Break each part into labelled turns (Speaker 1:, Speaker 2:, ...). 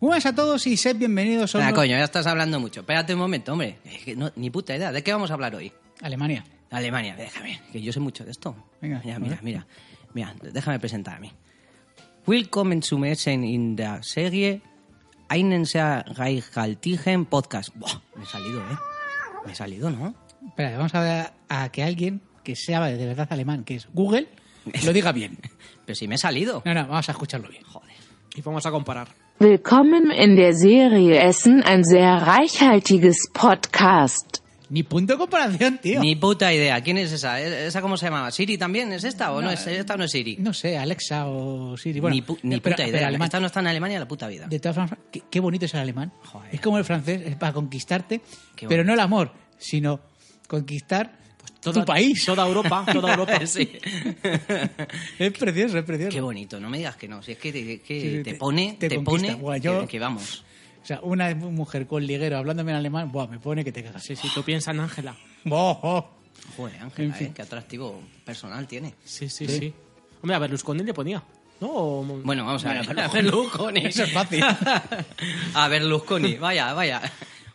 Speaker 1: Buenas a todos y sed bienvenidos a
Speaker 2: Ah,
Speaker 1: un-
Speaker 2: coño, ya estás hablando mucho. Espérate un momento, hombre. Es que no- ni puta idea. ¿De qué vamos a hablar hoy?
Speaker 1: Alemania.
Speaker 2: Alemania, déjame, que yo sé mucho de esto.
Speaker 1: Venga,
Speaker 2: mira,
Speaker 1: a
Speaker 2: mira,
Speaker 1: ver.
Speaker 2: mira, mira, déjame presentar a mí. Willkommen zum Essen in der Serie einen sehr reichhaltigen Podcast. Buah, me he salido, ¿eh? Me he salido, ¿no?
Speaker 1: Espera, vamos a ver a que alguien que sea de verdad alemán, que es Google, lo diga bien.
Speaker 2: Pero sí me he salido.
Speaker 1: No, no, vamos a escucharlo bien.
Speaker 2: Joder.
Speaker 3: Y vamos a comparar.
Speaker 4: Willkommen in der Serie Essen, ein sehr reichhaltiges Podcast.
Speaker 1: Ni punto de comparación, tío.
Speaker 2: Ni puta idea. ¿Quién es esa? ¿E- ¿Esa cómo se llamaba? ¿Siri también? ¿Es esta o no, es esta o no es Siri?
Speaker 1: No sé, Alexa o Siri. Bueno, eh,
Speaker 2: ni pu- ni
Speaker 1: pero-
Speaker 2: puta
Speaker 1: pero
Speaker 2: idea.
Speaker 1: alemán.
Speaker 2: Esta no está en Alemania la puta vida.
Speaker 1: De todas formas, qué, qué bonito es el alemán.
Speaker 2: Joder.
Speaker 1: Es como el francés, es para conquistarte,
Speaker 2: Qué Pues
Speaker 1: pero no el amor, sino conquistar tu país.
Speaker 3: Toda Europa, toda Europa.
Speaker 2: Sí.
Speaker 1: Es precioso, es precioso.
Speaker 2: Qué bonito, no me digas que no. Si es que te, que
Speaker 1: Sí, sí,
Speaker 2: te
Speaker 1: te-
Speaker 2: pone,
Speaker 1: te
Speaker 2: te,
Speaker 1: conquista.
Speaker 2: pone
Speaker 1: Buah, yo-
Speaker 2: que, que vamos.
Speaker 1: O sea, una mujer con liguero hablándome en alemán, buah, me pone que te cagas.
Speaker 3: Sí, sí, tú piensas en Ángela.
Speaker 1: Buah, oh.
Speaker 2: Joder, Ángela,
Speaker 1: En fin.
Speaker 2: ¿eh? qué atractivo personal tiene.
Speaker 3: Sí, sí,
Speaker 1: Sí.
Speaker 3: sí, Hombre, a Berlusconi le ponía. ¿No? O-
Speaker 2: Bueno, vamos a ver.
Speaker 1: Bueno,
Speaker 2: a Berlusconi.
Speaker 1: Eso es fácil.
Speaker 2: a Berlusconi, vaya, vaya.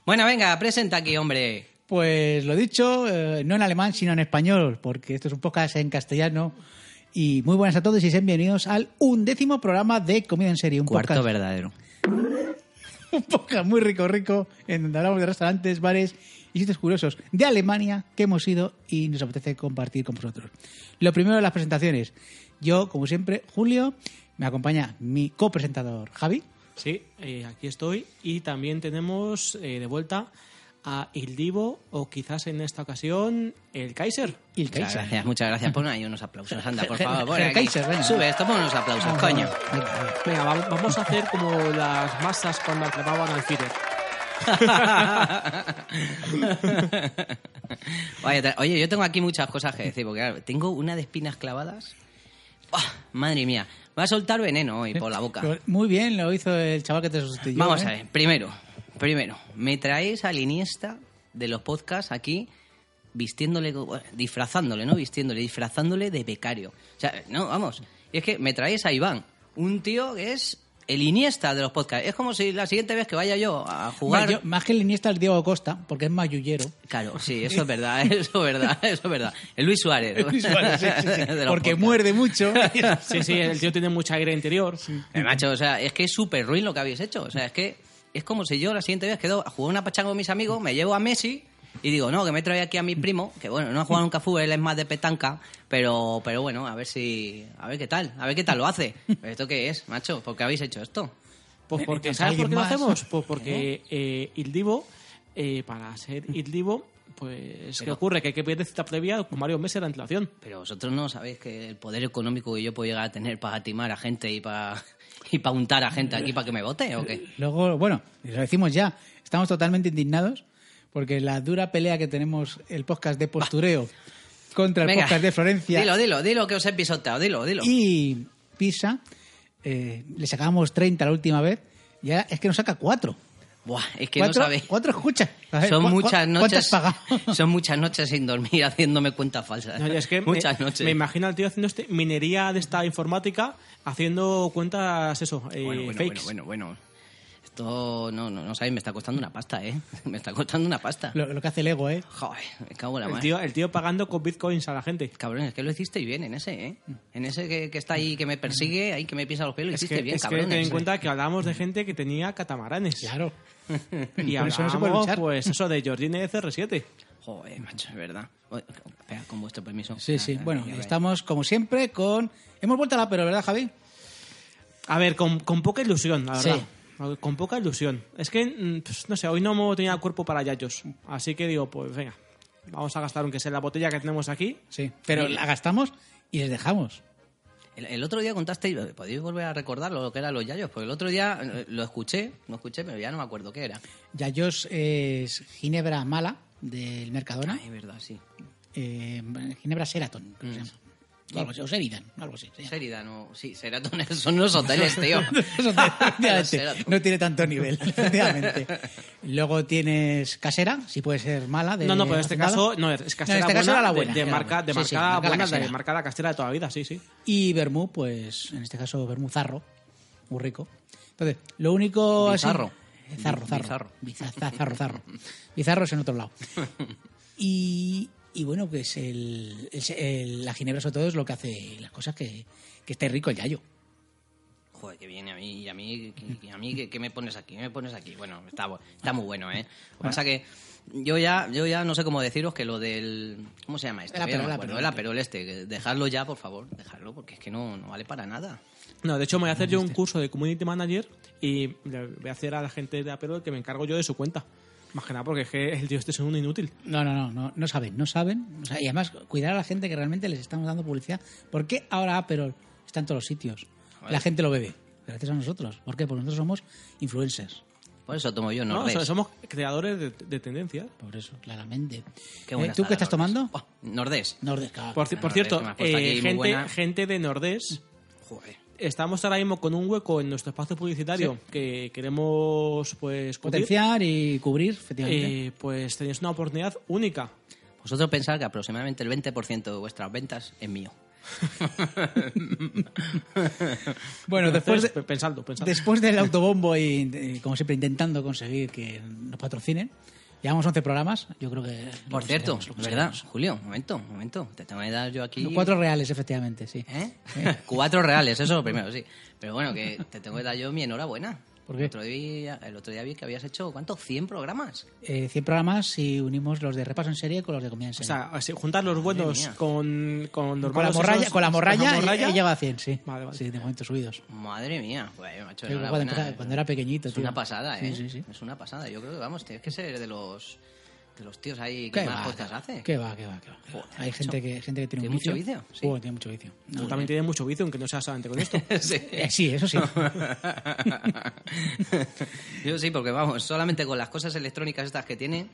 Speaker 2: Bueno, venga, presenta aquí, hombre.
Speaker 1: Pues lo dicho, eh, no en alemán, sino en español, porque esto es un podcast en castellano. Y muy buenas a todos y sean bienvenidos al undécimo programa de Comida en Serie. Un
Speaker 2: Cuarto
Speaker 1: podcast,
Speaker 2: verdadero.
Speaker 1: un podcast muy rico, rico, en donde hablamos de restaurantes, bares y sitios curiosos de Alemania que hemos ido y nos apetece compartir con vosotros. Lo primero de las presentaciones. Yo, como siempre, Julio, me acompaña mi copresentador Javi.
Speaker 3: Sí, eh, aquí estoy. Y también tenemos eh, de vuelta a Ildivo, o quizás en esta ocasión, el Kaiser.
Speaker 1: Y el
Speaker 2: Muchas
Speaker 1: Kaiser.
Speaker 2: gracias, muchas gracias. Pon ahí unos aplausos, anda, por favor.
Speaker 1: Ger-
Speaker 2: aquí.
Speaker 1: Kaiser, venga.
Speaker 2: Sube esto, pon unos aplausos,
Speaker 1: Vamos,
Speaker 2: coño.
Speaker 1: vamos, venga, a ver.
Speaker 3: Venga, va- vamos a hacer como las masas cuando atrapaban al Führer.
Speaker 2: Vaya, tra- oye, yo tengo aquí muchas cosas que decir, porque claro, tengo una de espinas clavadas. ¡Buah! madre mía, va a soltar veneno hoy por la boca.
Speaker 1: Pero Pues Muy bien, lo hizo el chaval que te sustituyó.
Speaker 2: Vamos
Speaker 1: ¿eh?
Speaker 2: a ver, primero, primero, me traéis al Iniesta de los podcasts aquí vistiéndole, co- disfrazándole, ¿no? Vistiéndole, disfrazándole de becario. O sea, no, vamos, es que me traéis a Iván, un tío que es el Iniesta de los podcasts. Es como si la siguiente vez que vaya yo a jugar...
Speaker 1: Bueno, yo- más que el Iniesta, el Diego Costa, porque es mayullero.
Speaker 2: Claro, sí, eso es verdad, eso es verdad, eso es verdad. El Luis Suárez.
Speaker 1: Luis Suárez, sí, sí, sí,
Speaker 2: De los
Speaker 1: porque
Speaker 2: podcasts.
Speaker 1: muerde mucho.
Speaker 3: Sí, sí, el tío tiene mucha aire interior.
Speaker 2: Eh, macho, o sea, es que es súper ruin lo que habéis hecho. O sea, es que es como si yo la siguiente vez quedo a jugar una pachanga con mis amigos, me llevo a Messi y digo, no, que me trae aquí a mi primo, que bueno, no ha jugado nunca a fútbol, él es más de petanca, pero, pero bueno, a ver si. A ver qué tal, a ver qué tal lo hace. ¿Pero esto qué es, macho? ¿Por qué habéis hecho esto?
Speaker 3: Pues porque,
Speaker 1: Mientras
Speaker 3: ¿sabes por
Speaker 1: alguien
Speaker 3: qué lo
Speaker 1: Eh, más.
Speaker 3: hacemos? Pues porque eh, Ildivo, eh, para ser Ildivo, pues, ¿qué
Speaker 2: Pero-
Speaker 3: ocurre? Que hay que pedir cita previa con varios meses de antelación.
Speaker 2: Pero vosotros no sabéis que el poder económico que yo puedo llegar a tener para timar a gente y para y para untar a gente aquí para que me vote o qué?
Speaker 1: Luego, bueno, lo decimos ya, estamos totalmente indignados porque la dura pelea que tenemos el podcast de postureo contra el
Speaker 2: Venga,
Speaker 1: podcast de Florencia
Speaker 2: Dilo, dilo, dilo que os he pisoteado, dilo, dilo.
Speaker 1: y Pisa, eh, le sacábamos 30 la última vez y ahora es que nos saca 4.
Speaker 2: Buah, es que
Speaker 1: cuatro,
Speaker 2: no sabéis.
Speaker 1: cuatro escuchas. A ver,
Speaker 2: son
Speaker 1: ¿cu- cu-
Speaker 2: muchas noches.
Speaker 1: ¿Cuántas pagamos?
Speaker 2: Son muchas noches sin dormir haciéndome cuentas falsas.
Speaker 3: No, yo es que me-
Speaker 2: muchas
Speaker 3: me,
Speaker 2: noches.
Speaker 3: imagino al tío haciendo este, minería de esta informática, haciendo cuentas, eso, eh,
Speaker 2: bueno, bueno,
Speaker 3: fakes.
Speaker 2: bueno, bueno, bueno. Esto no, no, no sabéis, me está costando una pasta, ¿eh? Me está costando una pasta.
Speaker 1: Lo, lo que hace el ego, ¿eh?
Speaker 2: Joder, me cago en la
Speaker 3: El
Speaker 2: madre.
Speaker 3: tío, el tío pagando con bitcoins a la gente.
Speaker 2: Cabrón, es que lo hiciste bien en ese, ¿eh? En ese que, que está ahí, que me persigue, ahí que me pisa los pelos, lo
Speaker 3: Es
Speaker 2: hiciste
Speaker 3: que,
Speaker 2: bien, ¿eh?
Speaker 3: es que
Speaker 2: cabrón.
Speaker 3: ten en cuenta que hablábamos de gente que tenía catamaranes.
Speaker 1: Claro.
Speaker 3: Y
Speaker 1: Con eso no se puede
Speaker 3: hablábamos,
Speaker 1: luchar.
Speaker 3: pues, eso de Jordine de CR7.
Speaker 2: Joder, macho, es verdad. Oye, espera, con vuestro permiso.
Speaker 1: Sí, sí.
Speaker 2: Ah, ah,
Speaker 1: Bueno,
Speaker 2: venga, venga.
Speaker 1: estamos como siempre con... Hemos vuelto a la pero, ¿verdad, Javi?
Speaker 3: A ver, con, con poca ilusión, la
Speaker 1: Sí.
Speaker 3: verdad. Con poca ilusión. Es que, mm, pues, no sé, hoy no tenía cuerpo para yayos. Así que digo, pues venga, vamos a gastar aunque sea la botella que tenemos aquí.
Speaker 1: Sí. Pero la gastamos y les dejamos.
Speaker 2: El, el otro día contasteis, podéis volver a recordar lo que eran los yayos, porque el otro día eh, lo escuché, no escuché, pero ya no me acuerdo qué era.
Speaker 1: Yayos es ginebra mala del Mercadona.
Speaker 3: Ah,
Speaker 2: Ay, Ah, verdad, sí.
Speaker 1: Eh, ginebra Seraton,
Speaker 3: Mm.
Speaker 1: creo que se llama. O algo así, o Sheridan, algo así. sí.
Speaker 2: Sheridan o... Sí, Seraton, son los hoteles, tío.
Speaker 1: Eso te- efectivamente,
Speaker 2: Sheraton.
Speaker 1: no tiene tanto nivel, efectivamente. Luego tienes casera, si puede ser mala. de
Speaker 3: no, no, pero en este
Speaker 1: Hacendado.
Speaker 3: caso, no, es casera
Speaker 1: Eh, No, en este caso
Speaker 3: buena,
Speaker 1: era la
Speaker 3: de-
Speaker 1: buena,
Speaker 3: De,
Speaker 1: era la
Speaker 3: marca,
Speaker 1: buena.
Speaker 3: de
Speaker 1: Sí, sí,
Speaker 3: marcada
Speaker 1: marca la
Speaker 3: buena, de
Speaker 1: casera.
Speaker 3: marcada castera de toda la vida, sí, sí.
Speaker 1: Y vermú, pues en este caso vermú zarro, muy rico. Entonces, lo único así-
Speaker 2: Bizarro.
Speaker 1: Zarro, zarro.
Speaker 2: Bi- bizarro.
Speaker 1: Biza- za- zarro, zarro. Bizarro es en otro lado. Y, y bueno, pues el, el- el- la ginebra sobre todo es lo que hace las cosas que, que esté rico el yayo.
Speaker 2: Joder, que viene a mí, y a mí, que- que- a mí, que, que me pones aquí, me pones aquí. Bueno, está, bu- está muy bueno, ¿eh? Lo que pasa que yo ya, yo ya no sé cómo deciros que lo del... ¿Cómo se llama esto?
Speaker 1: El
Speaker 2: Ya no
Speaker 1: Aperol, el
Speaker 2: me acuerdo,
Speaker 1: Aperol.
Speaker 2: el Aperol este. que Dejadlo ya, por favor, dejadlo, porque es que no, no vale para nada.
Speaker 3: No, de hecho, me voy a hacer yo un curso de Community Manager y le voy a hacer a la gente de Apple que me encargo yo de su cuenta. Más que nada porque es que el tío este es un inútil.
Speaker 1: No, no, no, no, no saben, no saben. O sea, y además, cuidar a la gente que realmente les estamos dando publicidad. ¿Por qué ahora Aperol está en todos los sitios?
Speaker 2: Joder.
Speaker 1: La gente lo bebe. Gracias a nosotros. ¿Por qué? Porque nosotros somos influencers.
Speaker 2: Por eso tomo yo
Speaker 3: No,
Speaker 2: Nordés.
Speaker 3: so- somos creadores de, de tendencias.
Speaker 1: Por eso, claramente.
Speaker 2: Qué buena
Speaker 1: Eh, ¿Tú
Speaker 2: está
Speaker 1: qué
Speaker 2: la
Speaker 1: estás
Speaker 2: Nordés.
Speaker 1: tomando?
Speaker 2: Oh, Nordés.
Speaker 1: Nordés, claro.
Speaker 3: Por, ci-
Speaker 2: Ah,
Speaker 3: por
Speaker 2: Nordés,
Speaker 3: cierto,
Speaker 2: que me has puesto
Speaker 3: eh,
Speaker 2: aquí muy buena.
Speaker 3: gente, gente de Nordés,
Speaker 2: Joder.
Speaker 3: estamos ahora mismo con un hueco en nuestro espacio publicitario que queremos pues cubrir.
Speaker 1: Potenciar y cubrir, efectivamente.
Speaker 3: Eh, pues tenéis una oportunidad única.
Speaker 1: Pues,
Speaker 2: Vosotros pensad que aproximadamente el 20% de vuestras ventas es mío.
Speaker 1: bueno, después
Speaker 3: Entonces,
Speaker 1: de-
Speaker 3: pe- pensadlo, pensadlo.
Speaker 1: después del autobombo y, eh, como siempre, intentando conseguir que nos patrocinen, llevamos 11 programas. Yo creo que. lo
Speaker 2: Por cierto,
Speaker 1: conseguiremos, lo
Speaker 2: ¿verdad?
Speaker 1: conseguiremos.
Speaker 2: Julio, un momento, un momento. Te tengo que dar yo aquí...
Speaker 1: Cuatro reales, efectivamente, sí.
Speaker 2: ¿Eh? Cuatro reales, eso es lo primero, sí. Pero bueno, que te tengo que dar yo mi enhorabuena.
Speaker 1: ¿Por qué?
Speaker 2: El otro día, el otro día vi que habías hecho, ¿cuánto? ¿100 programas?
Speaker 1: Eh, 100 programas si unimos los de repaso en serie con los de comida en
Speaker 3: O
Speaker 1: serie.
Speaker 3: sea, así, juntar los buenos
Speaker 2: mía.
Speaker 3: con, con los
Speaker 1: con, la
Speaker 3: malos
Speaker 1: morralla,
Speaker 3: esos-
Speaker 1: con la morralla,
Speaker 3: con la
Speaker 1: y- y lleva a 100, sí.
Speaker 3: Vale, vale.
Speaker 1: Sí, de momento subidos.
Speaker 2: Madre mía, güey, macho,
Speaker 1: Yo creo que cuando,
Speaker 2: enhorabuena.
Speaker 1: empezaba- cuando era pequeñito,
Speaker 2: Es
Speaker 1: tío.
Speaker 2: una pasada,
Speaker 1: Sí,
Speaker 2: ¿eh?
Speaker 1: sí, sí.
Speaker 2: Es una pasada. Yo creo que, vamos, tienes que ser de los, de los tíos ahí que
Speaker 1: ¿Qué
Speaker 2: más
Speaker 1: va,
Speaker 2: cosas hace.
Speaker 1: ¿Qué va, qué va, qué va? qué va.
Speaker 2: Joder,
Speaker 1: Hay
Speaker 2: macho.
Speaker 1: gente que, gente que tiene,
Speaker 2: ¿Tiene
Speaker 1: un
Speaker 2: mucho
Speaker 1: vicio.
Speaker 2: vicio? Sí.
Speaker 1: Oh, tiene mucho vicio.
Speaker 3: Tú también tiene mucho vicio, aunque no sea solamente con esto.
Speaker 2: Sí.
Speaker 1: Eh, sí, eso sí.
Speaker 2: Yo sí, porque vamos, solamente con las cosas electrónicas estas que tiene.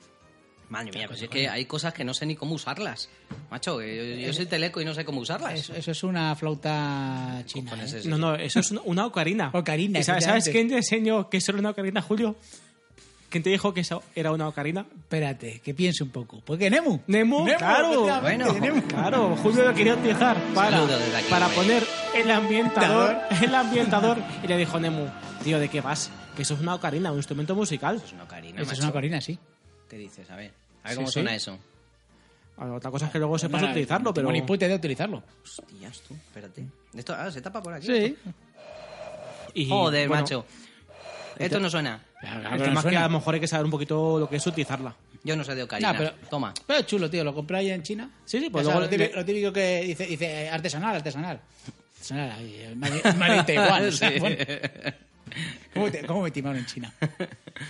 Speaker 2: Madre mía, pues es que hay cosas que no sé ni cómo usarlas. Macho, que
Speaker 3: Eh,
Speaker 2: yo, yo soy teleco y no sé cómo usarlas.
Speaker 1: eso, eso es una flauta china.
Speaker 2: Cojones,
Speaker 1: ¿eh?
Speaker 2: es-
Speaker 3: No, no, eso es una- una ocarina.
Speaker 1: Ocarina,
Speaker 3: ¿Y sabes, ¿Sabes
Speaker 1: efectivamente.
Speaker 3: quién te enseñó que eso era una ocarina, Julio? ¿Quién te dijo que eso era una ocarina?
Speaker 1: Espérate, que piense un poco. Porque Nemu.
Speaker 3: Nemo, claro.
Speaker 1: efectivamente,
Speaker 2: Bueno.
Speaker 1: Nemu.
Speaker 3: Claro, Julio lo quería utilizar para,
Speaker 2: Saludos desde aquí,
Speaker 3: para
Speaker 2: güey.
Speaker 3: poner el ambientador, el ambientador y le dijo Nemu, tío, ¿de qué vas? Que eso es una ocarina, un instrumento musical.
Speaker 2: Es una ocarina,
Speaker 1: Eso es
Speaker 2: Pues macho.
Speaker 1: una ocarina, sí.
Speaker 2: ¿Qué dices? A ver, a ver
Speaker 3: Sí,
Speaker 2: cómo
Speaker 3: sí.
Speaker 2: suena eso.
Speaker 3: Ahora, Otra cosa es que luego
Speaker 1: No,
Speaker 3: sepas
Speaker 1: no,
Speaker 3: utilizarlo,
Speaker 1: no tengo
Speaker 3: pero
Speaker 1: ni puta idea de utilizarlo.
Speaker 2: Hostias, tú, espérate. Esto, ah, se tapa por aquí.
Speaker 1: Sí.
Speaker 3: y,
Speaker 2: Joder,
Speaker 3: bueno,
Speaker 2: macho. Esto no suena.
Speaker 3: El tema es que a lo mejor hay que saber un poquito lo que es utilizarla.
Speaker 2: Yo no sé de ocarina.
Speaker 1: No, pero-
Speaker 2: Toma.
Speaker 1: Pero es chulo, tío. Lo compráis en China.
Speaker 3: Sí, sí, pues
Speaker 1: O sea, lo,
Speaker 3: luego
Speaker 1: típico,
Speaker 3: le-
Speaker 1: lo típico que dice, dice eh, artesanal, artesanal. Artesanal, ahí, el made- el made in Taiwan, o sea,
Speaker 2: Sí.
Speaker 1: bueno. ¿Cómo, te- cómo me timaron en China?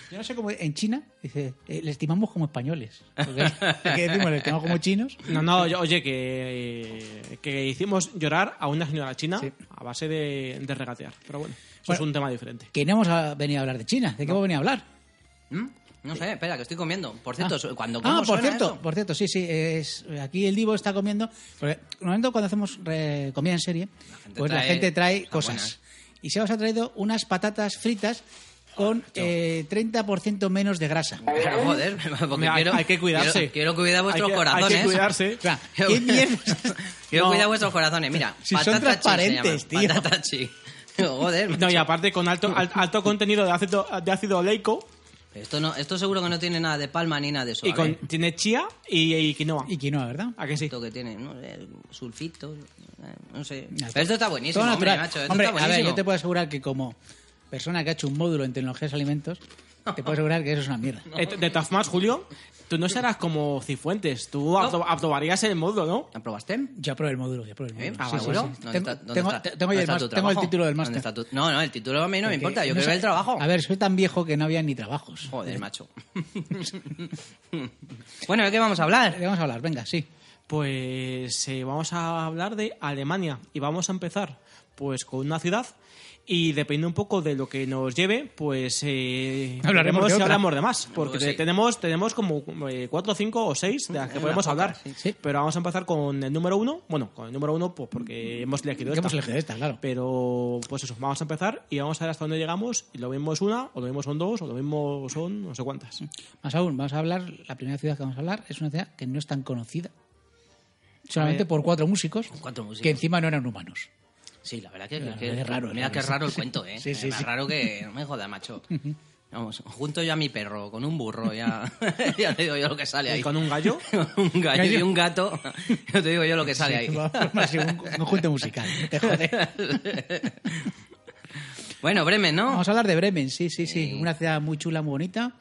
Speaker 1: Yo no sé cómo. En China, dice, eh, les timamos como españoles. Porque es- es que decimos, les timamos como chinos.
Speaker 3: No, no, yo- oye, que, eh, que hicimos llorar a una señora china
Speaker 1: Sí.
Speaker 3: a base de, de regatear. Pero bueno, eso
Speaker 1: Bueno.
Speaker 3: es un tema diferente.
Speaker 1: Que no hemos a- venido a hablar de China. ¿De qué hemos venido a hablar?
Speaker 2: ¿Mm? No sé, espera, que estoy comiendo. Por cierto, su- cuando como
Speaker 1: Ah, por
Speaker 2: suena
Speaker 1: cierto,
Speaker 2: eso?
Speaker 1: por cierto, sí, sí. Es, aquí el Divo está comiendo. Porque normalmente cuando hacemos eh, comida en serie,
Speaker 2: gente
Speaker 1: pues la
Speaker 2: trae
Speaker 1: gente trae
Speaker 2: cosas
Speaker 1: cosas.
Speaker 2: buenas.
Speaker 1: Y se os ha traído unas patatas fritas con
Speaker 2: Ah,
Speaker 1: eh, 30% menos de grasa.
Speaker 2: Joder, porque
Speaker 3: Mira, hay-
Speaker 2: quiero,
Speaker 3: hay que cuidarse.
Speaker 2: Quiero, quiero cuidar vuestros
Speaker 3: Hay que- hay que
Speaker 2: corazones.
Speaker 3: cuidarse.
Speaker 1: O sea,
Speaker 2: Yo-
Speaker 1: ¿qué mierda?
Speaker 2: Quiero
Speaker 3: No.
Speaker 2: cuidar vuestros corazones. Mira,
Speaker 1: Si son
Speaker 2: patata chi se
Speaker 1: transparentes,
Speaker 2: llama.
Speaker 1: tío.
Speaker 2: Patata chi. Joder,
Speaker 3: No, y
Speaker 2: macho.
Speaker 3: aparte con alto, al- alto contenido de ácido, de ácido oleico
Speaker 2: Esto, no, esto seguro que no tiene nada de palma ni nada de eso.
Speaker 3: y
Speaker 2: a
Speaker 3: con,
Speaker 2: ver,
Speaker 3: tiene chía y, y quinoa.
Speaker 1: Y quinoa, ¿verdad?
Speaker 3: ¿A que sí?
Speaker 2: esto que tiene, no sé, sulfito, eh, no sé.
Speaker 1: Natural.
Speaker 2: Pero esto está buenísimo,
Speaker 1: Todo
Speaker 2: hombre,
Speaker 1: natural.
Speaker 2: macho, esto
Speaker 1: Hombre,
Speaker 2: está
Speaker 1: a ver,
Speaker 2: buenísimo.
Speaker 1: yo te puedo asegurar que como persona que ha hecho un módulo en tecnologías alimentos, te puedo asegurar que eso es una mierda.
Speaker 3: Eh, De todas más, Julio, tú no serás como Cifuentes, tú apro- aprobarías el módulo, ¿no?
Speaker 2: ¿Aprobaste?
Speaker 1: Yo aprobé el módulo, yo aprobé el módulo.
Speaker 2: Ah,
Speaker 1: Mm, Sí, sí,
Speaker 2: bueno.
Speaker 1: sí.
Speaker 2: ¿Dónde
Speaker 1: Tengo-
Speaker 2: está- dónde
Speaker 1: tengo-
Speaker 2: está-
Speaker 1: te- tengo
Speaker 2: dónde
Speaker 1: el
Speaker 2: está
Speaker 1: ma-
Speaker 2: tu
Speaker 1: tengo el
Speaker 2: trabajo?
Speaker 1: título del
Speaker 2: ¿Dónde
Speaker 1: máster.
Speaker 2: está tu- No, no, el título a mí no me
Speaker 1: Porque
Speaker 2: importa, yo
Speaker 1: no
Speaker 2: creo
Speaker 1: sé-
Speaker 2: el trabajo.
Speaker 1: A ver, soy tan viejo que no había ni trabajos.
Speaker 2: Joder, macho. bueno, ¿de qué vamos a hablar?
Speaker 1: Eh, Vamos a hablar, venga, sí.
Speaker 3: Pues eh, vamos a hablar de Alemania y vamos a empezar pues con una ciudad y depende un poco de lo que nos lleve, pues eh,
Speaker 1: Hablaremos
Speaker 3: veremos
Speaker 1: de
Speaker 3: si
Speaker 1: otra.
Speaker 3: hablamos de más, porque
Speaker 2: Luego sí.
Speaker 3: tenemos tenemos como eh, cuatro, cinco o seis de las que
Speaker 2: Unas
Speaker 3: podemos hablar,
Speaker 2: pocas, sí.
Speaker 1: Sí.
Speaker 3: pero vamos a empezar con el número uno, bueno, con el número uno pues
Speaker 2: Mm,
Speaker 3: porque hemos elegido
Speaker 1: Que
Speaker 3: esta.
Speaker 1: hemos elegido esta, claro.
Speaker 3: Pero pues eso, vamos a empezar y vamos a ver hasta dónde llegamos. Y lo mismo es una, o lo mismo son dos, o lo mismo son no sé cuántas.
Speaker 1: Más aún, vamos a hablar, la primera ciudad que vamos a hablar es una ciudad que no es tan conocida. Solamente por cuatro músicos,
Speaker 2: cuatro músicos.
Speaker 1: que encima no eran humanos.
Speaker 2: Sí, la verdad que,
Speaker 1: Claro,
Speaker 2: que-
Speaker 1: es raro, es
Speaker 2: Mira
Speaker 1: raro,
Speaker 2: que
Speaker 1: sí.
Speaker 2: raro el cuento, ¿eh?
Speaker 1: Sí, sí,
Speaker 2: más
Speaker 1: sí.
Speaker 2: raro que... No me jodas, macho. Vamos, junto yo a mi perro con un burro, ya, ya te digo yo lo que sale
Speaker 3: Y
Speaker 2: ahí.
Speaker 3: con un gallo,
Speaker 2: un gallo y
Speaker 1: Gallo.
Speaker 2: un gato, yo te digo yo lo que sale ahí.
Speaker 1: Va a formarse un conjunto musical. Te jode.
Speaker 2: Bueno, Bremen, ¿no?
Speaker 1: Vamos a hablar de Bremen, sí, sí, sí,
Speaker 2: Sí.
Speaker 1: Una ciudad muy chula, muy bonita.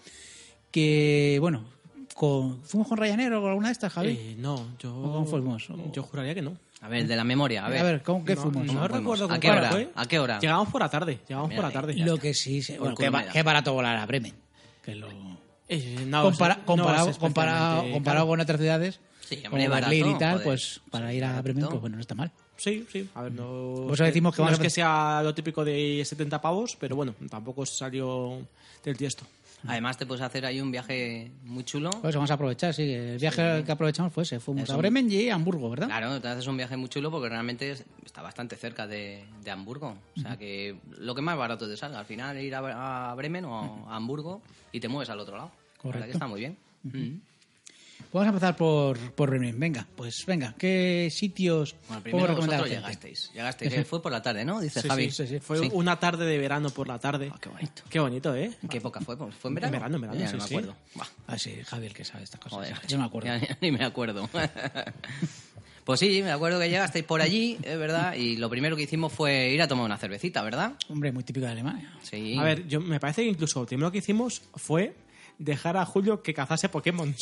Speaker 1: Que, bueno, con, ¿fuimos con Ryanair o con alguna de estas, Javi?
Speaker 3: eh, no, yo.
Speaker 1: ¿O cómo fuimos?
Speaker 3: Yo juraría que no.
Speaker 2: A ver, de la memoria, a ver.
Speaker 1: A ver, ¿con qué
Speaker 3: no,
Speaker 1: fuimos?
Speaker 3: no recuerdo
Speaker 2: ¿A
Speaker 3: con
Speaker 2: qué
Speaker 3: cuál
Speaker 2: hora?
Speaker 3: fue.
Speaker 2: ¿A qué hora?
Speaker 3: Llegamos por la tarde, llegamos
Speaker 2: Mira,
Speaker 3: por la tarde.
Speaker 1: Lo que sí, se-
Speaker 2: Por
Speaker 1: bueno, qué,
Speaker 2: culpa
Speaker 1: ba-
Speaker 2: de-
Speaker 1: qué barato volar a Bremen. Que lo...
Speaker 3: Eh, no,
Speaker 1: Compara-
Speaker 3: no
Speaker 1: comparado,
Speaker 3: es
Speaker 1: comparado,
Speaker 3: especialmente
Speaker 1: comparado
Speaker 3: caro.
Speaker 1: con otras ciudades,
Speaker 2: Sí, hombre,
Speaker 1: como
Speaker 2: barato,
Speaker 1: Berlín y tal,
Speaker 2: joder.
Speaker 1: pues para ir a
Speaker 2: barato.
Speaker 1: Bremen, pues bueno, no está mal.
Speaker 3: Sí, sí. A ver, no.
Speaker 1: Por eso decimos que
Speaker 3: no
Speaker 1: vamos
Speaker 3: es
Speaker 1: a-
Speaker 3: que sea lo típico de 70 pavos, pero bueno, tampoco salió del tiesto.
Speaker 2: Además te puedes hacer ahí un viaje muy chulo.
Speaker 1: Pues vamos a aprovechar, sí. El viaje que aprovechamos fue ese. Fuimos
Speaker 2: Es
Speaker 1: a
Speaker 2: un-
Speaker 1: Bremen y a Hamburgo, ¿verdad?
Speaker 2: Claro, te haces un viaje muy chulo porque realmente es- está bastante cerca de, de Hamburgo. O sea que lo que más barato te salga, al final ir a, a Bremen o a Hamburgo y te mueves al otro lado. La verdad
Speaker 1: Correcto.
Speaker 2: que está muy bien. Mm.
Speaker 1: Vamos a empezar por, por Bremen. Venga, pues venga, ¿qué sitios podemos
Speaker 2: Bueno, primero
Speaker 1: recomendar a la
Speaker 2: vosotros
Speaker 1: gente?
Speaker 2: llegasteis. Llegasteis, que fue por la tarde, ¿no? Dice
Speaker 3: Sí,
Speaker 2: Javi.
Speaker 3: sí, sí, sí. Fue una tarde de verano por la tarde.
Speaker 2: Ah, qué bonito.
Speaker 3: Qué bonito, ¿eh?
Speaker 2: ¿En ¿Qué época fue? ¿Fue en
Speaker 3: En
Speaker 2: verano?
Speaker 3: verano, en verano,
Speaker 2: Ya
Speaker 3: sí,
Speaker 2: no me
Speaker 3: sí.
Speaker 2: acuerdo. Buah.
Speaker 1: Ah, sí, Javier que sabe estas cosas.
Speaker 2: Joder,
Speaker 1: yo me acuerdo.
Speaker 2: ya ni- ni me acuerdo. pues sí, me acuerdo que llegasteis por allí, es verdad, y lo primero que hicimos fue ir a tomar una cervecita, ¿verdad?
Speaker 1: Hombre, muy típico de Alemania.
Speaker 2: Sí.
Speaker 3: A ver, yo, me parece que incluso lo primero que hicimos fue dejar a Julio que cazase Pokémon.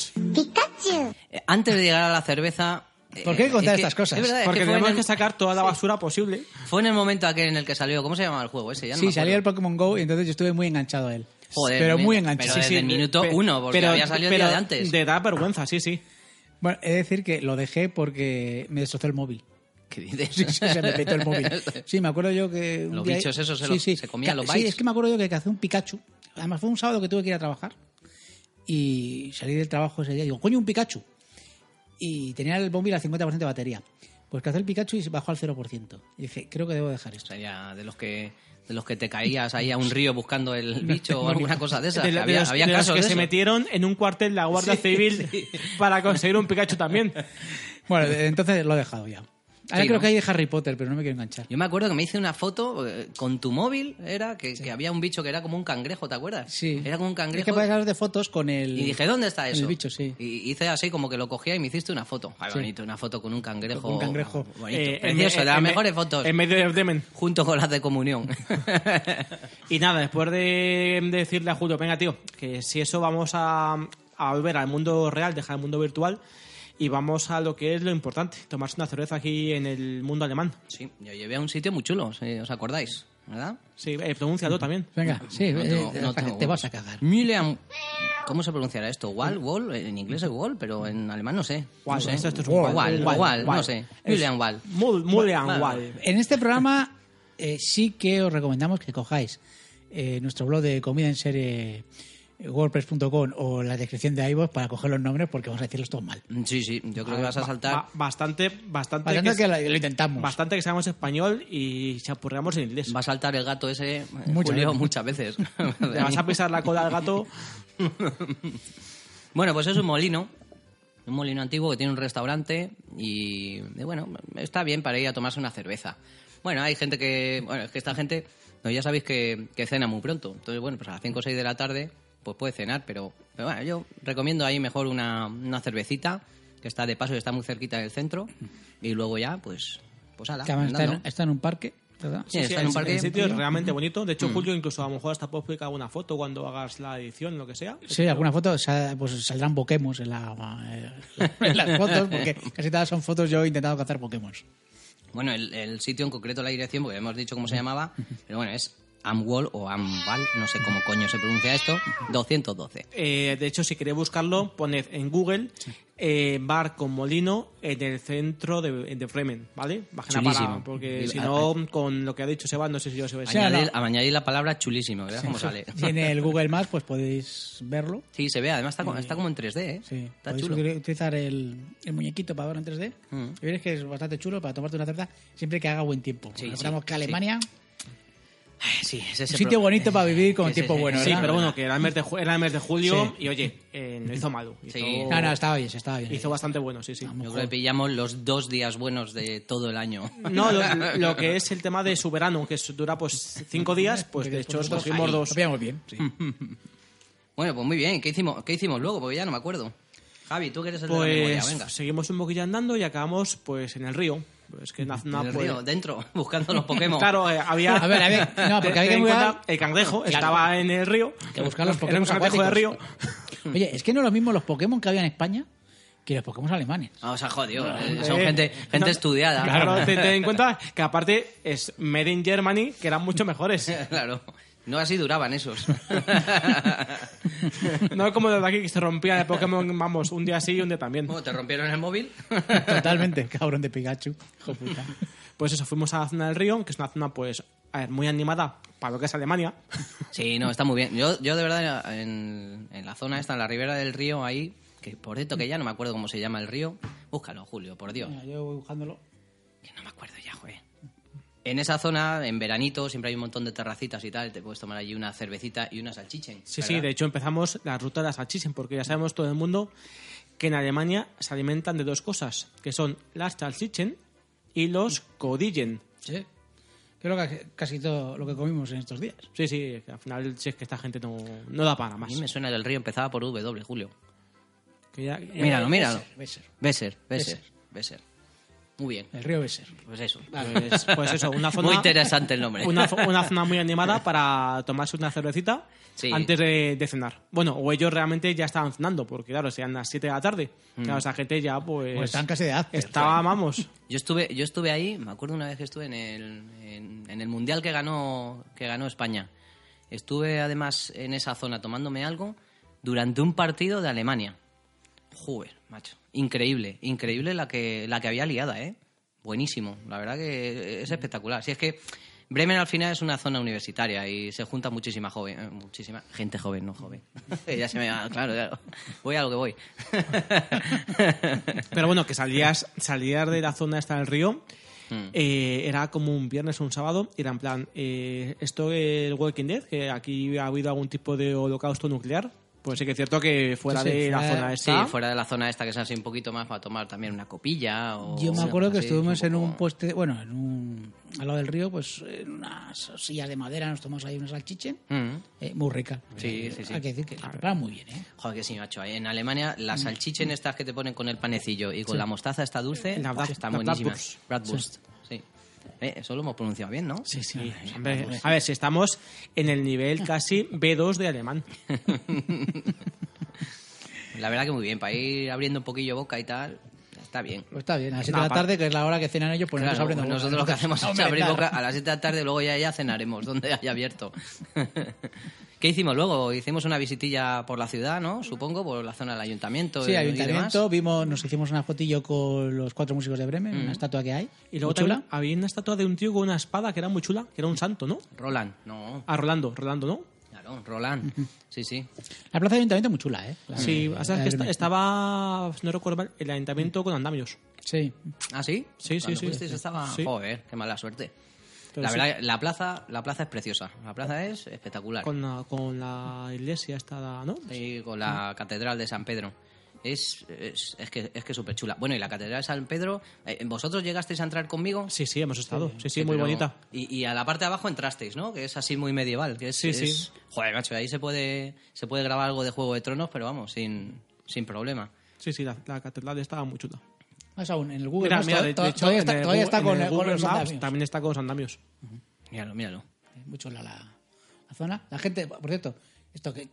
Speaker 2: Eh, Antes de llegar a la cerveza... eh,
Speaker 1: ¿Por qué contar
Speaker 2: es que-
Speaker 1: estas cosas?
Speaker 2: es verdad, es
Speaker 3: Porque
Speaker 2: que fue, en
Speaker 3: tenemos
Speaker 2: el,
Speaker 3: que sacar toda la basura posible.
Speaker 2: fue en el momento aquel en el que salió... ¿Cómo se llamaba el juego ese? Ya no me
Speaker 1: sí,
Speaker 2: acuerdo.
Speaker 1: salió el Pokémon Go y entonces yo estuve muy enganchado a él.
Speaker 2: Joder,
Speaker 1: pero
Speaker 2: mira,
Speaker 1: muy
Speaker 2: pero
Speaker 1: enganchado.
Speaker 2: desde el minuto uno, porque había salido el día
Speaker 3: pero
Speaker 2: de antes.
Speaker 3: De da vergüenza, sí, sí.
Speaker 1: Bueno, he de decir que lo dejé porque me destrozó el móvil.
Speaker 2: ¿Qué dices?
Speaker 1: Sí, sí, se me petó el móvil. Sí, me acuerdo yo que. un
Speaker 2: Los
Speaker 1: día-
Speaker 2: bichos esos se
Speaker 1: Sí,
Speaker 2: los-
Speaker 1: sí.
Speaker 2: se comían los
Speaker 1: Sí,
Speaker 2: bytes.
Speaker 1: es que me acuerdo yo que cazé un Pikachu. Además, fue un sábado que tuve que ir a trabajar. Y salí del trabajo ese día y digo, coño, un Pikachu. Y tenía el móvil al 50% de batería. Pues cazé el Pikachu y se bajó al 0%. Y dije, creo que debo dejar
Speaker 2: O
Speaker 1: esto.
Speaker 2: sea, ya de los que... De los que te caías ahí a un río buscando el bicho o alguna cosa de esas.
Speaker 3: De, de
Speaker 2: había
Speaker 3: los,
Speaker 2: había
Speaker 3: de los
Speaker 2: casos
Speaker 3: que
Speaker 2: de
Speaker 3: se
Speaker 2: eso.
Speaker 3: metieron en un cuartel de la Guardia Civil para conseguir un Pikachu también.
Speaker 1: Bueno, de- entonces lo he dejado ya. Ahora
Speaker 2: Sí,
Speaker 1: creo
Speaker 2: ¿no?
Speaker 1: que hay de Harry Potter, pero no me quiero enganchar.
Speaker 2: Yo me acuerdo que me hice una foto eh, con tu móvil, era que, que había un bicho que era como un cangrejo, ¿te acuerdas?
Speaker 1: Sí.
Speaker 2: Era como un cangrejo.
Speaker 1: Es que puedes hablar de fotos con el.
Speaker 2: Y dije, ¿dónde está
Speaker 1: el
Speaker 2: eso?
Speaker 1: bicho, sí.
Speaker 2: Y hice así como que lo cogía y me hiciste una foto. Ay,
Speaker 1: Sí.
Speaker 2: bonito, una foto con un cangrejo.
Speaker 1: Con un cangrejo.
Speaker 2: Bonito,
Speaker 3: Eh, en-
Speaker 2: precioso,
Speaker 3: en-
Speaker 2: de las
Speaker 3: en-
Speaker 2: mejores fotos.
Speaker 3: En medio de Bremen.
Speaker 2: Junto con las de comunión.
Speaker 3: Y nada, después de de decirle a Julio, venga tío, que si eso vamos a, a volver al mundo real, dejar el mundo virtual y vamos a lo que es lo importante, tomarse una cerveza aquí en el mundo alemán.
Speaker 2: sí, yo llevé a un sitio muy chulo, si os acordáis, ¿verdad?
Speaker 3: Sí, eh, pronúncialo también.
Speaker 1: Venga, sí,
Speaker 2: No
Speaker 1: eh,
Speaker 2: tengo- no
Speaker 1: te,
Speaker 2: tengo
Speaker 1: te vas
Speaker 2: huevos.
Speaker 1: a cagar.
Speaker 2: Mühleam- ¿Cómo se pronunciará esto? ¿Wall? ¿Wall? En inglés es wall, pero en alemán no sé.
Speaker 3: Wall,
Speaker 2: no sé.
Speaker 3: esto- esto es un
Speaker 2: wall,
Speaker 3: wall.
Speaker 2: wall,
Speaker 3: Wall,
Speaker 2: wall,
Speaker 3: wall.
Speaker 2: no sé. Mühleam Wall.
Speaker 3: Mul- Mulleanwald.
Speaker 1: En este programa eh, sí que os recomendamos que cojáis eh, nuestro blog de comida en serie eh, wordpress.com o la descripción de iVoox para coger los nombres porque vamos a decirlos todos mal.
Speaker 2: Sí, sí, yo creo que vas a
Speaker 3: Ba-
Speaker 2: saltar.
Speaker 3: ba- bastante, bastante,
Speaker 1: Bastante
Speaker 3: que,
Speaker 1: que la- lo intentamos.
Speaker 3: bastante que sabemos español y chapurreamos en inglés.
Speaker 2: Va a saltar el gato ese, eh,
Speaker 1: Muchas
Speaker 2: Julio,
Speaker 1: veces.
Speaker 2: muchas veces.
Speaker 3: Le vas a pisar la cola al gato.
Speaker 2: Bueno, pues es un molino. Un molino antiguo que tiene un restaurante y, y bueno, está bien para ir a tomarse una cerveza. Bueno, hay gente que. Bueno, es que esta gente. no, ya sabéis que, que cena muy pronto. Entonces, bueno, pues a las 5 o 6 de la tarde, pues puede cenar, pero, pero bueno, yo recomiendo ahí mejor una, una cervecita, que está de paso y está muy cerquita del centro. Y luego ya, pues. Pues ala,
Speaker 1: Que además está, en,
Speaker 2: andando.
Speaker 1: está en un parque, ¿verdad?
Speaker 2: Sí, está en Mm. un
Speaker 3: el-
Speaker 2: parque.
Speaker 3: El sitio es realmente bonito. De hecho, Julio, incluso a lo mejor hasta puedo publicar una foto cuando hagas la edición, lo que sea.
Speaker 1: Sí, alguna foto, sa- pues saldrán Pokémon en, la- eh, en las fotos, porque casi todas son fotos yo he intentado cazar Pokémon.
Speaker 2: Bueno, el, el sitio en concreto, la dirección, porque hemos dicho cómo se llamaba, pero bueno, es Amwall o Amval, no sé cómo coño se pronuncia esto, 212.
Speaker 3: Eh, de hecho, si queréis buscarlo, poned en Google eh, bar con molino en el centro de, de Bremen, ¿vale? Imagina
Speaker 2: Chulísimo.
Speaker 3: parada, porque
Speaker 2: Y-
Speaker 3: si
Speaker 2: a-
Speaker 3: no, con lo que ha dicho Seba, no sé si yo se va a
Speaker 1: sea,
Speaker 2: Añadir,
Speaker 1: la-
Speaker 2: añadir la palabra chulísimo, ¿verdad? ¿Cómo sale?
Speaker 1: Y en el Google Maps pues podéis verlo.
Speaker 2: Sí, se ve, además está, co- está como en 3D, ¿eh?
Speaker 1: Sí,
Speaker 2: está
Speaker 1: podéis
Speaker 2: chulo.
Speaker 1: util- utilizar el, el muñequito para verlo en 3D.
Speaker 2: Mm.
Speaker 1: Y veréis que es bastante chulo para tomarte una cerveza siempre que haga buen tiempo.
Speaker 2: Sí, sí,
Speaker 1: Recordamos que
Speaker 2: sí.
Speaker 1: Alemania,
Speaker 2: Sí, es ese
Speaker 1: un sitio
Speaker 2: pro-
Speaker 1: bonito para vivir con
Speaker 2: Ese-
Speaker 1: tiempo
Speaker 2: ese-
Speaker 1: bueno,
Speaker 3: Sí,
Speaker 1: ¿verdad?
Speaker 3: pero bueno, que era el mes de, ju- era el mes de julio
Speaker 1: Sí.
Speaker 3: y oye, eh, no hizo malo. Hizo,
Speaker 2: Sí.
Speaker 1: no, no, estaba bien, estaba bien.
Speaker 3: hizo bastante bueno, sí, sí.
Speaker 2: Yo creo que pillamos los dos días buenos de todo el año.
Speaker 3: No, lo, lo que es el tema de su verano, que es- dura pues cinco días, pues de hecho
Speaker 1: Nosotros
Speaker 3: cogimos
Speaker 1: ahí
Speaker 3: dos.
Speaker 1: Lo pillamos bien, sí.
Speaker 2: Mm. Bueno, pues muy bien. ¿Qué hicimos, ¿Qué hicimos luego? Porque ya no me acuerdo. Javi, tú que eres el de la memoria,
Speaker 3: Pues
Speaker 2: venga.
Speaker 3: seguimos un poquillo andando y acabamos pues en el río. Pues que na- na-
Speaker 2: En el
Speaker 3: pues-
Speaker 2: río, dentro, buscando los Pokémon.
Speaker 3: Claro, eh, había.
Speaker 1: A ver, a ver, no, porque hay
Speaker 3: Ten-
Speaker 1: que
Speaker 3: ten en
Speaker 1: cuidar-
Speaker 3: cuenta, El cangrejo estaba en el río.
Speaker 1: que buscar los
Speaker 3: Era
Speaker 1: Pokémon
Speaker 3: un cangrejo de río.
Speaker 1: acuáticos. Oye, es que no es lo mismo los Pokémon que había en España que los Pokémon alemanes.
Speaker 2: Ah, o sea, jodido. eh, son
Speaker 3: Eh,
Speaker 2: gente, gente
Speaker 3: no,
Speaker 2: estudiada.
Speaker 3: Claro, ten, ten en cuenta que aparte es Made in Germany, que eran mucho mejores.
Speaker 2: Claro. No así duraban esos.
Speaker 3: No como los de aquí que se rompía el Pokémon, vamos, un día sí y un día también.
Speaker 2: Bueno, te rompieron el móvil.
Speaker 1: Totalmente, cabrón de Pikachu. Hijo puta.
Speaker 3: Pues eso, fuimos a la zona del río, que es una zona, pues, a ver, muy animada para lo que es Alemania.
Speaker 2: Sí, no, está muy bien. Yo, yo de verdad, en, en la zona esta, en la ribera del río, ahí, que por cierto que ya no me acuerdo cómo se llama el río. Búscalo, Julio, por Dios.
Speaker 1: Mira, yo voy buscándolo.
Speaker 2: Que no me acuerdo ya, joder. En esa zona, en veranito, siempre hay un montón de terracitas y tal. Te puedes tomar allí una cervecita y una salchichen.
Speaker 3: Sí,
Speaker 2: ¿verdad?
Speaker 3: sí, de hecho empezamos la ruta de las salchichas, porque ya sabemos todo el mundo que en Alemania se alimentan de dos cosas, que son las salchichen y los codillen.
Speaker 1: Sí. Creo que casi todo lo que comimos en estos días.
Speaker 3: Sí, sí, que al final si es que esta gente no, no da para
Speaker 2: A
Speaker 3: más.
Speaker 2: mí me suena que el río empezaba por W, Julio.
Speaker 3: Que ya- eh,
Speaker 2: Míralo, míralo.
Speaker 1: Besser, Besser.
Speaker 2: Besser, Besser, Besser. Muy bien,
Speaker 1: El río Besser.
Speaker 2: pues eso.
Speaker 3: Pues, pues eso, una zona...
Speaker 2: Muy interesante el nombre.
Speaker 3: Una, zo- una zona muy animada para tomarse una cervecita
Speaker 2: Sí.
Speaker 3: antes de, de cenar. Bueno, o ellos realmente ya estaban cenando, porque claro, serían las 7 de la tarde.
Speaker 2: Mm.
Speaker 3: Claro, esa gente ya pues...
Speaker 1: Pues están casi de after.
Speaker 3: Estaba, vamos.
Speaker 2: Yo estuve, yo estuve ahí, me acuerdo una vez que estuve en el, en, en el mundial que ganó, que ganó España. Estuve además en esa zona tomándome algo durante un partido de Alemania. Joder, macho. Increíble, increíble la que, la que había liada, ¿eh? Buenísimo, la verdad que es espectacular. Si es que Bremen al final es una zona universitaria y se junta muchísima joven, eh, muchísima gente joven, no joven. ya se me va, claro, claro. Voy a lo que voy.
Speaker 3: Pero bueno, que salías, salías de la zona esta del río.
Speaker 2: Mm.
Speaker 3: eh, era como un viernes o un sábado y era en plan eh, esto el Walking Dead que aquí ha habido algún tipo de holocausto nuclear pues sí que es cierto que fuera
Speaker 1: Sí, sí,
Speaker 3: de la
Speaker 1: fuera-
Speaker 3: zona
Speaker 2: Sí,
Speaker 3: esta
Speaker 2: fuera de la zona esta que es así un poquito más para tomar también una copilla o...
Speaker 1: Yo me
Speaker 2: una
Speaker 1: acuerdo que
Speaker 2: cosa así,
Speaker 1: estuvimos en un
Speaker 2: poco-
Speaker 1: poste, bueno, en un, al lado del río, pues en unas sillas de madera nos tomamos ahí una salchichen.
Speaker 2: Mm.
Speaker 1: Eh, muy rica.
Speaker 2: Sí, sí, sí.
Speaker 1: Hay que decir que la preparan muy bien, ¿eh?
Speaker 2: Joder, que sí, macho. En Alemania,
Speaker 1: Mm.
Speaker 2: las salchichen estas que te ponen con el panecillo y con la mostaza esta dulce,
Speaker 3: La
Speaker 2: ¡buah!
Speaker 3: Brat-
Speaker 2: están
Speaker 3: la
Speaker 2: buenísimas.
Speaker 3: Bratwurst.
Speaker 2: Bratwurst. Sí. Eh, eso lo hemos pronunciado bien, ¿no?
Speaker 1: Sí, sí.
Speaker 3: Sí, hombre, a ver si estamos en el nivel casi B2 de alemán
Speaker 2: La verdad que muy bien, para ir abriendo un poquillo boca y tal, está bien.
Speaker 1: Pues está bien, a las 7
Speaker 3: No,
Speaker 1: de la
Speaker 3: pa-
Speaker 1: tarde, que es la hora que cenan ellos, pues
Speaker 2: Claro,
Speaker 1: nosotros abriendo
Speaker 2: nosotros lo que hacemos es
Speaker 1: Hombre,
Speaker 2: abrir
Speaker 1: claro.
Speaker 2: boca a las 7 de la tarde, luego ya, ya cenaremos, donde haya abierto. ¿Qué hicimos luego? Hicimos una visitilla por la ciudad, ¿no? Supongo, por la zona del ayuntamiento.
Speaker 1: Sí,
Speaker 2: y- y
Speaker 1: ayuntamiento, vimos, nos hicimos una fotillo con los cuatro músicos de Bremen,
Speaker 2: Mm.
Speaker 1: una estatua que hay.
Speaker 3: y luego
Speaker 1: muy chula.
Speaker 3: también había una estatua de un tío con una espada que era muy chula que era un santo no
Speaker 2: demás. Roland, no.
Speaker 3: a Rolando Rolando no
Speaker 2: Claro, Roland. Sí, sí.
Speaker 1: La plaza de ayuntamiento es muy chula, ¿eh? La-
Speaker 3: sí
Speaker 1: la
Speaker 3: o sea,
Speaker 1: de
Speaker 3: que esta-
Speaker 1: Bremen.
Speaker 3: estaba no recuerdo mal, el ayuntamiento con andamios
Speaker 1: Sí.
Speaker 2: ¿Ah, sí?
Speaker 3: Sí, sí,
Speaker 2: Cuando
Speaker 3: sí.
Speaker 2: fuisteis estaba...
Speaker 3: Sí.
Speaker 2: Joder, qué mala suerte.
Speaker 3: Pero
Speaker 2: la
Speaker 3: sí.
Speaker 2: verdad, la plaza, la plaza es preciosa. La plaza es espectacular.
Speaker 3: con la, con la iglesia esta, ¿no?
Speaker 2: Sí, con la catedral de San Pedro. Es, es, es que es que súper chula. Bueno, y la Catedral de San Pedro, eh, ¿vosotros llegasteis a entrar conmigo?
Speaker 3: Sí, sí, hemos estado. Sí, sí, muy
Speaker 2: pero-
Speaker 3: bonita.
Speaker 2: Y, y a la parte de abajo entrasteis, ¿no? Que es así muy medieval. Que es,
Speaker 3: Sí, sí.
Speaker 2: es- Joder, macho, ahí se puede, se puede grabar algo de Juego de Tronos, pero vamos, sin, sin problema.
Speaker 3: Sí, sí, la, la catedral estaba muy chula.
Speaker 1: Más aún, en el Google
Speaker 3: Mira,
Speaker 1: Maps
Speaker 3: mira,
Speaker 1: to-
Speaker 3: de, de
Speaker 1: to-
Speaker 3: hecho,
Speaker 1: todavía
Speaker 3: en
Speaker 1: está,
Speaker 3: el
Speaker 1: todavía
Speaker 3: Google-
Speaker 1: está
Speaker 3: en
Speaker 1: con,
Speaker 3: el
Speaker 1: con
Speaker 3: Google
Speaker 1: los
Speaker 3: Maps
Speaker 1: andamios.
Speaker 3: también está con los andamios.
Speaker 2: Míralo, míralo.
Speaker 1: Muy chula la, la zona. La gente, por cierto, esto que,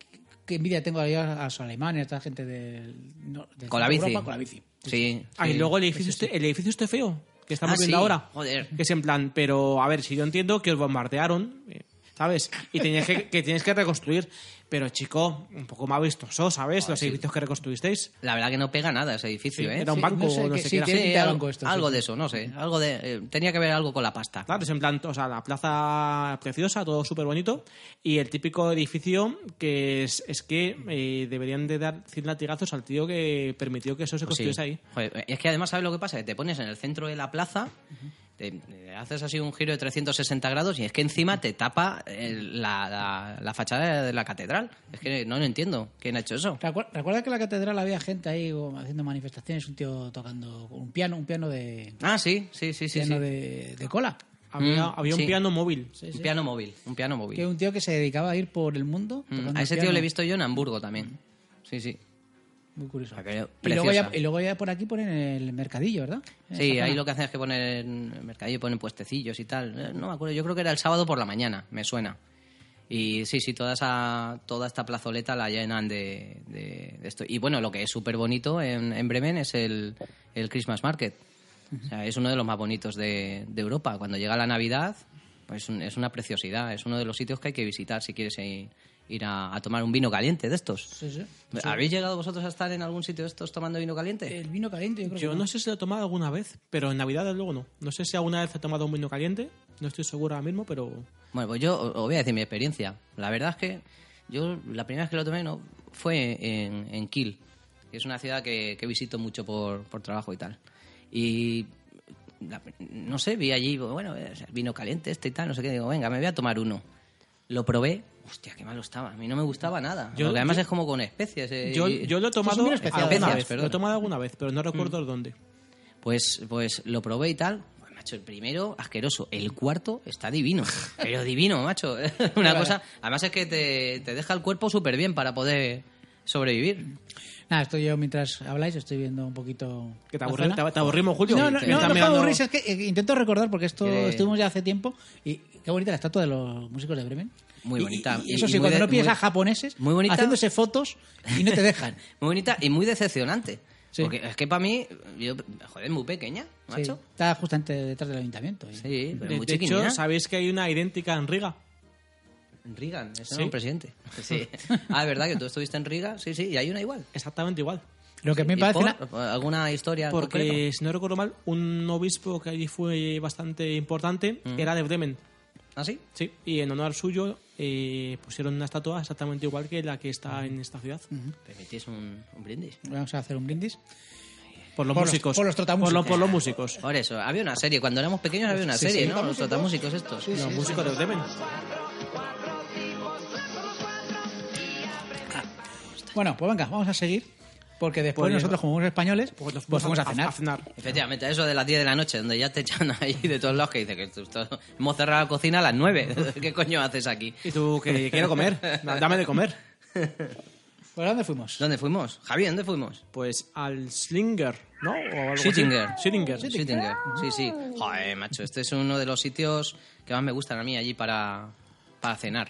Speaker 1: que envidia tengo ahí a los alemanes, a esta gente del, no- del
Speaker 2: Con la
Speaker 1: centro de
Speaker 2: bici.
Speaker 1: Europa, con la bici.
Speaker 2: Sí.
Speaker 3: Ah,
Speaker 2: sí.
Speaker 3: y luego el edificio, este, el edificio este feo que estamos
Speaker 2: Ah,
Speaker 3: viendo
Speaker 2: sí,
Speaker 3: ahora.
Speaker 2: joder.
Speaker 3: Que es en plan, pero a ver, si yo entiendo que os bombardearon, eh, ¿sabes? Y tenías que, que tienes que reconstruir. Pero chico, un poco más vistoso, ¿sabes?
Speaker 2: Ah,
Speaker 3: Los edificios que reconstruisteis.
Speaker 2: La verdad que no pega nada ese edificio,
Speaker 3: Sí,
Speaker 2: ¿eh?
Speaker 3: era un
Speaker 1: Sí,
Speaker 3: banco
Speaker 1: no sé
Speaker 3: o no
Speaker 1: qué- sí,
Speaker 3: sé qué era.
Speaker 1: tiene-
Speaker 2: Sí,
Speaker 1: era
Speaker 2: algo,
Speaker 1: banco esto,
Speaker 2: algo
Speaker 1: sí.
Speaker 2: de eso, no sé. Algo de, eh, tenía que ver algo con la pasta.
Speaker 3: Claro, es en plan, o sea, la plaza preciosa, todo súper bonito. Y el típico edificio que es, es que eh, deberían de dar 100 latigazos al tío que permitió que eso se
Speaker 2: Pues sí.
Speaker 3: construyese ahí.
Speaker 2: Joder, es que además, ¿sabes lo que pasa? Que te pones en el centro de la plaza, te, te haces así un giro de 360 grados y es que encima te tapa eh, la, la- la fachada de la catedral. Es que no, no entiendo quién ha hecho eso.
Speaker 1: Recuer- Recuerda que en la catedral había gente ahí como, haciendo manifestaciones, un tío tocando con un piano, un piano de,
Speaker 2: Ah, sí, sí, sí, sí.
Speaker 1: piano
Speaker 2: sí.
Speaker 1: de, de cola.
Speaker 3: Había,
Speaker 2: Mm,
Speaker 3: había un
Speaker 2: sí.
Speaker 3: piano móvil.
Speaker 2: Un piano móvil, un piano móvil.
Speaker 1: Que un tío que se dedicaba a ir por el mundo.
Speaker 2: Mm,
Speaker 1: tocando
Speaker 2: a ese
Speaker 1: el
Speaker 2: tío
Speaker 1: piano.
Speaker 2: le he visto yo en Hamburgo también. Sí, sí.
Speaker 1: Muy curioso.
Speaker 2: Ah, que era
Speaker 1: Y luego, ya,
Speaker 2: preciosa.
Speaker 1: y luego ya por aquí ponen el mercadillo, ¿verdad?
Speaker 2: Sí, ahí lo que hacen es que ponen en el mercadillo, ponen puestecillos y tal. Eh, No me acuerdo, yo creo que era el sábado por la mañana, me suena. Y sí, sí, toda, esa, toda esta plazoleta la llenan de, de- de esto. Y bueno, lo que es súper bonito en, en Bremen es el, el Christmas Market. O sea, es uno de los más bonitos de, de Europa. Cuando llega la Navidad, pues un- es una preciosidad. Es uno de los sitios que hay que visitar si quieres ir, ir a, a tomar un vino caliente de estos.
Speaker 1: Sí, sí.
Speaker 2: ¿Habéis llegado vosotros a estar en algún sitio de estos tomando vino caliente?
Speaker 1: El vino caliente, yo creo
Speaker 3: Yo
Speaker 1: que
Speaker 3: no sé si lo he tomado alguna vez, pero en Navidad desde luego no. No sé si alguna vez he tomado un vino caliente, no estoy seguro ahora mismo, pero...
Speaker 2: Bueno, pues yo o- os voy a decir mi experiencia. La verdad es que yo la primera vez que lo tomé no fue en, en Kiel, que es una ciudad que, que visito mucho por, por trabajo y tal. Y la- no sé, vi allí, bueno, eh, vino caliente este y tal, no sé qué, digo, venga, me voy a tomar uno. Lo probé, hostia, qué malo estaba, a mí no me gustaba nada.
Speaker 3: Yo-
Speaker 2: porque además
Speaker 3: yo-
Speaker 2: es como con especies. eh,
Speaker 3: Yo,
Speaker 2: y-
Speaker 3: yo lo he
Speaker 1: es un
Speaker 3: tomado
Speaker 1: vino especial. Mm.
Speaker 3: alguna
Speaker 2: Especias,
Speaker 3: vez, lo
Speaker 2: perdona.
Speaker 3: he tomado alguna vez, pero no recuerdo dónde.
Speaker 2: Pues, pues lo probé y tal. Bueno, Macho, el primero, asqueroso. El cuarto está divino. Pero divino, macho. Una cosa. Además es que te, te deja el cuerpo súper bien para poder sobrevivir.
Speaker 1: Nada, estoy yo mientras habláis, estoy viendo un poquito.
Speaker 3: Que te,
Speaker 1: la
Speaker 3: aburri-
Speaker 1: zona.
Speaker 3: te- te aburrimos, Julio.
Speaker 1: No, no,
Speaker 3: Que
Speaker 1: no,
Speaker 3: estás
Speaker 1: no, me
Speaker 3: mirando-
Speaker 1: aburrís, es que eh, intento recordar porque esto
Speaker 2: Que-
Speaker 1: estuvimos ya hace tiempo y qué bonita la estatua de los músicos de Bremen.
Speaker 2: Muy
Speaker 1: Y-
Speaker 2: bonita.
Speaker 1: Y, y eso
Speaker 2: Y- y
Speaker 1: sí,
Speaker 2: muy
Speaker 1: cuando
Speaker 2: de-
Speaker 1: no piensas
Speaker 2: muy-
Speaker 1: japoneses
Speaker 2: muy bonita.
Speaker 1: haciéndose fotos y no te dejan.
Speaker 2: Muy bonita y muy decepcionante.
Speaker 1: Sí.
Speaker 2: Porque es que para mí, yo, joder, muy pequeña,
Speaker 1: Sí,
Speaker 2: macho.
Speaker 1: está justamente detrás del ayuntamiento. y-
Speaker 2: Sí, pero
Speaker 3: De,
Speaker 2: muy
Speaker 3: de
Speaker 2: chiquinina.
Speaker 1: ¿eh?
Speaker 3: hecho, ¿sabéis que hay una idéntica en Riga?
Speaker 2: Riga, ese
Speaker 3: Sí.
Speaker 2: era un presidente. Sí. Ah, es verdad que tú estuviste en Riga, sí, sí, y hay una igual.
Speaker 3: Exactamente igual.
Speaker 1: Lo que a mí me
Speaker 2: ¿Y
Speaker 1: parece.
Speaker 2: por?
Speaker 1: una-
Speaker 2: ¿Alguna
Speaker 1: Ah,
Speaker 2: historia? concreta?
Speaker 3: Porque, si no recuerdo mal, un obispo que allí fue bastante importante
Speaker 1: Mm.
Speaker 3: era de Bremen.
Speaker 2: ¿Ah, sí?
Speaker 3: Sí, y en honor suyo eh, pusieron una estatua exactamente igual que la que está
Speaker 1: Mm.
Speaker 3: en esta ciudad.
Speaker 2: Permitís un, un brindis.
Speaker 1: Vamos a hacer un brindis.
Speaker 3: Por los
Speaker 1: Por los-
Speaker 3: músicos.
Speaker 1: por los trotamúsicos.
Speaker 3: Por, lo- por los músicos.
Speaker 2: Por eso, había una serie. Cuando éramos pequeños había una
Speaker 3: Sí,
Speaker 2: serie,
Speaker 3: sí.
Speaker 2: ¿no? Los tatamúsicos estos.
Speaker 3: Los músicos de Bremen.
Speaker 1: Bueno, pues venga, vamos a seguir. Porque después
Speaker 3: Pues,
Speaker 1: nosotros, como somos españoles,
Speaker 3: Pues
Speaker 1: pues
Speaker 3: los
Speaker 1: vamos a cenar.
Speaker 2: Efectivamente, eso de las 10 de la noche, donde ya te echan ahí de todos lados, que dice que esto- esto- hemos cerrado la cocina a las 9. ¿Qué coño haces aquí?
Speaker 3: Y tú, que quiero comer. Dame de comer.
Speaker 1: ¿Por dónde fuimos?
Speaker 2: ¿Dónde fuimos? Javi, ¿dónde fuimos?
Speaker 3: Pues al Slinger, ¿no? O algo así.
Speaker 2: Schittinger.
Speaker 3: Schittinger.
Speaker 2: Schüttinger. Sí, sí. Joder, macho, este es uno de los sitios que más me gustan a mí allí para, para cenar.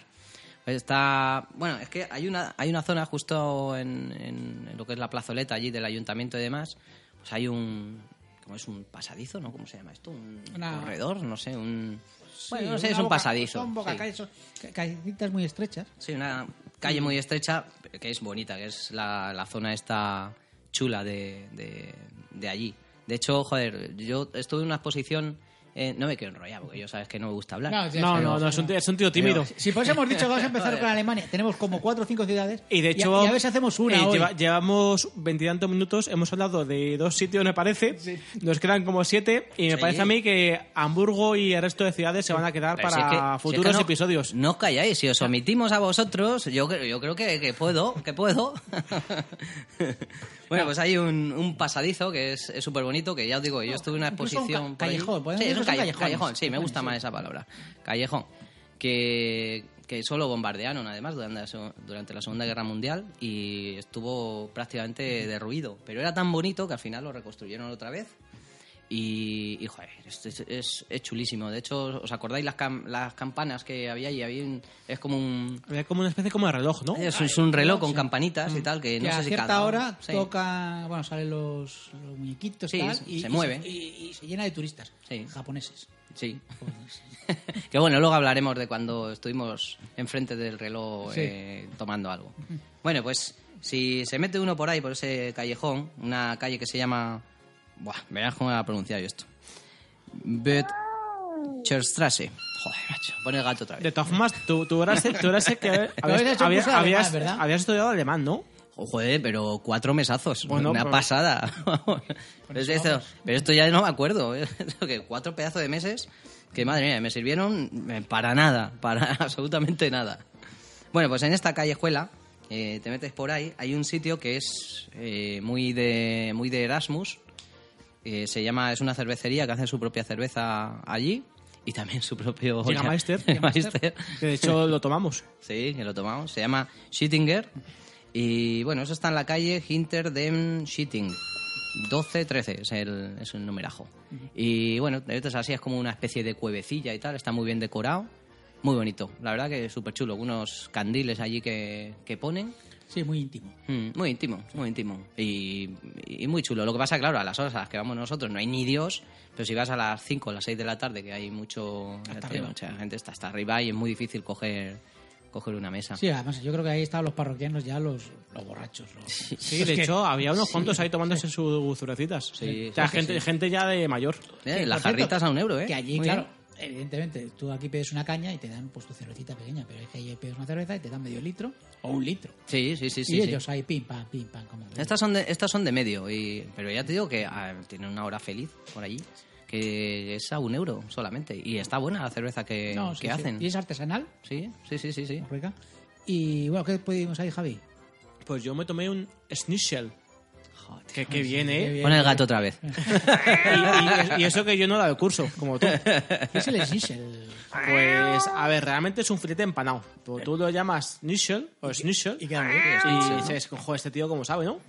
Speaker 2: Pues Está, bueno, es que hay una, hay una zona justo en, en- en lo que es la plazoleta allí del ayuntamiento y demás. Pues hay un, ¿cómo es? Un pasadizo, ¿no? ¿Cómo se llama esto? Un
Speaker 1: Una-
Speaker 2: corredor, no sé, un... bueno,
Speaker 1: Sí,
Speaker 2: no sé, es
Speaker 1: una
Speaker 2: un
Speaker 1: boca-
Speaker 2: pasadizo.
Speaker 1: Son boca-
Speaker 2: sí.
Speaker 1: calles- son ca- callecitas muy estrechas.
Speaker 2: Sí, una calle muy estrecha que es bonita, que es la, la zona esta chula de, de- de allí. De hecho, joder, yo estuve en una exposición... eh, no me quiero enrollar, porque yo sabes que no me gusta hablar.
Speaker 1: No, sí,
Speaker 3: No, no, no, es un tío, es un tío tímido.
Speaker 1: Si pues hemos dicho que vamos a empezar con Alemania, tenemos como cuatro o cinco ciudades.
Speaker 3: Y de hecho,
Speaker 1: a, y a ver si hacemos una.
Speaker 3: eh,
Speaker 1: hoy.
Speaker 3: lleva- llevamos veintitantos minutos, hemos hablado de dos sitios, me parece. Nos quedan como siete. Y me
Speaker 2: Sí.
Speaker 3: parece a mí que Hamburgo y el resto de ciudades se van a quedar
Speaker 2: Pero
Speaker 3: para
Speaker 2: si es que- si es que
Speaker 3: futuros
Speaker 2: no-
Speaker 3: episodios.
Speaker 2: No os calláis, si os omitimos a vosotros, yo, creo- yo creo que, que puedo, que puedo. Bueno, pues hay un, un pasadizo que es súper bonito, que ya os digo, yo estuve en una
Speaker 1: incluso un
Speaker 2: exposición...
Speaker 1: ca-
Speaker 2: por ahí.
Speaker 1: callejón, podemos
Speaker 2: Sí, es
Speaker 1: decir que
Speaker 2: un
Speaker 1: son
Speaker 2: calle-
Speaker 1: callejones.
Speaker 2: callejón, sí, me gusta
Speaker 1: Sí.
Speaker 2: más esa palabra. Callejón. Que, que solo bombardearon, además, durante la, se- durante la Segunda Guerra Mundial y estuvo prácticamente derruido. Pero era tan bonito que al final lo reconstruyeron otra vez. Y, y, joder, es, es- es- es chulísimo. De hecho, ¿os acordáis las, cam- las campanas que había allí? Había un- es como un...
Speaker 3: Había como una especie como de reloj, ¿no?
Speaker 2: Es, es un reloj con campanitas y tal, que,
Speaker 1: que
Speaker 2: no
Speaker 1: a
Speaker 2: sé si
Speaker 1: cierta
Speaker 2: cada
Speaker 1: hora
Speaker 2: sí.
Speaker 1: toca, bueno, salen los, los muñequitos
Speaker 2: Sí,
Speaker 1: tal,
Speaker 2: se-
Speaker 1: y,
Speaker 2: se
Speaker 1: y
Speaker 2: mueve.
Speaker 1: Y, y se llena de turistas
Speaker 2: Sí.
Speaker 1: japoneses.
Speaker 2: Sí. que bueno, luego hablaremos de cuando estuvimos enfrente del reloj
Speaker 1: Sí.
Speaker 2: eh, tomando algo. Bueno, pues si se mete uno por ahí, por ese callejón, una calle que se llama... Buah, verás cómo voy a pronunciar yo esto. Betcherstrasse. Joder, macho, pone el gato otra
Speaker 3: De
Speaker 2: vez.
Speaker 3: todas formas, tú, tú eras, tú eras el que habías,
Speaker 1: habías hecho
Speaker 3: habías-
Speaker 1: curso de alemán,
Speaker 3: habías-
Speaker 1: ¿verdad?
Speaker 3: habías estudiado alemán, ¿no?
Speaker 2: Oh, joder, pero cuatro mesazos.
Speaker 3: Bueno,
Speaker 2: una
Speaker 3: pues-
Speaker 2: pasada. Pero esto, pero esto ya no me acuerdo. ¿eh? que cuatro pedazos de meses que, madre mía, me sirvieron eh, para nada, para absolutamente nada. Bueno, pues en esta callejuela, eh, te metes por ahí, hay un sitio que es eh, muy, de, muy de Erasmus. eh, se llama, es una cervecería que hace su propia cerveza allí y también su propio...
Speaker 3: Jägermeister.
Speaker 2: Jägermeister.
Speaker 3: Que de hecho lo tomamos.
Speaker 2: Sí, que lo tomamos. Se llama Schittinger. Y bueno, eso está en la calle Hinter dem Schitting. 12-13 es el, es el numerajo. Y bueno, de veces así es como una especie de cuevecilla y tal. Está muy bien decorado. Muy bonito. La verdad que es súper chulo. Unos candiles allí que, que ponen.
Speaker 1: Sí, muy íntimo.
Speaker 2: Mm, Muy íntimo, muy íntimo. Y, y muy chulo. Lo que pasa, claro, a las horas a las que vamos nosotros no hay ni Dios, pero si vas a las 5 o las 6 de la tarde, que hay mucho,
Speaker 1: Hasta
Speaker 2: hay
Speaker 1: arriba.
Speaker 2: mucha gente está hasta arriba y es muy difícil coger, coger una mesa.
Speaker 1: Sí, además yo creo que ahí estaban los parroquianos ya los, los borrachos. los-
Speaker 3: Sí, de hecho, había unos cuantos ahí tomándose sus cervecitas.
Speaker 2: Sí,
Speaker 3: O sea,
Speaker 2: sí, sí,
Speaker 3: gente,
Speaker 2: sí.
Speaker 3: gente ya de mayor.
Speaker 2: Eh,
Speaker 1: Sí, por cierto,
Speaker 2: las jarritas a un euro, ¿eh?
Speaker 1: Que allí,
Speaker 2: Muy
Speaker 1: claro,
Speaker 2: bien.
Speaker 1: evidentemente, tú aquí pides una caña y te dan pues tu cervecita pequeña, pero es que ahí pides una cerveza y te dan medio litro o un litro.
Speaker 2: Sí, sí, sí. sí,
Speaker 1: y
Speaker 2: sí.
Speaker 1: ellos ahí pim, pam, pim, pam, como...
Speaker 2: Estas son de, estas son de medio, y, pero ya te digo que ah, tienen una hora feliz por allí, que es a un euro solamente. Y está buena la cerveza que,
Speaker 1: No,
Speaker 2: que
Speaker 1: sí, sí.
Speaker 2: hacen.
Speaker 1: Y es artesanal,
Speaker 2: Sí, sí, sí, sí. sí.
Speaker 1: muy rica. Y bueno, ¿qué pudimos ahí, Javi?
Speaker 3: Pues yo me tomé un schnitzel. Que, que bien,
Speaker 1: Pues, qué
Speaker 3: ¿eh?
Speaker 1: bien.
Speaker 2: Pon el gato otra vez.
Speaker 3: Y, y- y eso que yo no he dado el curso, como tú.
Speaker 1: ¿Qué es el Schnitzel?
Speaker 3: Pues, a ver, realmente es un filete empanado. Tú, tú lo llamas schnitzel o schnitzel.
Speaker 1: Y queda muy bien.
Speaker 3: Y dices, joder, este tío cómo sabe, ¿no?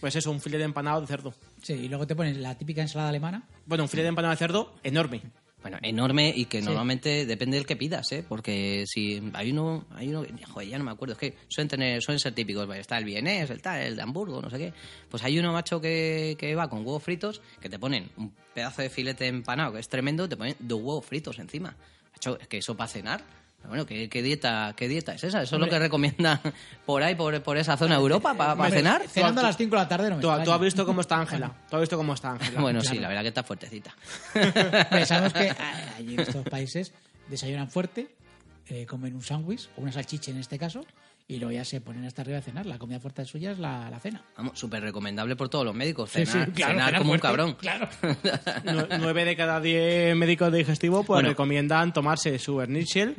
Speaker 3: Pues eso, un filete empanado de cerdo.
Speaker 1: Sí, y luego te pones la típica ensalada alemana.
Speaker 3: Bueno, un filete empanado de cerdo enorme.
Speaker 2: Bueno, enorme y que normalmente depende del que pidas, ¿eh? Porque si hay uno, hay uno, joder, ya no me acuerdo, es que suelen tener, suelen ser típicos, vaya, está el vienés, el tal, el de Hamburgo, no sé qué. Pues hay uno, macho, que, que va con huevos fritos, que te ponen un pedazo de filete empanado, que es tremendo, te ponen dos huevos fritos encima. Macho, es que eso para cenar. Pero bueno, ¿qué, qué dieta, ¿qué dieta es esa? Eso es lo que recomiendan por ahí, por, por esa zona de Europa, para cenar.
Speaker 1: Cenando a las 5 de la tarde no me
Speaker 3: Tú, tú
Speaker 1: extraña.
Speaker 3: has visto cómo está Ángela. Tú has visto cómo está Ángela.
Speaker 2: Bueno, sí, la verdad que está fuertecita.
Speaker 1: Pues sabemos que a- allí en estos países desayunan fuerte, eh, comen un sándwich o una salchicha en este caso, y luego ya se ponen hasta arriba a cenar. La comida fuerte suya es la, la cena.
Speaker 2: Vamos, súper recomendable por todos los médicos.
Speaker 1: Sí,
Speaker 2: Cenar,
Speaker 1: sí, claro,
Speaker 2: cenar
Speaker 1: cenar
Speaker 2: como
Speaker 1: fuerte,
Speaker 2: un cabrón.
Speaker 1: Claro.
Speaker 3: Nue- Nueve de cada diez médicos digestivos pues
Speaker 2: Bueno.
Speaker 3: recomiendan tomarse su Bernichel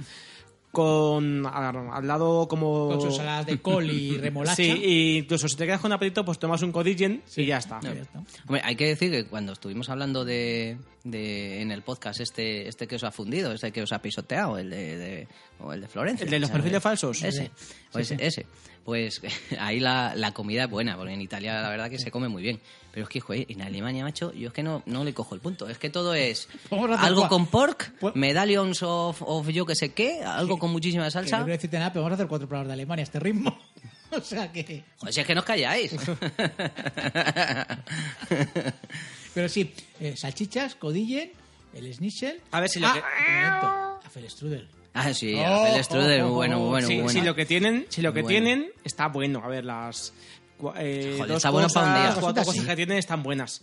Speaker 3: con al, al lado como
Speaker 1: Con sus saladas de col y remolacha.
Speaker 3: Oh. sí y incluso si te quedas con apetito pues tomas un codigen y ya está
Speaker 1: Ya está.
Speaker 2: Hombre, hay que decir que cuando estuvimos hablando de, de- en el podcast este este que os ha fundido, este que os ha pisoteado, el de, de- o el de Florencia.
Speaker 3: ¿El de los
Speaker 2: ¿sabes?
Speaker 3: perfiles falsos?
Speaker 2: Ese,
Speaker 3: Sí,
Speaker 2: pues, ese. Pues ahí la, la comida es buena, porque en Italia la verdad que se come muy bien. Pero es que, joder, en Alemania, macho, yo es que no, no le cojo el punto. Es que todo es
Speaker 1: Vamos a hacer
Speaker 2: algo
Speaker 1: cua-
Speaker 2: con pork,
Speaker 1: Pues-
Speaker 2: medallions of, of yo que sé qué, algo con muchísima
Speaker 1: Que No
Speaker 2: salsa.
Speaker 1: quiero decirte nada, pero vamos a hacer cuatro palabras de Alemania a este ritmo. o sea que...
Speaker 2: Joder, si es que no os calláis.
Speaker 1: Pero sí, eh, salchichas, codillen, el schnitzel...
Speaker 3: a ver si lo
Speaker 1: Ah,
Speaker 3: que
Speaker 1: un momento, a Felstrudel.
Speaker 2: ah, sí,
Speaker 1: Oh,
Speaker 2: el strudel,
Speaker 1: oh, oh,
Speaker 2: muy bueno, muy
Speaker 1: oh,
Speaker 2: bueno,
Speaker 3: si,
Speaker 2: muy bueno.
Speaker 3: si lo que tienen si lo que
Speaker 2: Bueno.
Speaker 3: tienen está bueno a ver las cua- eh,
Speaker 2: Joder,
Speaker 3: dos
Speaker 2: está bueno
Speaker 3: cosas,
Speaker 2: pa' un día.
Speaker 3: cuatro
Speaker 1: Cositas,
Speaker 3: cosas
Speaker 1: sí.
Speaker 3: que tienen están buenas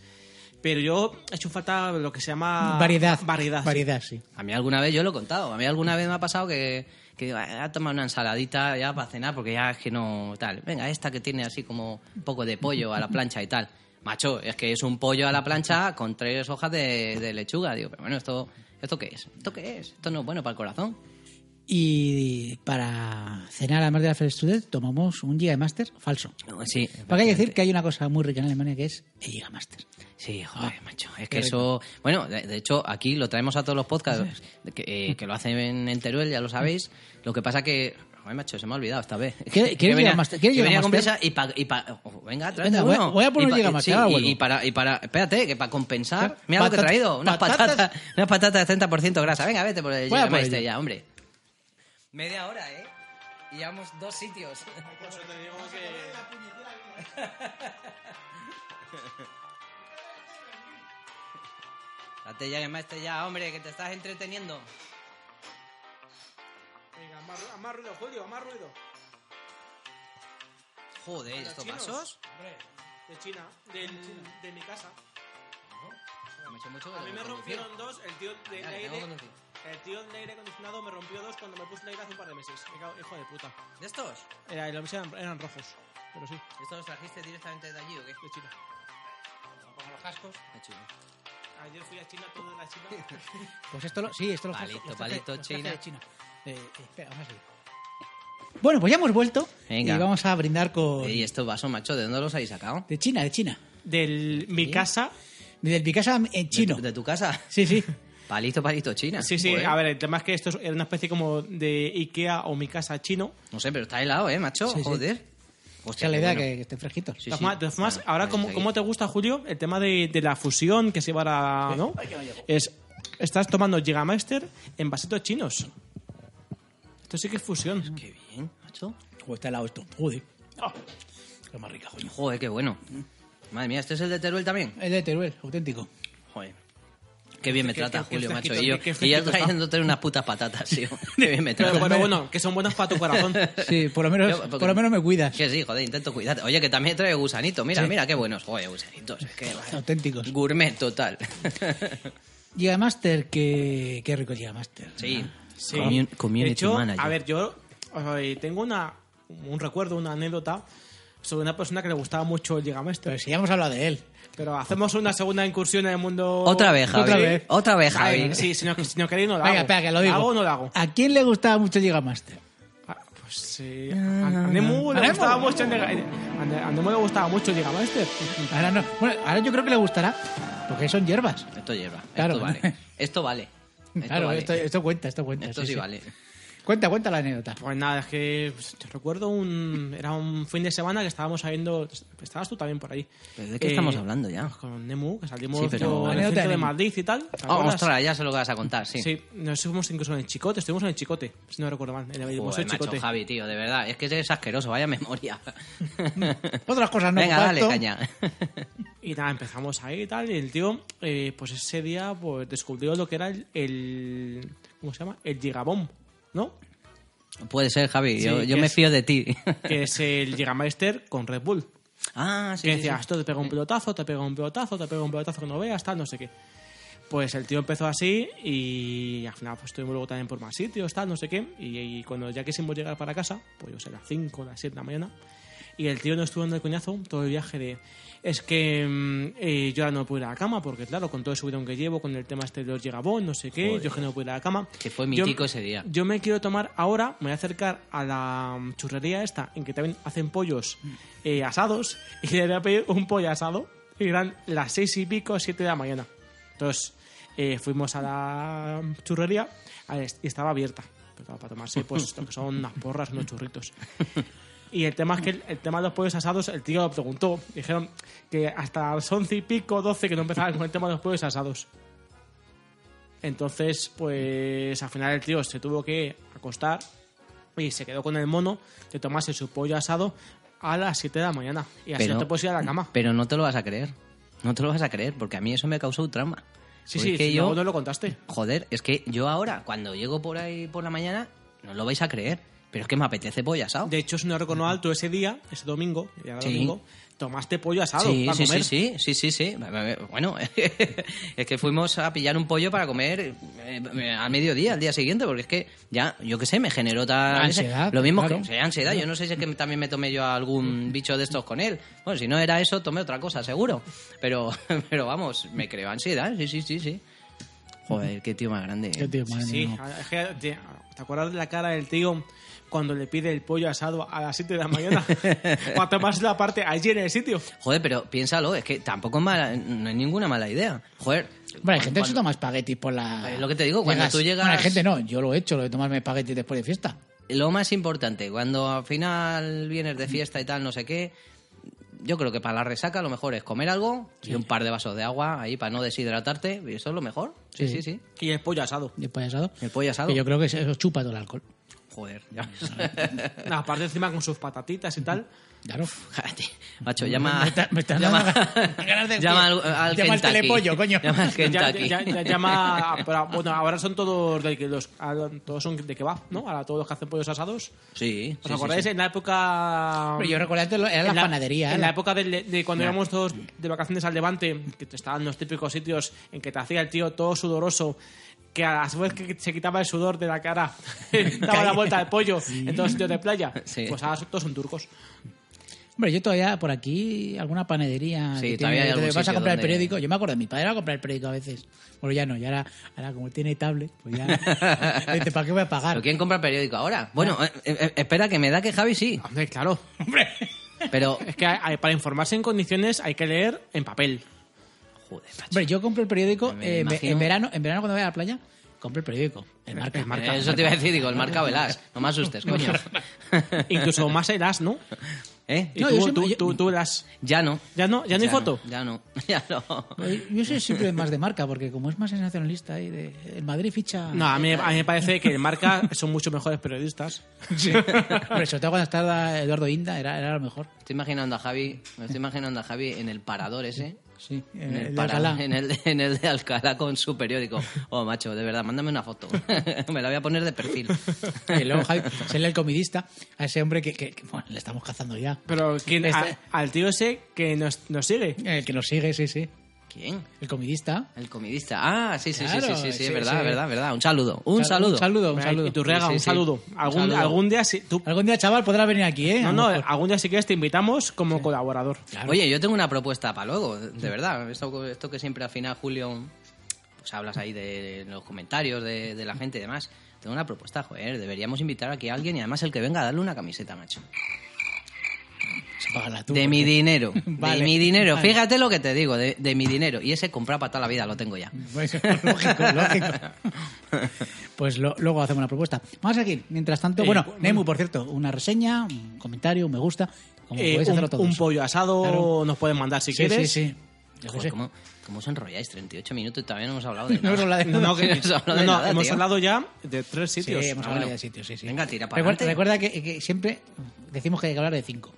Speaker 3: pero yo he hecho falta lo que se
Speaker 2: Ah,
Speaker 3: llama
Speaker 1: variedad.
Speaker 3: variedad sí.
Speaker 1: Variedad, sí.
Speaker 2: A mí alguna vez, yo lo he contado, a mí alguna vez me ha pasado que, que digo, "Ah, voy a tomar una ensaladita ya para cenar porque ya es que no tal. Venga, esta que tiene así como un poco de pollo a la plancha y tal. Macho, es que es un pollo a la plancha con tres hojas de, de lechuga. Digo, pero bueno, ¿esto, ¿esto qué es? ¿Esto qué es? Esto no es bueno para el corazón.
Speaker 1: Y para cenar, además de la Festudez, tomamos un Giga Master falso.
Speaker 2: No, sí.
Speaker 1: Porque hay que decir que hay una cosa muy rica en Alemania que es el Giga Master.
Speaker 2: Sí, joder,
Speaker 1: Ah,
Speaker 2: macho. Es que eso. Bueno, de, de hecho, aquí lo traemos a todos los podcasts que, eh, que lo hacen en, en Teruel, ya lo sabéis. Lo que pasa que. Joder, macho, se me ha olvidado esta vez.
Speaker 1: ¿Quieres
Speaker 2: Que venía-
Speaker 1: llegar más-
Speaker 2: que
Speaker 1: quieres llegar
Speaker 2: venía con
Speaker 1: más
Speaker 2: prisa y para. Y pa- oh, venga, tráete
Speaker 1: Venga, voy-
Speaker 2: uno.
Speaker 1: voy a poner
Speaker 2: Y pa-
Speaker 1: llega más,
Speaker 2: sí,
Speaker 1: ahora
Speaker 2: y-
Speaker 1: vuelvo.
Speaker 2: y, para, y para. Espérate, que para compensar. Mira lo que he
Speaker 1: Patata-
Speaker 2: traído. Unas
Speaker 1: patatas.
Speaker 2: patatas, unas patatas de 30% grasa. Venga, vete por
Speaker 1: Voy a
Speaker 2: el
Speaker 1: por
Speaker 2: Jägermeister
Speaker 1: ello.
Speaker 2: ya, hombre. Media hora, ¿eh? Y llevamos dos sitios. Date ya, Master, ya, hombre, que te estás entreteniendo.
Speaker 3: Venga, más, ru- más ruido, Julio, más ruido.
Speaker 2: Joder, ¿estos
Speaker 3: chinos.
Speaker 2: vasos?
Speaker 3: De China, de, de mi casa.
Speaker 2: Me he hecho mucho de
Speaker 3: A mí me
Speaker 2: conducir.
Speaker 3: rompieron dos, el tío de
Speaker 2: Venga, que tengo
Speaker 3: aire.
Speaker 2: que conducir.
Speaker 3: El tío del aire acondicionado me rompió dos cuando me puse el aire hace un par de meses. Me cago, hijo de puta.
Speaker 2: ¿De estos?
Speaker 3: Era, los míos eran, eran rojos, pero sí,
Speaker 2: ¿Estos los trajiste directamente de allí o qué?
Speaker 3: de China.
Speaker 2: Pongo los cascos. Qué chulo.
Speaker 3: Ayer fui a China, todo era China.
Speaker 1: Pues esto lo, sí, esto lo
Speaker 2: Palito,
Speaker 1: los traje-
Speaker 2: palito,
Speaker 1: los traje
Speaker 2: China.
Speaker 1: de China. Eh, eh, espera, vamos a seguir. Bueno, pues ya hemos vuelto
Speaker 2: Venga.
Speaker 1: y vamos a brindar con
Speaker 2: ¿Y estos vasos, macho, de dónde los habéis sacado?
Speaker 1: de China, de China,
Speaker 3: Del mi casa.
Speaker 1: del Picasa en chino.
Speaker 2: ¿De, tu- de tu casa?
Speaker 1: Sí, sí.
Speaker 2: Palito, palito, China.
Speaker 3: Sí, sí,
Speaker 2: Joder.
Speaker 3: a ver, el tema es que esto es una especie como de Ikea o mi casa chino.
Speaker 2: No sé, pero está helado, ¿eh, macho?
Speaker 1: Sí, sí.
Speaker 2: Joder.
Speaker 1: O sea, la idea que, que estén fresquitos.
Speaker 2: Sí,
Speaker 3: De forma- de formas,
Speaker 2: Bueno,
Speaker 3: ahora,
Speaker 2: bueno,
Speaker 3: ¿cómo,
Speaker 2: está
Speaker 3: cómo
Speaker 2: aquí.
Speaker 3: te gusta, Julio, el tema de, de la fusión que se va a... ¿no? Es, estás tomando Jägermeister en vasitos chinos. Esto sí que es fusión.
Speaker 2: Qué bien, macho.
Speaker 1: Joder, está helado esto. Joder. Ah, lo más rica, coño.
Speaker 2: Joder, qué bueno. Madre mía, ¿este es el de Teruel también?
Speaker 1: El de Teruel, auténtico.
Speaker 2: Joder. Qué bien me
Speaker 3: Qué-
Speaker 2: trata
Speaker 3: qué- qué
Speaker 2: Julio, macho.
Speaker 3: fresquito,
Speaker 2: Y yo,
Speaker 3: qué- qué
Speaker 2: y yo
Speaker 3: fresquito está.
Speaker 2: trayéndote unas putas patatas, tío. Qué bien me
Speaker 3: Pero
Speaker 2: trata.
Speaker 3: bueno, bueno, que son buenas para tu corazón.
Speaker 1: Sí, por lo menos,
Speaker 2: Yo, porque-
Speaker 1: por lo menos me cuidas.
Speaker 2: Que sí, joder, intento cuidarte. Oye, que también trae gusanito. Mira, mira, qué buenos. Joder, gusanitos. Es que...
Speaker 1: Auténticos.
Speaker 2: Gourmet total.
Speaker 1: Giga Master, que qué rico el Giga Master.
Speaker 2: sí.
Speaker 3: Sí.
Speaker 2: Commun-
Speaker 3: de
Speaker 2: community
Speaker 3: hecho,
Speaker 2: manager.
Speaker 3: a ver, yo eh, tengo una, un recuerdo, una anécdota sobre una persona que le gustaba mucho el Jägermeister.
Speaker 1: Pero si ya hemos hablado de él.
Speaker 3: Pero hacemos una segunda incursión en el mundo...
Speaker 2: Otra vez, Javi.
Speaker 1: Otra vez.
Speaker 2: Otra vez,
Speaker 3: Ay,
Speaker 2: Javi.
Speaker 3: Sí, si no, si no queréis no lo
Speaker 1: Venga,
Speaker 3: hago.
Speaker 1: espera, que lo digo.
Speaker 3: ¿La hago o no lo
Speaker 2: Ah.
Speaker 3: hago?
Speaker 1: ¿A quién le gustaba mucho el Giga Master?
Speaker 3: Ah, Pues sí. A a Nemu le
Speaker 1: ¿A Nemu?
Speaker 3: gustaba mucho el Lega- a Ne- a Nemu le gustaba mucho el Jägermeister.
Speaker 1: Ahora no. Bueno, ahora yo creo que le gustará, porque son hierbas.
Speaker 2: Esto lleva.
Speaker 1: Claro.
Speaker 2: Esto vale. Esto vale. Esto
Speaker 1: claro,
Speaker 2: vale.
Speaker 1: esto, esto cuenta, esto cuenta.
Speaker 2: Esto sí, vale.
Speaker 1: Cuenta, cuenta la anécdota.
Speaker 3: Pues nada, es que pues, yo recuerdo un era un fin de semana que estábamos saliendo, estabas tú también por ahí.
Speaker 2: ¿Pero de qué estamos hablando ya?
Speaker 3: pues Con Nemu, que salimos
Speaker 2: Sí, pero-
Speaker 3: yo en el
Speaker 1: Anécdota
Speaker 3: centro
Speaker 1: de
Speaker 3: de
Speaker 1: Nemu.
Speaker 3: Madrid y tal. ¿te
Speaker 2: Oh,
Speaker 3: acuerdas?
Speaker 2: ostras, ya sé lo que vas a contar, sí.
Speaker 3: Sí, nos fuimos incluso en el Chicote, estuvimos en el Chicote, si no recuerdo mal, en el
Speaker 2: Joder,
Speaker 3: museo
Speaker 2: macho,
Speaker 3: pues Chicote.
Speaker 2: Javi, tío, de verdad. Es que es asqueroso, vaya memoria.
Speaker 1: Otras cosas no.
Speaker 2: Venga, dale,
Speaker 1: tanto.
Speaker 2: caña.
Speaker 3: Y nada, empezamos ahí y tal. Y el tío, eh, pues ese día, pues descubrió lo que era el. el- ¿Cómo se llama? El Gigabomb, ¿no?
Speaker 2: Puede ser, Javi. yo
Speaker 3: Sí,
Speaker 2: yo
Speaker 3: que
Speaker 2: me
Speaker 3: es-
Speaker 2: fío de ti.
Speaker 3: Que es el Gigameister con Red Bull.
Speaker 2: ah, sí.
Speaker 3: que
Speaker 2: sí,
Speaker 3: decía,
Speaker 2: sí.
Speaker 3: esto te pega un pelotazo, te pega un pelotazo, te pega un pelotazo que no veas, tal, no sé qué. Pues el tío empezó así y al final pues estuvimos luego también por más sitios, tal, no sé qué. Y, y cuando ya quisimos llegar para casa, pues yo sé, las 5, las 7 de la mañana, y el tío no estuvo en el coñazo todo el viaje de... Es que mm, eh, yo ahora no puedo ir a la cama porque, claro, con todo el subidón que llevo, con el tema este de los llegabón, no sé qué, yo es que no puedo ir a la cama.
Speaker 2: Que fue
Speaker 3: Yo-
Speaker 2: mítico ese día.
Speaker 3: yo me quiero tomar ahora, me voy a acercar a la mm, churrería esta, en que también hacen pollos
Speaker 2: Mm.
Speaker 3: eh, asados, y le voy a pedir un pollo asado, y eran las seis y pico, siete de la mañana. Entonces, eh, fuimos a la mm, churrería a ver, y estaba abierta, pero para tomarse pues lo que son unas porras, unos churritos. Y el tema es que el, el tema de los pollos asados, el tío lo preguntó. Dijeron que hasta las once y pico, doce, que no empezaban con el tema de los pollos asados. Entonces, pues al final el tío se tuvo que acostar y se quedó con el mono de tomarse su pollo asado a las 7 de la mañana. Y así
Speaker 2: Pero-
Speaker 3: no te puedes ir a la cama.
Speaker 2: Pero no te lo vas a creer. No te lo vas a creer, porque a mí eso me causó un trauma. Porque
Speaker 3: Sí, sí,
Speaker 2: es que
Speaker 3: si
Speaker 2: yo
Speaker 3: no, no lo contaste.
Speaker 2: Joder, es que yo ahora, cuando llego por ahí por la mañana, no lo vais a creer, pero es que me apetece pollo asado.
Speaker 3: De hecho, si no recuerdo mal, tú ese día, ese domingo, ya era
Speaker 2: Sí.
Speaker 3: domingo, tomaste pollo asado
Speaker 2: Sí,
Speaker 3: para
Speaker 2: sí,
Speaker 3: comer.
Speaker 2: sí, sí, sí, sí, sí. Bueno, es que fuimos a pillar un pollo para comer eh, al mediodía, al día siguiente, porque es que ya, yo qué sé, me generó tal...
Speaker 1: Ansiedad,
Speaker 2: Lo mismo
Speaker 1: claro.
Speaker 2: que sí, ansiedad. Yo no sé si es que también me tomé yo algún bicho de estos con él. Bueno, si no era eso, tomé otra cosa, seguro. Pero, pero vamos, me creó ansiedad, sí, sí, sí, sí. Joder, qué tío más grande.
Speaker 1: Qué tío, madre
Speaker 3: Sí, Ah,
Speaker 1: mía.
Speaker 3: es que, te, ¿te acuerdas de la cara del tío cuando le pide el pollo asado a las 7 de la mañana para tomarse la parte allí en el sitio?
Speaker 2: Joder, pero piénsalo, es que tampoco es mala, no es ninguna mala idea. Joder.
Speaker 1: Bueno, hay gente que se
Speaker 2: cuando-
Speaker 1: toma espaguetis por la...
Speaker 2: Es lo que te digo, cuando tú llegas-
Speaker 1: Bueno, hay gente no, yo lo he hecho, lo de tomarme espaguetis después de fiesta.
Speaker 2: Lo más importante, cuando al final vienes de fiesta y tal, no sé qué, yo creo que para la resaca lo mejor es comer algo y un par de vasos de agua ahí para no deshidratarte, y eso es lo mejor. Sí,
Speaker 1: Sí.
Speaker 2: sí, sí.
Speaker 3: Y el pollo asado.
Speaker 1: Después de asado.
Speaker 2: El pollo asado.
Speaker 1: Que yo creo que eso chupa todo el alcohol.
Speaker 2: Joder, ya ves.
Speaker 3: Aparte encima con sus patatitas y tal.
Speaker 1: Claro.
Speaker 2: Cállate, Macho, llama,
Speaker 1: Me está- me está
Speaker 2: llama,
Speaker 1: dando ganas de-
Speaker 2: llama al, al
Speaker 1: Llama al
Speaker 2: Kentucky.
Speaker 1: telepollo, coño.
Speaker 2: Llama al
Speaker 3: Ya-
Speaker 2: Kentucky.
Speaker 3: ya- ya llama a- pero, bueno, ahora son todos de que los ahora todos son de kebab, ¿no? Ahora todos los que hacen pollos asados.
Speaker 2: Sí,
Speaker 3: ¿Os
Speaker 2: sí, sí,
Speaker 3: acordáis?
Speaker 2: sí.
Speaker 3: En la época
Speaker 1: Pero yo recuerdo antes lo- eran las
Speaker 3: la-
Speaker 1: panaderías.
Speaker 3: En la
Speaker 1: las-
Speaker 3: época del- de, cuando íbamos todos de vacaciones al Levante, que te estaban los típicos sitios en que te hacía el tío todo sudoroso, que a las veces que se quitaba el sudor de la cara, daba la vuelta al pollo en todos los sitios de playa.
Speaker 2: Sí.
Speaker 3: Pues ahora son- todos son turcos.
Speaker 1: Hombre, yo todavía por aquí, alguna panadería.
Speaker 2: Sí,
Speaker 1: que
Speaker 2: todavía hay
Speaker 1: tiene,
Speaker 2: algún
Speaker 1: te vas a
Speaker 2: sitio
Speaker 1: comprar
Speaker 2: donde-
Speaker 1: el periódico. Yo me acuerdo, mi padre era a comprar el periódico a veces. Bueno, ya no, ya ahora, ahora como tiene tablet, pues ya. dice, ¿para qué voy a pagar?
Speaker 2: ¿Pero quién compra el periódico ahora? Bueno,
Speaker 1: Ah.
Speaker 2: eh, eh, espera, que me da que Javi sí.
Speaker 3: Hombre, claro.
Speaker 2: Pero,
Speaker 3: Es que hay- para informarse en condiciones hay que leer en papel.
Speaker 2: joder, macho.
Speaker 1: Hombre, yo compro el periódico
Speaker 2: Me- me
Speaker 1: eh, en ve-
Speaker 2: imagino-
Speaker 1: en verano, en verano cuando voy a la playa, compro el periódico. El marca.
Speaker 2: Eh, Eso te iba a decir, digo, el marca Velas. No me asustes, coño.
Speaker 3: Incluso más el as, ¿no?
Speaker 2: ¿Eh?
Speaker 3: Y
Speaker 1: No,
Speaker 3: tú,
Speaker 1: yo siempre-
Speaker 3: tú-
Speaker 1: yo-
Speaker 3: tú- tú el as.
Speaker 2: Ya no.
Speaker 3: Ya no, ya no hay foto.
Speaker 2: Ya no, ya no.
Speaker 1: Yo soy siempre más de marca, porque como es más sensacionalista y de el Madrid ficha.
Speaker 3: No, a mí, a mí me parece que el marca son mucho mejores periodistas.
Speaker 1: Hombre, sobre todo cuando estaba Eduardo Inda, era, era lo mejor.
Speaker 2: Estoy imaginando a Javi, me estoy imaginando a Javi en el parador ese.
Speaker 1: Sí,
Speaker 2: En el,
Speaker 1: de
Speaker 2: parador,
Speaker 1: Alcalá.
Speaker 2: en, el, en el de Alcalá con su periódico. Oh, macho, de verdad, mándame una foto. Me la voy a poner de perfil.
Speaker 1: Y luego Javi, serle el comidista a ese hombre que, que- que, bueno, le estamos cazando ya.
Speaker 3: Pero ¿quién-
Speaker 1: Este-
Speaker 3: a- al tío ese que nos, nos sigue.
Speaker 1: El que nos sigue, sí, sí.
Speaker 2: ¿Quién?
Speaker 1: El comidista.
Speaker 2: El comidista. Ah, sí, sí, sí,
Speaker 1: Claro,
Speaker 2: sí, sí, sí,
Speaker 1: sí,
Speaker 2: es verdad,
Speaker 1: sí.
Speaker 2: es verdad, es verdad. Un saludo, un
Speaker 1: Claro,
Speaker 2: saludo.
Speaker 1: Un saludo, un
Speaker 3: Y
Speaker 1: saludo.
Speaker 3: tu rega,
Speaker 2: Sí, sí,
Speaker 3: un
Speaker 2: sí.
Speaker 3: saludo. Algún,
Speaker 2: Un saludo.
Speaker 3: algún día si tú-
Speaker 1: Algún día, chaval, podrá venir aquí, ¿eh? A
Speaker 3: No,
Speaker 1: lo
Speaker 3: no,
Speaker 1: mejor.
Speaker 3: algún día si quieres te invitamos como colaborador.
Speaker 1: Claro.
Speaker 2: Oye, yo tengo una propuesta para luego, de de verdad. Esto, esto que siempre al final, Julio, pues hablas ahí de los comentarios de, de la gente y demás. Tengo una propuesta, joder. Deberíamos invitar aquí a alguien y además el que venga a darle una camiseta, macho.
Speaker 1: Págala tú,
Speaker 2: de mi
Speaker 1: porque-
Speaker 2: dinero.
Speaker 1: Vale.
Speaker 2: De mi dinero.
Speaker 1: Vale.
Speaker 2: Fíjate lo que te digo, de, de mi dinero. Y ese comprar para toda la vida, lo tengo ya.
Speaker 1: Pues, lógico, lógico. Pues lo- luego hacemos una propuesta. Vamos aquí, mientras tanto.
Speaker 3: Eh,
Speaker 1: bueno,
Speaker 3: bueno.
Speaker 1: Nemu, por cierto, una reseña, un comentario, un me gusta. Como
Speaker 3: Eh,
Speaker 1: podéis hacerlo
Speaker 3: un,
Speaker 1: todos.
Speaker 3: un pollo asado
Speaker 1: Claro.
Speaker 3: nos pueden mandar si
Speaker 1: Sí, sí,
Speaker 3: quieres.
Speaker 1: sí. Yo qué
Speaker 2: Joder,
Speaker 1: sé.
Speaker 2: ¿cómo, ¿Cómo os enrolláis? 38 minutos y todavía no hemos hablado de
Speaker 1: No
Speaker 2: nada.
Speaker 1: hemos hablado de
Speaker 3: No, no, que-
Speaker 2: No hemos hablado
Speaker 3: no,
Speaker 2: de
Speaker 3: no,
Speaker 2: nada,
Speaker 3: hemos
Speaker 2: tío.
Speaker 3: hablado ya de tres
Speaker 1: Sí,
Speaker 3: sitios.
Speaker 1: hemos
Speaker 2: Ah,
Speaker 1: hablado
Speaker 2: bueno.
Speaker 1: de sitios, sí, sí.
Speaker 2: Venga, tira para
Speaker 1: Recuerda,
Speaker 2: adelante.
Speaker 1: recuerda que, que siempre decimos que hay que hablar de cinco.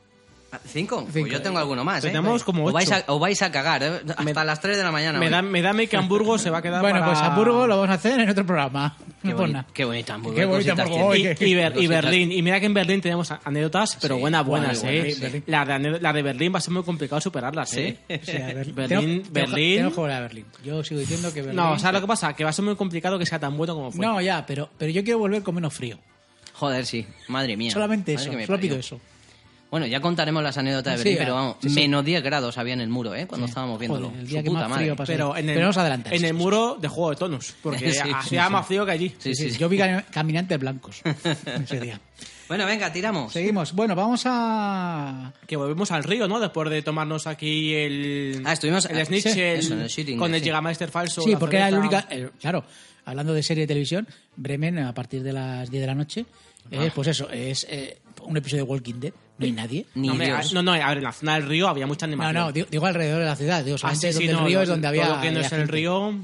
Speaker 2: Ah, ¿Cinco? Pues
Speaker 1: Cinco.
Speaker 2: yo tengo alguno más, ¿eh?
Speaker 3: Tenemos como
Speaker 2: Os vais, a,
Speaker 3: ocho.
Speaker 2: os vais a cagar, ¿eh? Hasta las 3 de la mañana.
Speaker 3: me,
Speaker 2: hoy.
Speaker 3: da, me dame que Hamburgo se va a quedar
Speaker 1: Bueno,
Speaker 3: para-
Speaker 1: pues Hamburgo lo vamos a hacer en otro programa.
Speaker 2: Qué,
Speaker 1: No por
Speaker 2: boni-
Speaker 1: nada.
Speaker 2: qué bonito Hamburgo.
Speaker 1: Qué
Speaker 2: qué
Speaker 1: bonito
Speaker 2: cositas
Speaker 1: Hamburgo,
Speaker 2: tiene.
Speaker 3: Y,
Speaker 1: oye,
Speaker 3: y Ber- y
Speaker 2: Cositas.
Speaker 3: Berlín. Y mira que en Berlín tenemos a- anécdotas, pero
Speaker 2: Sí,
Speaker 3: buenas, buenas,
Speaker 2: buenas,
Speaker 3: ¿eh?
Speaker 2: buenas, sí.
Speaker 3: La, de, ane- la de Berlín va a ser muy complicado superarlas, ¿eh?
Speaker 1: O sea, Berlín.
Speaker 3: Berlín-
Speaker 1: Tengo-
Speaker 3: Berlín.
Speaker 1: Tengo que volver a Berlín. Yo sigo diciendo que Berlín.
Speaker 3: No, o sea, lo que pasa que va a ser muy complicado que sea tan bueno como fue.
Speaker 1: No, ya, pero, pero yo quiero volver con menos frío.
Speaker 2: Joder, sí. Madre mía.
Speaker 1: Solamente
Speaker 2: Madre
Speaker 1: eso,
Speaker 2: que me
Speaker 1: solo
Speaker 2: parió.
Speaker 1: pido eso.
Speaker 2: Bueno, ya contaremos las anécdotas
Speaker 1: Sí,
Speaker 2: de Berlín,
Speaker 1: ya.
Speaker 2: pero vamos,
Speaker 1: Sí, sí.
Speaker 2: menos 10 grados había en el muro, ¿eh? Cuando estábamos viéndolo.
Speaker 1: Joder, el día
Speaker 2: Su
Speaker 1: que
Speaker 2: puta
Speaker 1: más
Speaker 2: madre.
Speaker 1: frío pasó.
Speaker 3: Pero en el,
Speaker 1: Pero vamos adelante.
Speaker 3: en el muro de Juego de Tonos, porque
Speaker 2: Sí, sí,
Speaker 3: hacía
Speaker 2: sí,
Speaker 3: más frío que allí.
Speaker 2: Sí, sí, sí.
Speaker 1: Yo vi cami- caminantes blancos ese día.
Speaker 2: Bueno, venga, tiramos.
Speaker 1: Seguimos. Bueno, vamos a.
Speaker 3: Que volvemos al río, ¿no? Después de tomarnos aquí el...
Speaker 2: Ah, estuvimos- ah,
Speaker 3: El snitch,
Speaker 1: sí,
Speaker 3: el-
Speaker 2: eso, en el shooting,
Speaker 3: con el
Speaker 2: sí.
Speaker 3: Jägermeister falso.
Speaker 1: Sí,
Speaker 3: la
Speaker 1: porque era el único.
Speaker 3: cerveza.
Speaker 1: claro, hablando de serie de televisión, Bremen a partir de las 10 de la noche,
Speaker 3: Ah.
Speaker 1: eh, pues eso, es eh, un episodio de Walking Dead, no hay nadie.
Speaker 2: Ni
Speaker 3: no, hombre,
Speaker 2: Dios.
Speaker 3: a- no, no, a ver, en la zona del río había mucha
Speaker 1: No,
Speaker 3: animación.
Speaker 1: no, digo, digo alrededor de la ciudad, digo,
Speaker 3: Ah,
Speaker 1: solamente
Speaker 3: sí, sí,
Speaker 1: donde
Speaker 3: no,
Speaker 1: el río
Speaker 3: lo-
Speaker 1: es donde
Speaker 3: todo
Speaker 1: había.
Speaker 3: lo que no
Speaker 1: había
Speaker 3: es el
Speaker 1: gente.
Speaker 3: río...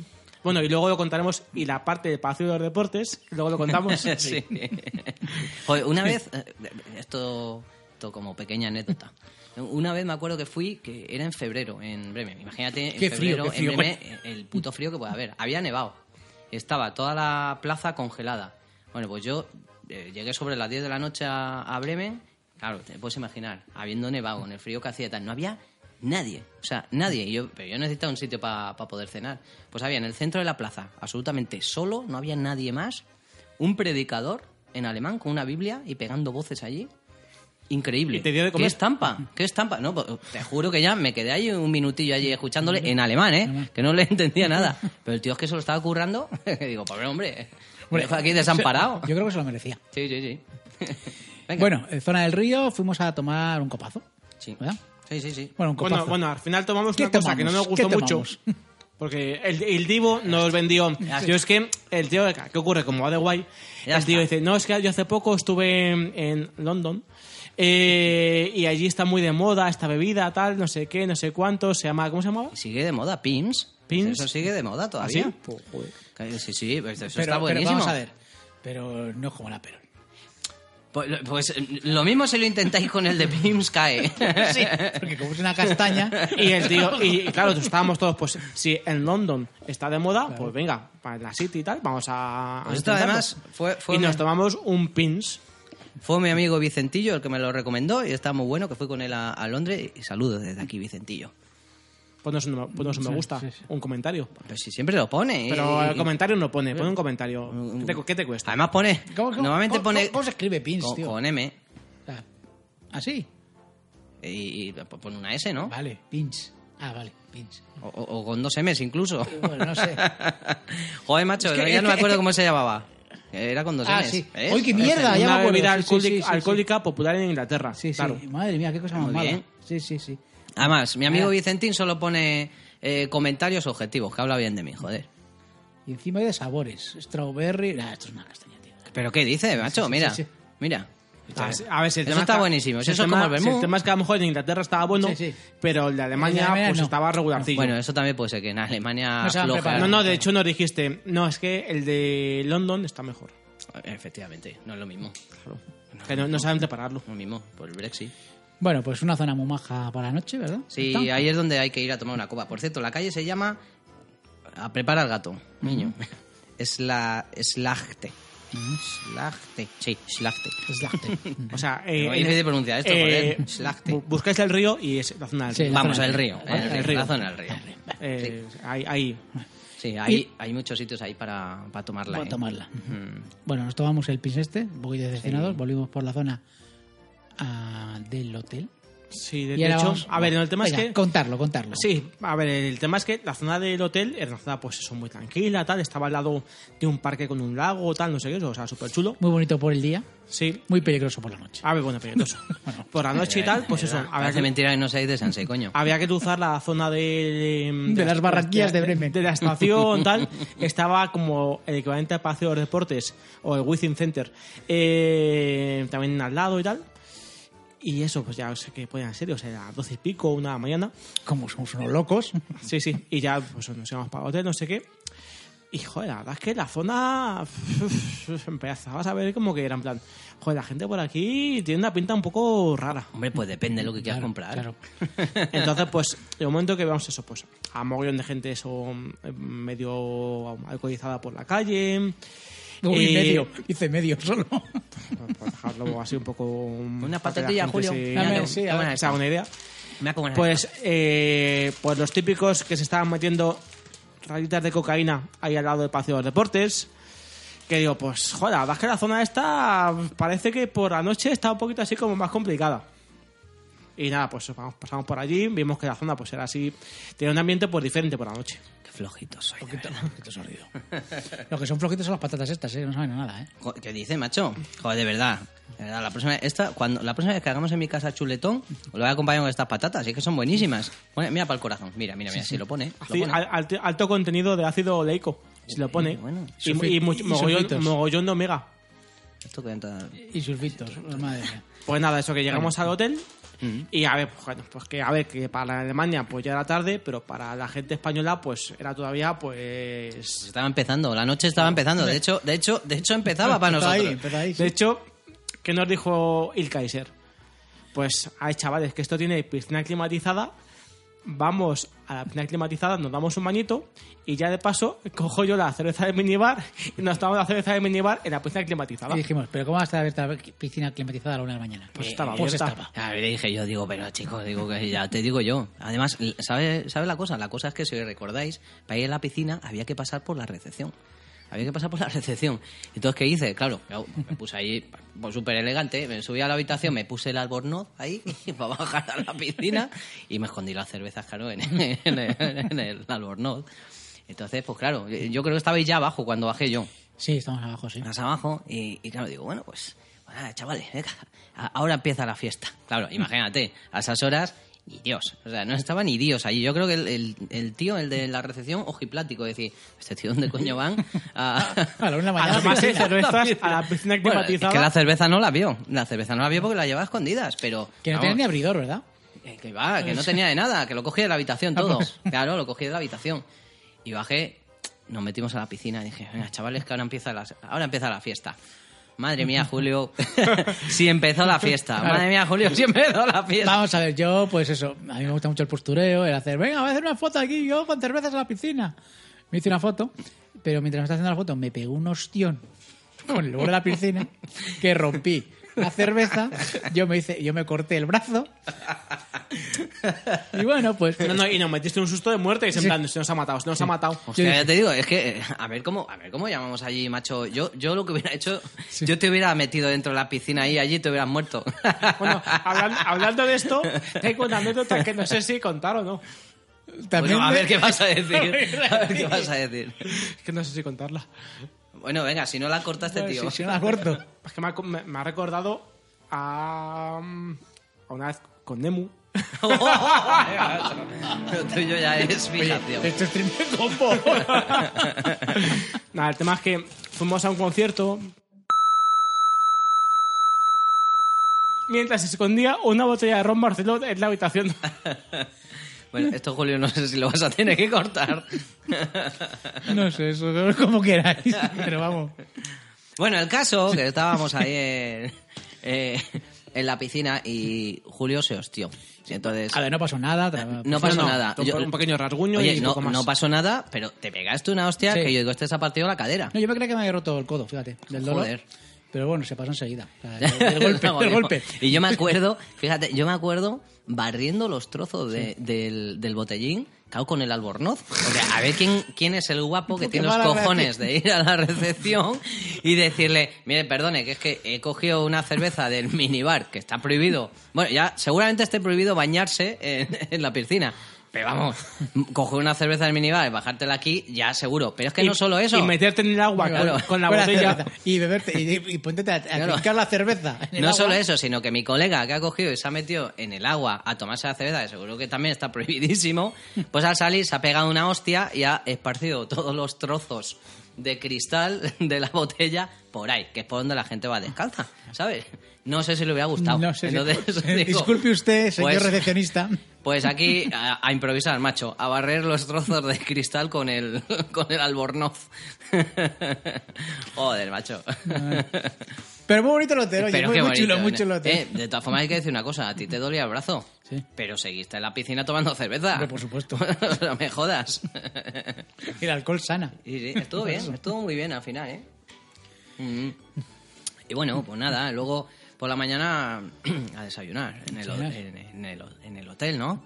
Speaker 3: Bueno, y luego lo contaremos... Y la parte del Palacio de los Deportes, luego lo contamos.
Speaker 2: Sí. Joder, una vez, eh, esto, esto como pequeña anécdota. Una vez me acuerdo que fui, que era en febrero, en Bremen. Imagínate, en
Speaker 1: Qué frío,
Speaker 2: febrero,
Speaker 1: qué frío.
Speaker 2: en Bremen, el puto frío que puede haber. Había nevado. Estaba toda la plaza congelada. Bueno, pues yo eh, llegué sobre las 10 de la noche a, a Bremen. Claro, te puedes imaginar, habiendo nevado, con el frío que hacía y tal, no había nadie. O sea, nadie. Y yo, pero yo necesitaba un sitio para poder cenar. Pues había en el centro de la plaza, absolutamente solo, no había nadie más un predicador en alemán con una Biblia y pegando voces allí. Increíble.
Speaker 3: ¿Y te dio de comer?
Speaker 2: ¿Qué estampa? ¿Qué estampa? No, pues, te juro que ya me quedé ahí un minutillo allí escuchándole en alemán, ¿eh? Que no le entendía nada. Pero el tío es que se lo estaba currando. que digo, pobre hombre, me
Speaker 1: Hombre,
Speaker 2: deja aquí desamparado.
Speaker 1: Yo creo que se lo merecía.
Speaker 2: Sí, sí, sí. Ah, Venga.
Speaker 1: Bueno, en zona del río fuimos a tomar un copazo.
Speaker 2: Sí.
Speaker 1: ¿verdad?
Speaker 2: Sí, sí, sí.
Speaker 1: Bueno, un copazo.
Speaker 3: Bueno, bueno, al final tomamos
Speaker 1: ¿Qué
Speaker 3: una cosa que no nos
Speaker 1: tomamos?
Speaker 3: gustó
Speaker 1: ¿Qué
Speaker 3: mucho.
Speaker 1: tomamos?
Speaker 3: Porque el, el Divo nos vendió. Yo es que el tío, ¿qué ocurre? Como va de guay,
Speaker 2: Ya
Speaker 3: el tío
Speaker 2: está.
Speaker 3: dice: No, es que yo hace poco estuve en, en London eh, y allí está muy de moda esta bebida, tal, no sé qué, no sé cuánto. Se llama, ¿cómo se llamaba?
Speaker 2: Sigue de moda, Pims.
Speaker 3: Pims.
Speaker 2: Eso sigue de moda todavía.
Speaker 3: ¿Ah, sí?
Speaker 2: Que- Sí, sí, pues eso
Speaker 1: Pues, Pero-
Speaker 2: está buenísimo.
Speaker 1: Pero vamos a ver. Pero no es como la Perón.
Speaker 2: Pues, lo- pues, eh, lo mismo si lo intentáis con el de Pims cae.
Speaker 1: Sí, porque como es una castaña.
Speaker 3: Y el tío, y, y claro, estábamos todos, pues, si en London está de moda, pues venga, para la City y tal, vamos a.
Speaker 2: Pues esto,
Speaker 3: a intentarlo.
Speaker 2: además, fue- fue
Speaker 3: y
Speaker 2: una-
Speaker 3: nos tomamos un pins.
Speaker 2: Fue mi amigo Vicentillo el que me lo recomendó y está muy bueno, que fui con él a, a Londres y saludos desde aquí, Vicentillo.
Speaker 3: Ponnos un, ponnos un me gusta, un comentario.
Speaker 2: Pues si siempre lo pone. ¿eh?
Speaker 3: Pero
Speaker 2: Y-
Speaker 3: el comentario no pone, pone un comentario. ¿Qué te, qué te cuesta?
Speaker 2: Además pone...
Speaker 1: ¿Cómo- cómo-
Speaker 2: normalmente
Speaker 1: cómo-
Speaker 2: pone...
Speaker 1: ¿Cómo se escribe pins,
Speaker 2: con,
Speaker 1: tío?
Speaker 2: con M
Speaker 1: O sea, Así.
Speaker 2: y, y pone una S, ¿no?
Speaker 1: Vale, pins. Ah, vale, pins.
Speaker 2: O, o- o con dos M's incluso.
Speaker 1: Bueno, no sé.
Speaker 2: Joder, macho,
Speaker 1: Es que-
Speaker 2: ya
Speaker 1: es
Speaker 2: no me
Speaker 1: que-
Speaker 2: acuerdo cómo se llamaba. Era con dos
Speaker 1: Ah,
Speaker 2: M's.
Speaker 1: sí.
Speaker 2: ¿ves? Pues,
Speaker 1: Uy, qué
Speaker 2: Parece.
Speaker 1: mierda, ya me
Speaker 3: una
Speaker 1: acuerdo,
Speaker 3: bebida
Speaker 1: sí, sí,
Speaker 3: alcohólica,
Speaker 1: sí, sí, sí.
Speaker 3: alcohólica popular en Inglaterra.
Speaker 1: Sí, sí.
Speaker 3: claro.
Speaker 1: Madre mía, qué cosa más
Speaker 2: Muy
Speaker 1: mala.
Speaker 2: bien.
Speaker 1: Sí, sí, sí.
Speaker 2: Además, mi amigo
Speaker 1: Ah.
Speaker 2: Vicentín solo pone eh, comentarios objetivos, que habla bien de mí, joder.
Speaker 1: Y encima hay de sabores. Strawberry. Nah, esto es una castaña, tío.
Speaker 2: ¿Pero qué dice, macho?
Speaker 1: sí,
Speaker 2: mira,
Speaker 1: sí, sí.
Speaker 2: mira.
Speaker 3: A ver, a ver, si el
Speaker 2: Eso
Speaker 3: tema
Speaker 2: está buenísimo,
Speaker 3: si
Speaker 2: si
Speaker 3: el
Speaker 2: eso es
Speaker 3: tema-
Speaker 2: como el
Speaker 3: si
Speaker 2: vermú.
Speaker 3: el tema es que a lo mejor en Inglaterra estaba bueno,
Speaker 1: Sí, sí.
Speaker 3: pero el de Alemania,
Speaker 1: El de Alemania
Speaker 3: pues
Speaker 1: no.
Speaker 3: estaba regularcillo.
Speaker 2: Bueno, eso también puede ser que en Alemania
Speaker 1: No se van
Speaker 2: flojeara.
Speaker 1: preparando.
Speaker 3: no, no, de hecho nos dijiste, no, es que el de London está mejor.
Speaker 2: Efectivamente, no es lo mismo.
Speaker 3: Que no, no saben prepararlo.
Speaker 2: Lo mismo, por el Brexit.
Speaker 1: Bueno, pues una zona muy maja para la noche, ¿verdad?
Speaker 2: Sí,
Speaker 1: ¿Está?
Speaker 2: ahí es donde hay que ir a tomar una copa. Por cierto, la calle se llama A Prepara al Gato, niño. Es la. Slachte. Slachte. Sí, Slachte.
Speaker 1: Slachte.
Speaker 3: O sea, eh,
Speaker 2: Muy difícil pronunciar esto, joder. Schlachte.
Speaker 3: bu- buscáis el río y es la zona del
Speaker 1: Sí,
Speaker 3: río.
Speaker 1: la
Speaker 2: Vamos,
Speaker 1: zona
Speaker 2: el
Speaker 1: del
Speaker 2: río.
Speaker 3: río.
Speaker 2: El
Speaker 3: El
Speaker 2: río. La
Speaker 3: río.
Speaker 2: zona del río.
Speaker 3: Eh, ahí, ahí.
Speaker 2: Sí, hay, hay muchos sitios ahí para, para tomarla.
Speaker 1: Voy a
Speaker 2: ¿eh?
Speaker 1: tomarla.
Speaker 2: Mm.
Speaker 1: Bueno, nos tomamos el pins este, un poquito decepcionados. Volvimos por la zona ah, del hotel.
Speaker 3: Sí, de,
Speaker 1: Y ahora
Speaker 3: hecho,
Speaker 1: vamos-
Speaker 3: a ver, no, el tema
Speaker 1: Venga,
Speaker 3: es que...
Speaker 1: Contarlo, contarlo.
Speaker 3: Sí, a ver, el tema es que la zona del hotel era una zona, pues eso, muy tranquila, tal. Estaba al lado de un parque con un lago, tal, no sé qué, eso, o sea, súper chulo.
Speaker 1: Muy bonito por el día,
Speaker 3: Sí.
Speaker 1: muy peligroso por la noche.
Speaker 3: A ver, bueno, peligroso. Por la noche y tal, pues eso.
Speaker 2: Parece
Speaker 3: Había que,
Speaker 2: mentira que no seáis de Sanse, coño.
Speaker 3: había que cruzar la zona de...
Speaker 1: De las barranquillas de Bremen.
Speaker 3: De la estación, tal. Estaba como el equivalente al Palacio de los Deportes o el Within Center. eh, también al lado y tal. Y eso, pues ya sé que podían ser, o sea, a las doce y pico, una de la mañana.
Speaker 1: Como somos unos locos.
Speaker 3: Sí, sí. Y ya, pues nos íbamos para el hotel, no sé qué. Y, joder, la verdad es que la zona empezabas a ver como que era en plan, joder, la gente por aquí tiene una pinta un poco rara.
Speaker 2: Hombre, pues depende de lo que quieras comprar.
Speaker 1: Claro.
Speaker 3: Entonces, pues, de momento que veamos eso, pues, a mogollón de gente eso mm, medio alcoholizada por la calle.
Speaker 1: Uy,
Speaker 3: Eh,
Speaker 1: medio. Hice medio solo.
Speaker 3: Por dejarlo así un poco...
Speaker 2: Una
Speaker 3: para que
Speaker 2: patatilla,
Speaker 3: la gente
Speaker 2: Julio.
Speaker 3: se-
Speaker 1: Dame, sí, a ver.
Speaker 3: se haga una idea.
Speaker 2: Me ha comido una-
Speaker 3: Pues, eh, pues los típicos que se estaban metiendo rayitas de cocaína ahí al lado del Paseo de los Deportes. Que digo, pues joder, la verdad es que la zona esta parece que por la noche está un poquito así como más complicada. Y nada, pues vamos, pasamos por allí, vimos que la zona pues era así, tenía un ambiente pues diferente por la noche.
Speaker 2: Qué flojito soy. de
Speaker 1: Poquito,
Speaker 2: verdad.
Speaker 1: poquito sonido. Lo que son flojitos son las patatas estas, ¿eh? No saben a nada, ¿eh?
Speaker 2: Jo- ¿Qué dice, macho? Joder, de verdad. De verdad, la próxima, esta, cuando, la próxima vez que hagamos en mi casa chuletón, os lo voy a acompañar con estas patatas, es que son buenísimas. Pone- mira para el corazón, mira, mira, mira, si lo pone. lo
Speaker 3: Sí,
Speaker 2: pone.
Speaker 3: al- alto, alto contenido de ácido oleico, si lo pone.
Speaker 2: bueno.
Speaker 3: y
Speaker 1: Sulfi-
Speaker 3: y mucho-
Speaker 1: y
Speaker 3: mogollón,
Speaker 1: sulfitos.
Speaker 3: mogollón de omega.
Speaker 2: Esto que entra-
Speaker 1: Y sulfitos, madre mía.
Speaker 3: Pues nada, eso que llegamos al hotel y a ver, pues, bueno, pues que a ver, que para Alemania pues ya era tarde, pero para la gente española pues era todavía
Speaker 2: se
Speaker 3: pues...
Speaker 2: estaba empezando, la noche estaba empezando. De hecho, de hecho, de hecho empezaba para
Speaker 1: Empezó
Speaker 2: nosotros.
Speaker 1: ahí, empezó ahí, sí.
Speaker 3: De hecho, ¿qué nos dijo Il Kaiser? Pues, ay chavales, que esto tiene piscina climatizada, vamos a la piscina climatizada, nos damos un bañito y ya de paso cojo yo la cerveza del minibar y nos tomamos la cerveza del minibar en la piscina climatizada.
Speaker 1: Y dijimos, ¿pero cómo va a estar abierta la piscina climatizada a la una de la mañana?
Speaker 3: Pues estaba
Speaker 1: Pues
Speaker 3: abierta.
Speaker 1: estaba.
Speaker 2: A ver, dije yo, digo, pero chicos, digo que ya te digo yo. Además, ¿sabes sabe la cosa? La cosa es que si recordáis, para ir a la piscina había que pasar por la recepción. había que pasar por la recepción. Entonces, ¿qué hice? Claro, yo me puse ahí pues, súper elegante, me subí a la habitación, me puse el albornoz ahí para bajar a la piscina y me escondí las cervezas, claro, en el, en el- en el albornoz. Entonces, pues claro, yo creo que estabais ya abajo cuando bajé yo
Speaker 1: Sí, estamos abajo, sí.
Speaker 3: Ah,
Speaker 2: más abajo y, y claro, digo, bueno, pues, pues nada, chavales, venga, a- ahora empieza la fiesta. Claro, imagínate, a esas horas, ni Dios, o sea, no estaba ni Dios allí. Yo creo que el, el- el tío, el de la recepción, ojiplático, decir, este tío, ¿dónde coño van? A,
Speaker 1: A la una de la mañana.
Speaker 3: A tomarse
Speaker 1: sí, sí.
Speaker 3: cervezas a la piscina
Speaker 2: Bueno, es
Speaker 3: climatizada.
Speaker 2: que la cerveza no la vio, la cerveza no la vio porque la llevaba a escondidas, pero...
Speaker 1: Que no
Speaker 2: vamos,
Speaker 1: tenía ni abridor, ¿verdad?
Speaker 2: eh, Que va, que no tenía de nada, que lo cogí de la
Speaker 1: Ah,
Speaker 2: habitación todo.
Speaker 1: pues.
Speaker 2: Claro, lo cogí de la habitación. Y bajé, nos metimos a la piscina y dije, venga, chavales, que ahora empieza la, ahora empieza la fiesta. Madre mía, Julio, si empezó la fiesta. Madre mía, Julio, si empezó la fiesta.
Speaker 1: Vamos a ver, yo, pues eso, a mí me gusta mucho el postureo, el hacer, venga, voy a hacer una foto aquí yo con cervezas a la piscina. Me hice una foto, pero mientras me estaba haciendo la foto me pegó un ostión con el borde de la piscina que rompí la cerveza, yo me hice, yo me corté el brazo. Y bueno, pues
Speaker 3: No, no, y nos metiste un susto de muerte y es en
Speaker 1: Sí.
Speaker 3: plan, se nos ha matado, se nos ha matado.
Speaker 2: Hostia,
Speaker 1: yo
Speaker 2: ya te digo, es que eh, a ver cómo, a ver cómo llamamos allí, macho. Yo, yo lo que hubiera hecho, yo te hubiera metido dentro de la piscina ahí, allí te hubieras muerto.
Speaker 3: Bueno, hablan- hablando de esto, tengo una anécdota que no sé si contar o no.
Speaker 1: también
Speaker 2: Bueno, a
Speaker 1: me-
Speaker 2: ver qué vas a decir. A ver qué vas a decir.
Speaker 3: Es que no sé si contarla.
Speaker 2: Bueno, venga, si no la cortaste, tío.
Speaker 1: Sí, sí, no la corto.
Speaker 3: Es que me ha, me- me ha recordado a, mm, a una vez con Nemu.
Speaker 2: Lo tuyo ya es fijación.
Speaker 1: Esto es triple combo.
Speaker 3: Nada, el tema es que fuimos a un concierto. Mientras se escondía una botella de ron Barceló en la habitación.
Speaker 2: Bueno, esto, Julio, no sé si lo vas a tener que cortar.
Speaker 1: No sé, eso es como queráis, pero vamos.
Speaker 2: Bueno, el caso, que estábamos ahí en, eh, en la piscina y Julio se hostió. Y Entonces,
Speaker 1: A ver, no pasó nada. tra- pues
Speaker 2: no
Speaker 3: pues
Speaker 2: pasó nada.
Speaker 3: Un,
Speaker 2: Yo-
Speaker 3: un pequeño rasguño
Speaker 2: Oye,
Speaker 3: y
Speaker 2: no,
Speaker 3: poco más.
Speaker 2: no pasó nada, pero te pegaste una hostia
Speaker 1: Sí.
Speaker 2: que yo digo, este se ha partido la cadera.
Speaker 1: No, yo me creía que me había roto el codo, fíjate, del dolor.
Speaker 2: Joder.
Speaker 1: Pero bueno, se pasó enseguida. O sea, del golpe,
Speaker 2: No,
Speaker 1: del
Speaker 2: digo,
Speaker 1: golpe.
Speaker 2: Y yo me acuerdo, fíjate, yo me acuerdo barriendo los trozos de- del, del botellín, claro, con el albornoz. O sea, a ver quién, quién es el guapo que
Speaker 1: Qué
Speaker 2: tiene los
Speaker 1: mala
Speaker 2: cojones de ir a la recepción y decirle, mire, perdone, que es que he cogido una cerveza del minibar, que está prohibido. Bueno, ya seguramente esté prohibido bañarse en, en la piscina. Pero vamos, coger una cerveza del minibar y bajártela aquí, ya seguro. Pero es que
Speaker 3: Y-
Speaker 2: no solo eso.
Speaker 3: Y meterte en el agua con-
Speaker 2: Claro.
Speaker 3: con, la
Speaker 1: Fuera
Speaker 3: botella.
Speaker 1: cerveza. Y beberte, y, y ponerte a, a
Speaker 2: Claro.
Speaker 1: trincar la cerveza. en el
Speaker 2: No
Speaker 1: agua.
Speaker 2: solo eso, sino que mi colega que ha cogido y se ha metido en el agua a tomarse la cerveza, que seguro que también está prohibidísimo, pues al salir se ha pegado una hostia y ha esparcido todos los trozos de cristal de la botella por ahí, que es por donde la gente va descalza, ¿sabes? No sé si le hubiera gustado.
Speaker 1: No sé si-
Speaker 2: Entonces, digo,
Speaker 1: Disculpe usted, señor
Speaker 2: pues-
Speaker 1: recepcionista.
Speaker 2: Pues aquí a, a improvisar, macho, a barrer los trozos de cristal con el, con el albornoz. Joder, macho.
Speaker 1: Pero muy bonito el hotel, oye.
Speaker 2: Pero
Speaker 1: muy,
Speaker 2: qué
Speaker 1: muy
Speaker 2: bonito,
Speaker 1: chulo, muy
Speaker 2: ¿no?
Speaker 1: chulo el hotel.
Speaker 2: Eh, de todas formas, hay que decir una cosa: a ti te dolía el brazo.
Speaker 1: Sí.
Speaker 2: Pero seguiste en la piscina tomando cerveza.
Speaker 1: Hombre, por supuesto.
Speaker 2: no me jodas.
Speaker 1: El alcohol sana.
Speaker 2: Y sí, estuvo bien, estuvo muy bien al final, ¿eh? Mm. Y bueno, pues nada, luego por la mañana a desayunar en el, ho-
Speaker 1: Desayunar.
Speaker 2: en- en el ho- en el hotel, ¿no?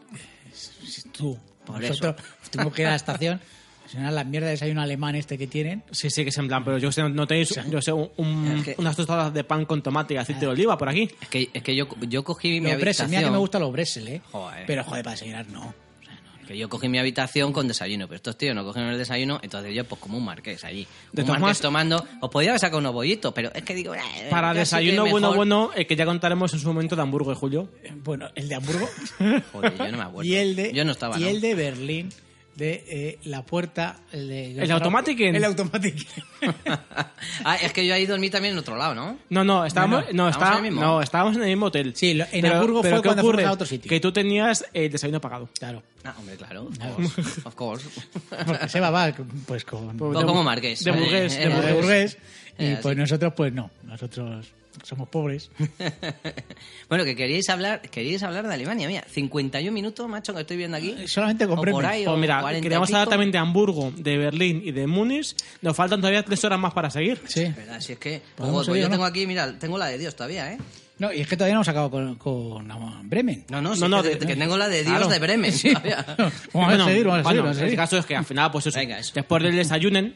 Speaker 1: Sí, Tú,
Speaker 2: Por
Speaker 1: nosotros tuvimos que ir a la estación. Es una de las mierdas de desayuno alemán este que tienen.
Speaker 3: Sí, sí, que es en plan, pero yo sé, no tenéis yo sé, un- un-
Speaker 2: Es que-
Speaker 3: unas tostadas de pan con tomate y
Speaker 1: Eh.
Speaker 3: aceite de oliva por aquí.
Speaker 2: Es que, es que yo, yo cogí mi
Speaker 1: Los Bresel,
Speaker 2: habitación.
Speaker 1: mira que me gustan los Bresel, ¿eh?
Speaker 2: Joder.
Speaker 1: Pero joder, para desayunar no.
Speaker 2: Que yo cogí mi habitación con desayuno, pero estos tíos no cogieron el desayuno, entonces yo, pues como un marqués allí.
Speaker 3: De
Speaker 2: un
Speaker 3: todas
Speaker 2: marqués
Speaker 3: formas-
Speaker 2: tomando. Os podía haber sacado unos bollitos, pero es que digo. eh,
Speaker 3: Para
Speaker 2: casi
Speaker 3: desayuno
Speaker 2: que
Speaker 3: bueno,
Speaker 2: mejor.
Speaker 3: bueno, eh, que ya contaremos en su momento de Hamburgo, ¿eh, Julio.
Speaker 1: Bueno, el de Hamburgo.
Speaker 2: Joder, yo no me acuerdo.
Speaker 1: Y el de,
Speaker 2: Ah, Yo no estaba.
Speaker 1: y
Speaker 2: ¿no?
Speaker 1: el de Berlín, de eh, la puerta. El, de,
Speaker 3: ¿El Automatiken?
Speaker 1: El Automatic.
Speaker 2: ah, es que yo ahí dormí también en otro lado, ¿no?
Speaker 3: No, no, estábamos,
Speaker 2: No,
Speaker 3: no,
Speaker 2: no,
Speaker 3: está-
Speaker 2: ¿estábamos en el mismo?
Speaker 3: no, estábamos en el mismo hotel.
Speaker 1: Sí, lo- en Hamburgo fue
Speaker 3: ¿qué
Speaker 1: cuando fuimos
Speaker 3: ocurre?
Speaker 1: a otro sitio.
Speaker 3: Que tú tenías el desayuno pagado.
Speaker 1: claro.
Speaker 2: Ah, hombre, claro. Of course. Of course.
Speaker 1: Porque Seba va pues con
Speaker 3: Pues
Speaker 2: Todo
Speaker 3: de-
Speaker 2: como marqués.
Speaker 3: de burgués,
Speaker 2: Eh,
Speaker 3: de
Speaker 2: eh,
Speaker 1: de burgués. Y
Speaker 2: Eh,
Speaker 1: pues
Speaker 2: sí.
Speaker 1: nosotros, pues no. Nosotros somos pobres.
Speaker 2: Bueno, que queríais hablar, queríais hablar de Alemania, mira, 51 minutos, macho, que estoy viendo aquí.
Speaker 1: Solamente compré.
Speaker 2: O por ahí,
Speaker 3: Pues
Speaker 2: o
Speaker 3: mira,
Speaker 2: 40 y
Speaker 3: queríamos hablar
Speaker 2: pico.
Speaker 3: también de Hamburgo, de Berlín y de Múnich. Nos faltan todavía tres horas más para seguir.
Speaker 1: Sí.
Speaker 2: ¿Verdad? Si es que.
Speaker 1: Podemos
Speaker 2: Ojo,
Speaker 1: seguir,
Speaker 2: yo
Speaker 1: ¿no?
Speaker 2: tengo aquí, mira, tengo la de Dios todavía, ¿eh?
Speaker 1: No, y es que todavía no hemos acabado con, con Bremen.
Speaker 2: No, no, sí,
Speaker 3: No, no,
Speaker 2: que,
Speaker 3: de-
Speaker 2: que tengo la de Dios
Speaker 3: Claro.
Speaker 2: de Bremen. todavía.
Speaker 1: Vamos a seguir, vamos a seguir,
Speaker 3: bueno,
Speaker 1: vamos a seguir.
Speaker 3: El caso es que al final, pues eso,
Speaker 2: Venga, eso.
Speaker 3: después del desayunen,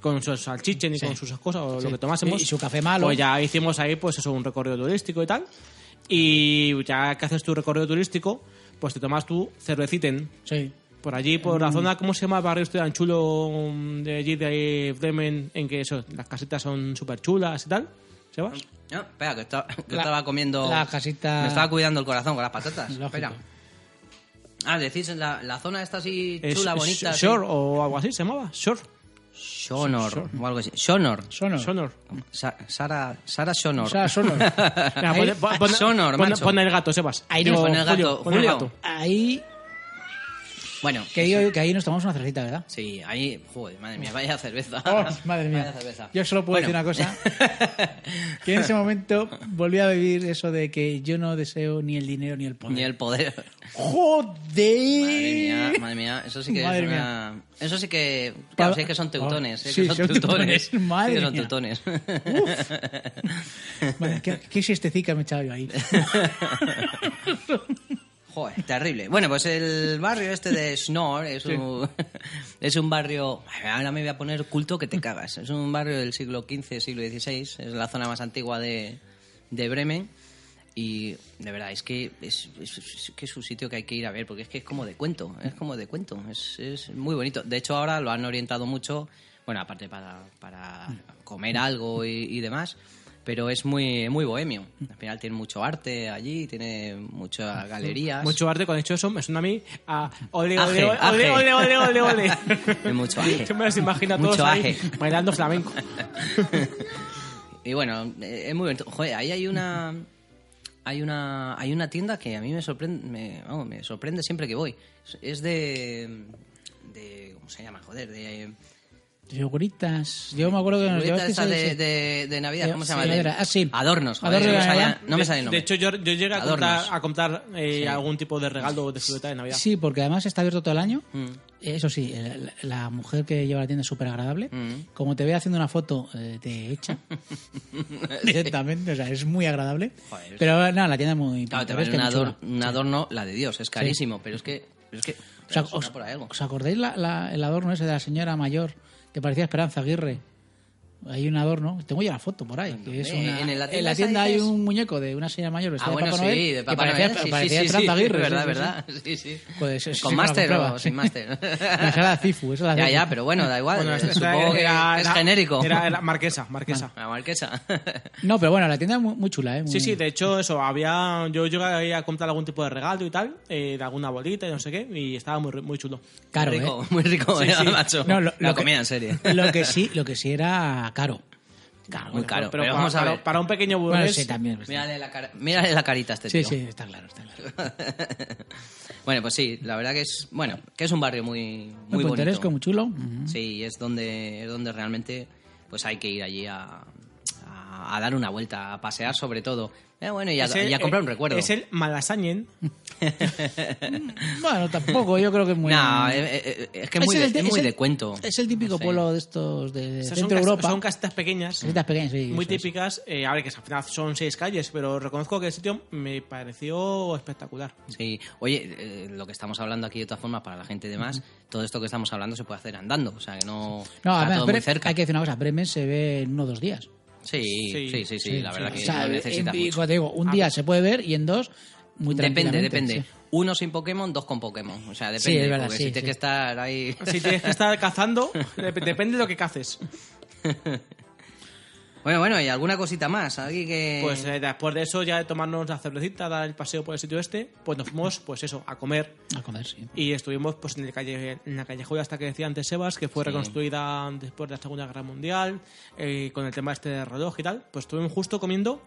Speaker 3: con sus salchichen y
Speaker 1: Sí.
Speaker 3: con sus cosas o
Speaker 1: Sí.
Speaker 3: lo que tomásemos.
Speaker 1: Y su café malo.
Speaker 3: Pues ya hicimos ahí pues eso, un recorrido turístico y tal. Y ya que haces tu recorrido turístico, pues te tomas tu cerveciten.
Speaker 1: Sí.
Speaker 3: Por allí, por
Speaker 1: Mm.
Speaker 3: la zona, ¿cómo se llama el barrio este tan chulo mm, de allí, de ahí, Bremen, en que eso, las casitas son súper chulas y tal? ¿Se va?
Speaker 2: No, espera, que estaba, que
Speaker 1: La-
Speaker 2: estaba comiendo.
Speaker 1: la casita-
Speaker 2: Me estaba cuidando el corazón con las patatas.
Speaker 1: Lógico.
Speaker 2: Espera. Ah, decís la, la zona esta así
Speaker 3: Es-
Speaker 2: chula,
Speaker 3: es
Speaker 2: bonita. así.
Speaker 3: Shore o algo así se llamaba. Shore.
Speaker 2: Shonor, o algo así. Shonor.
Speaker 1: Sonor.
Speaker 3: Shonor.
Speaker 2: Sa- Sara, Sara Shonor.
Speaker 1: O sea, Sonor.
Speaker 3: Mira,
Speaker 1: Ahí-
Speaker 3: pone- pon- pon-
Speaker 2: Shonor,
Speaker 3: pon-
Speaker 2: Ah, macho.
Speaker 3: pon el gato, Sebas.
Speaker 1: Ahí
Speaker 3: Digo,
Speaker 1: no.
Speaker 2: Pon el gato,
Speaker 3: pon el
Speaker 2: Julio.
Speaker 3: gato.
Speaker 1: Ahí,
Speaker 2: Bueno,
Speaker 1: que digo que ahí nos tomamos una cervecita, ¿verdad?
Speaker 2: sí, ahí. Joder, madre mía, vaya cerveza.
Speaker 1: Oh, madre mía.
Speaker 2: Vaya cerveza.
Speaker 1: Yo solo puedo
Speaker 2: Bueno.
Speaker 1: decir una cosa. Que en ese momento volví a vivir eso de que yo no deseo ni el dinero ni el poder.
Speaker 2: Ni el poder.
Speaker 1: ¡Joder!
Speaker 2: Madre mía, madre mía, eso sí que
Speaker 1: Madre
Speaker 2: es una... Eso sí que... Claro, sí que son teutones, sí, que son teutones.
Speaker 1: madre
Speaker 2: sí que son
Speaker 1: mía.
Speaker 2: teutones.
Speaker 1: Madre, ¿Qué, qué siestecica me he echado yo ahí?
Speaker 2: Joder, terrible. Bueno, pues el barrio este de Schnorr es, un, es un barrio... Ahora me voy a poner culto que te cagas. Es un barrio del siglo XV, siglo XVI. Es la zona más antigua de, de Bremen. Y de verdad, es que es, es- es que es un sitio que hay que ir a ver, porque es que es como de cuento, es como de cuento, es, es muy bonito. De hecho, ahora lo han orientado mucho, bueno, aparte para, para comer algo y, y demás, pero es muy, muy bohemio. Al final tiene mucho arte allí, tiene muchas galerías.
Speaker 3: Mucho arte con hecho eso, me suena a mí a ole, ole,
Speaker 2: Aje,
Speaker 3: ole,
Speaker 2: aje.
Speaker 3: ole, ole, ole, ole.
Speaker 2: Hay mucho aje.
Speaker 3: Yo me las imagino a todos
Speaker 2: Mucho
Speaker 3: ahí
Speaker 2: aje.
Speaker 3: bailando flamenco.
Speaker 2: Y bueno, eh, es muy bonito. Joder, ahí hay una. Hay una, hay una tienda que a mí me sorprende, me, vamos, me sorprende siempre que voy. Es de, de. ¿Cómo se llama? Joder, de.
Speaker 1: Figuritas. Yo me acuerdo que nos
Speaker 2: Figurita
Speaker 1: llevaste
Speaker 2: esta
Speaker 1: ese-
Speaker 2: de, de, de Navidad,
Speaker 1: Sí,
Speaker 2: ¿cómo se
Speaker 1: sí,
Speaker 2: llama?
Speaker 1: la
Speaker 2: De-
Speaker 1: verdad. Ah, sí.
Speaker 2: Adornos, joder,
Speaker 1: Adornos
Speaker 2: no,
Speaker 1: de
Speaker 2: me sale-
Speaker 1: Navidad.
Speaker 2: no me sale el nombre.
Speaker 3: De hecho, yo, yo llegué a
Speaker 2: Adornos.
Speaker 3: comprar, a comprar eh, algún tipo de regalo de figurita de Navidad.
Speaker 1: Sí, porque además está abierto todo el año.
Speaker 2: Mm.
Speaker 1: Eso sí, el- la, mujer que lleva la tienda es súper agradable.
Speaker 2: Mm.
Speaker 1: Como te ve haciendo una foto, eh, te echa. Directamente, o sea, es muy agradable.
Speaker 2: Joder, es-
Speaker 1: Pero nada, la tienda es muy...
Speaker 2: Claro, te
Speaker 1: pero es
Speaker 2: vale
Speaker 1: que
Speaker 2: un,
Speaker 1: muy
Speaker 2: ador-
Speaker 1: chula.
Speaker 2: un adorno, la de Dios, es carísimo, pero es que. pero es que
Speaker 1: O sea,
Speaker 2: pero suena
Speaker 1: os,
Speaker 2: por ahí algo.
Speaker 1: ¿os acordáis la- la- el adorno ese de la señora mayor que parecía Esperanza Aguirre? Hay un adorno, tengo ya la foto por ahí. que es
Speaker 2: ¿Dónde?
Speaker 1: una-
Speaker 2: ¿En
Speaker 1: en,
Speaker 2: la
Speaker 1: la
Speaker 2: tienda
Speaker 1: tienda
Speaker 2: esa
Speaker 1: hay
Speaker 2: dices?
Speaker 1: un muñeco de una señora mayor vestida
Speaker 2: Ah, bueno,
Speaker 1: de Papá
Speaker 2: sí,
Speaker 1: Noel
Speaker 2: de
Speaker 1: que
Speaker 2: Papá Noel.
Speaker 1: parecía,
Speaker 2: sí,
Speaker 1: parecía
Speaker 2: sí, sí, sí,
Speaker 1: Esperanza Aguirre.
Speaker 2: Verdad,
Speaker 1: sí, sí, sí.
Speaker 2: verdad. Sí, sí.
Speaker 1: Joder, eso- eso
Speaker 2: ¿Con
Speaker 1: me lo
Speaker 2: máster o
Speaker 1: compraba,
Speaker 2: sin
Speaker 1: sí.
Speaker 2: máster?
Speaker 1: La sala Cifu, eso es la
Speaker 2: Ya,
Speaker 1: Cifu.
Speaker 2: ya, pero bueno, da igual.
Speaker 3: Bueno,
Speaker 2: eh,
Speaker 3: esta
Speaker 2: Supongo que
Speaker 3: era-
Speaker 2: es
Speaker 3: era-
Speaker 2: genérico.
Speaker 3: Era, era marquesa, marquesa.
Speaker 2: La marquesa.
Speaker 1: No, pero bueno, la tienda es muy, muy chula, ¿eh? Muy-
Speaker 3: Sí, sí, de hecho, eso, había. Yo llegué ahí a comprar algún tipo de regalo y tal, eh, de alguna bolita y no sé qué, y estaba muy, ri- muy chulo.
Speaker 1: Caro,
Speaker 2: muy
Speaker 1: ¿eh?
Speaker 2: rico, muy rico,
Speaker 3: Sí,
Speaker 2: eh,
Speaker 3: sí.
Speaker 2: macho.
Speaker 1: No, lo-
Speaker 2: la
Speaker 1: lo que-
Speaker 2: comida en serie.
Speaker 1: Lo que sí, lo que sí era caro. Caro.
Speaker 2: Muy
Speaker 1: bueno.
Speaker 2: caro, pero,
Speaker 3: pa-
Speaker 2: vamos a
Speaker 3: para,
Speaker 2: ver.
Speaker 3: para un pequeño
Speaker 1: Bueno,
Speaker 3: burgués.
Speaker 1: sí, también.
Speaker 2: Mírale la, cara, mírale la carita a este
Speaker 1: Sí,
Speaker 2: Pues tío.
Speaker 1: sí, está claro, está claro.
Speaker 2: Bueno, pues sí, la verdad que es, bueno, que es un barrio muy, muy
Speaker 1: Muy
Speaker 2: bonito.
Speaker 1: pintoresco, muy chulo. Ujú.
Speaker 2: Sí, es donde, es donde realmente pues hay que ir allí a, a, a dar una vuelta, a pasear sobre todo. Eh, bueno, y a,
Speaker 3: Ese,
Speaker 2: y
Speaker 1: e,
Speaker 2: a comprar
Speaker 3: eh,
Speaker 2: un recuerdo.
Speaker 3: Es el Malasañen.
Speaker 1: Bueno, tampoco, yo creo que es muy...
Speaker 2: no, eh, eh, eh, es que es muy,
Speaker 1: el
Speaker 2: de,
Speaker 1: te-
Speaker 2: es muy
Speaker 1: el-
Speaker 2: de cuento.
Speaker 1: Es el típico
Speaker 2: No sé.
Speaker 1: pueblo de estos de
Speaker 3: O sea, son,
Speaker 1: Centro
Speaker 3: cas-
Speaker 1: Europa.
Speaker 3: son casitas pequeñas.
Speaker 1: casitas pequeñas, sí,
Speaker 3: muy
Speaker 1: eso es.
Speaker 3: típicas. Eh, a ver, que al final son seis calles, pero reconozco que el sitio me pareció espectacular.
Speaker 2: Sí, oye, eh, lo que estamos hablando aquí de todas formas para la gente y demás, todo esto que estamos hablando se puede hacer andando, o sea que no
Speaker 1: No,
Speaker 2: está
Speaker 1: además,
Speaker 2: todo
Speaker 1: Bre-
Speaker 2: muy cerca.
Speaker 1: hay que decir una cosa, Bremen se ve en uno o dos días.
Speaker 2: sí, sí,
Speaker 3: Sí,
Speaker 2: sí, sí, la verdad que
Speaker 1: o sea,
Speaker 2: no necesitas
Speaker 1: en-
Speaker 2: mucho.
Speaker 1: como te digo, un día se puede ver y en dos muy
Speaker 2: Depende,
Speaker 1: tranquilamente,
Speaker 2: depende.
Speaker 1: sí.
Speaker 2: Uno sin Pokémon, dos con Pokémon. O sea, depende.
Speaker 1: es verdad,
Speaker 2: porque
Speaker 1: sí,
Speaker 2: si tienes
Speaker 1: sí.
Speaker 2: que estar ahí.
Speaker 3: Si tienes que estar cazando, dep- depende de lo que caces.
Speaker 2: Bueno, bueno, y alguna cosita más. Aquí que.
Speaker 3: Pues eh, después de eso, ya de tomarnos la cervecita, dar el paseo por el sitio este, pues nos fuimos, pues eso, a comer.
Speaker 1: A comer, sí.
Speaker 3: Y estuvimos pues en, el calle, en la callejuela hasta que decía antes Sebas, que fue reconstruida después de la Segunda Guerra Mundial, eh, con el tema este del reloj y tal. Pues estuvimos justo comiendo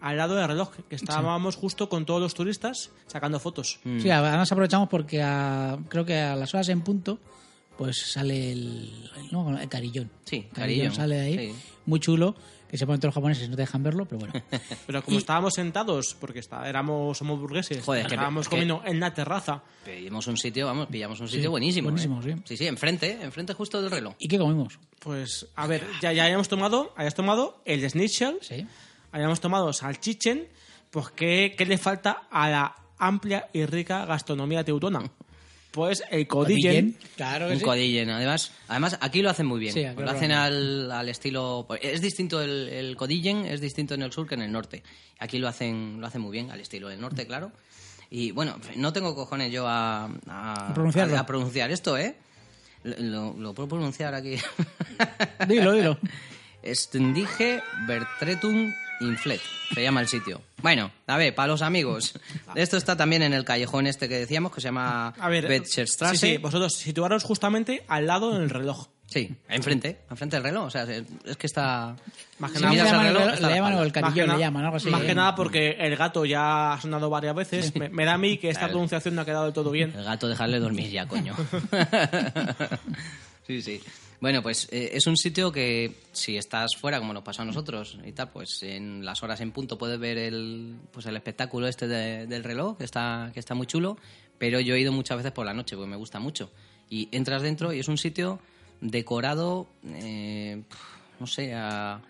Speaker 3: al lado del reloj, que estábamos justo con todos los turistas sacando fotos.
Speaker 2: Mm.
Speaker 1: Sí, además aprovechamos porque a- creo que a las horas en punto pues sale el, el- no, el carillón.
Speaker 2: Sí,
Speaker 1: carillón.
Speaker 2: carillón,
Speaker 1: sale de ahí,
Speaker 2: sí.
Speaker 1: muy chulo, que se ponen todos los japoneses y no te dejan verlo, pero bueno.
Speaker 3: Pero como estábamos sentados, porque está, éramos, somos burgueses,
Speaker 2: Joder, que-
Speaker 3: estábamos
Speaker 2: que-
Speaker 3: comiendo en la terraza.
Speaker 2: Pedimos un sitio, vamos, pillamos un sitio buenísimo.
Speaker 1: buenísimo,
Speaker 2: ¿eh?
Speaker 1: sí.
Speaker 2: Sí, sí, enfrente, enfrente justo del reloj.
Speaker 1: ¿Y qué comimos?
Speaker 3: Pues, a ver, ya, ya habíamos tomado, habías tomado el schnitzel,
Speaker 1: Sí.
Speaker 3: habíamos tomado salchichen, pues ¿qué, qué le falta a la amplia y rica gastronomía teutona? Pues el Codillen.
Speaker 1: Claro que
Speaker 2: Un
Speaker 1: sí.
Speaker 2: codillen, además, además aquí lo hacen muy bien.
Speaker 1: Sí, aquí
Speaker 2: lo
Speaker 1: lo
Speaker 2: hacen
Speaker 1: hacen.
Speaker 2: al, al estilo. pues, Es distinto el, el codillen, es distinto en el sur que en el norte. Aquí lo hacen, lo hacen muy bien, al estilo del norte, claro. Y bueno, no tengo cojones yo a, a-
Speaker 1: Pronunciarlo.
Speaker 2: a- a pronunciar esto, ¿eh? Lo, lo puedo pronunciar aquí.
Speaker 1: Dilo, dilo.
Speaker 2: Estendige Bertretum Inflet, se llama el sitio. Bueno, a ver, para los amigos. Esto está también en el callejón este que decíamos, que se llama
Speaker 3: A ver,
Speaker 2: Betcherstrasse.
Speaker 3: sí, pues sí, vosotros situaros justamente al lado del reloj.
Speaker 2: Sí, enfrente, enfrente del reloj. O sea, es que está.
Speaker 3: Más que
Speaker 2: si
Speaker 1: le
Speaker 3: nada-
Speaker 2: miras al
Speaker 1: llaman, el,
Speaker 2: reloj,
Speaker 1: reloj- le
Speaker 2: está la
Speaker 1: llaman
Speaker 2: espalda.
Speaker 1: el
Speaker 3: Más que
Speaker 1: catillo,
Speaker 3: na-
Speaker 1: le llaman, algo así.
Speaker 3: Más que
Speaker 1: ¿eh?
Speaker 3: nada porque el gato ya ha sonado varias veces. Me, me da a mí que esta pronunciación no ha quedado del todo bien.
Speaker 2: El gato, dejarle dormir ya, coño. sí, sí. Bueno, pues eh, es un sitio que si estás fuera, como nos pasó a nosotros y tal, pues en las horas en punto puedes ver el, pues el espectáculo este de- del reloj, que está, que está muy chulo, pero yo he ido muchas veces por la noche, porque me gusta mucho. Y entras dentro y es un sitio decorado, eh, no sé, a,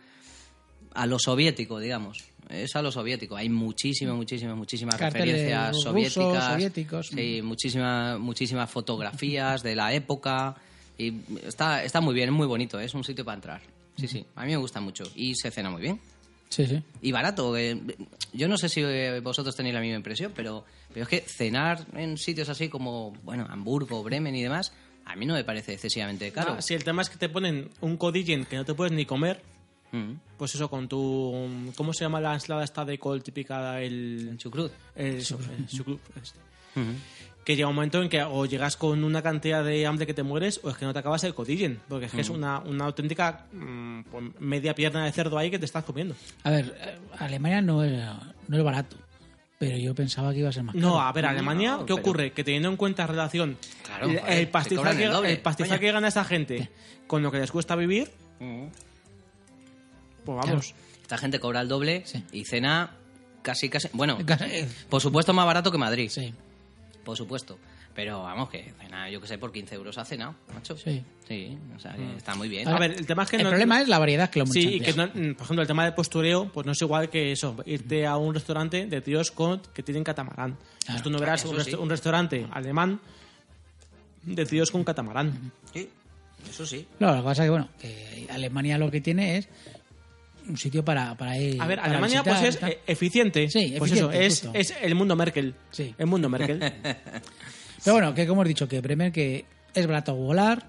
Speaker 2: a lo soviético, digamos. Es a lo soviético. Hay muchísimas, muchísimas, muchísimas
Speaker 1: Carteles
Speaker 2: referencias
Speaker 1: rusos,
Speaker 2: soviéticas.
Speaker 1: soviéticos. mm.
Speaker 2: Sí, muchísimas, muchísimas fotografías de la época. Y está, está muy bien, es muy bonito. ¿eh? Es un sitio para entrar. Sí, sí. A mí me gusta mucho. Y se cena muy bien.
Speaker 1: Sí, sí.
Speaker 2: Y barato. eh, yo no sé si eh, vosotros tenéis la misma impresión, pero, pero es que cenar en sitios así como, bueno, Hamburgo, Bremen y demás, a mí no me parece excesivamente caro.
Speaker 3: Ah, si el tema es que te ponen un codillen que no te puedes ni comer,
Speaker 2: Mm.
Speaker 3: pues eso con tu... ¿Cómo se llama la ensalada esta de col típica? El...
Speaker 2: En Chucrut.
Speaker 3: el su- el chucrut, este. Que llega un momento en que o llegas con una cantidad de hambre que te mueres o es que no te acabas el codillen, porque es que es
Speaker 2: Mm.
Speaker 3: una, una auténtica mm, pues, media pierna de cerdo ahí que te estás comiendo.
Speaker 2: Ah,
Speaker 1: A ver, eh, Alemania no era, no era barato, pero yo pensaba que iba a ser más caro.
Speaker 3: No, a ver, Alemania,
Speaker 2: Mm, No,
Speaker 3: ¿qué
Speaker 2: pero-
Speaker 3: ocurre? Que teniendo en cuenta relación
Speaker 2: Claro,
Speaker 3: el,
Speaker 2: joder,
Speaker 3: el
Speaker 2: te
Speaker 3: pastizal,
Speaker 2: cobran
Speaker 3: que,
Speaker 2: el doble,
Speaker 3: el pastizal
Speaker 2: coño.
Speaker 3: que gana esa gente con lo que les cuesta vivir,
Speaker 2: Mm.
Speaker 3: pues vamos.
Speaker 2: Esta gente cobra el doble
Speaker 1: Sí.
Speaker 2: y cena casi, casi. Bueno,
Speaker 1: Casi-
Speaker 2: por supuesto más barato que Madrid.
Speaker 1: Sí,
Speaker 2: Por supuesto. Pero vamos, que cena, yo que sé, por 15 euros ha cenado, macho.
Speaker 1: sí. Mm.
Speaker 2: Sí, o sea, que está muy bien.
Speaker 3: A ver, el tema es que
Speaker 1: el
Speaker 3: no-
Speaker 1: problema es la variedad que lo
Speaker 3: Sí,
Speaker 1: muestran,
Speaker 3: y que,
Speaker 1: tío.
Speaker 3: no- mm, por ejemplo, el tema de postureo, pues no es igual que eso, irte a un restaurante de tíos con, que tienen catamarán. Pues tú no verás
Speaker 2: Eso
Speaker 3: un, rest-
Speaker 2: sí.
Speaker 3: un restaurante alemán de tíos con catamarán.
Speaker 2: Sí, eso sí.
Speaker 1: No, lo que pasa es que, bueno, que Alemania lo que tiene es un sitio para, para ir.
Speaker 3: A ver,
Speaker 1: para
Speaker 3: Alemania
Speaker 1: visitar,
Speaker 3: pues es
Speaker 1: tal.
Speaker 3: eh, eficiente.
Speaker 1: Sí,
Speaker 3: pues
Speaker 1: eficiente,
Speaker 3: eso,
Speaker 1: justo.
Speaker 3: es, es el mundo Merkel.
Speaker 1: Sí.
Speaker 3: El mundo Merkel.
Speaker 1: Pero bueno, que como he dicho, que Bremen que es barato volar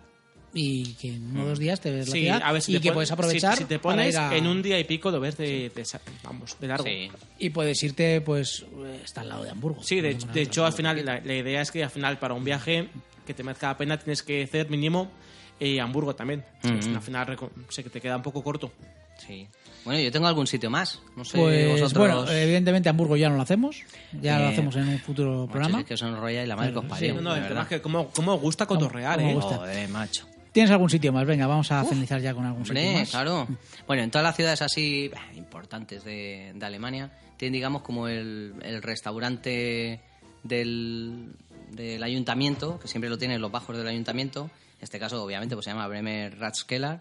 Speaker 1: y que en unos días te ves la
Speaker 3: Sí,
Speaker 1: ciudad
Speaker 3: a ver si
Speaker 1: y
Speaker 3: te
Speaker 1: que
Speaker 3: pon-
Speaker 1: puedes
Speaker 3: si-
Speaker 1: aprovechar
Speaker 3: Si, te
Speaker 1: para
Speaker 3: pones
Speaker 1: ir a-
Speaker 3: en un día y pico lo ves de, de sa- vamos, de largo.
Speaker 2: Sí.
Speaker 1: y puedes irte pues eh, está al lado de Hamburgo.
Speaker 3: Sí, de,
Speaker 1: Como
Speaker 3: de
Speaker 1: nosotros.
Speaker 3: hecho, al final, la, la idea es que al final, para un viaje que te merezca la pena, tienes que hacer mínimo eh, Hamburgo también.
Speaker 2: Mm-hmm.
Speaker 3: Es una- Al final, reco- sé que te queda un poco corto.
Speaker 2: Sí. Bueno, yo tengo algún sitio más. No sé,
Speaker 3: eh,
Speaker 1: pues
Speaker 2: vosotros.
Speaker 1: bueno, evidentemente Hamburgo ya no lo hacemos, ya lo
Speaker 2: Eh,
Speaker 1: hacemos en un futuro
Speaker 2: Macho,
Speaker 1: programa.
Speaker 2: es que son rollas y la madre que os
Speaker 1: Claro,
Speaker 2: parió,
Speaker 3: no, no,
Speaker 2: de
Speaker 3: el tema
Speaker 2: verdad.
Speaker 3: es que cómo, cómo gusta cotorrear,
Speaker 1: cómo
Speaker 3: ¿eh?
Speaker 1: gusta.
Speaker 2: Joder, macho.
Speaker 1: ¿Tienes algún sitio más? Venga, vamos a finalizar ya con algún sitio
Speaker 2: Hombre,
Speaker 1: más.
Speaker 2: claro. Bueno, en todas las ciudades así bah, importantes de, de Alemania, tienen, digamos, como el, el restaurante del, del ayuntamiento, que siempre lo tienen los bajos del ayuntamiento. En este caso, obviamente, pues se llama Bremer Ratskeller.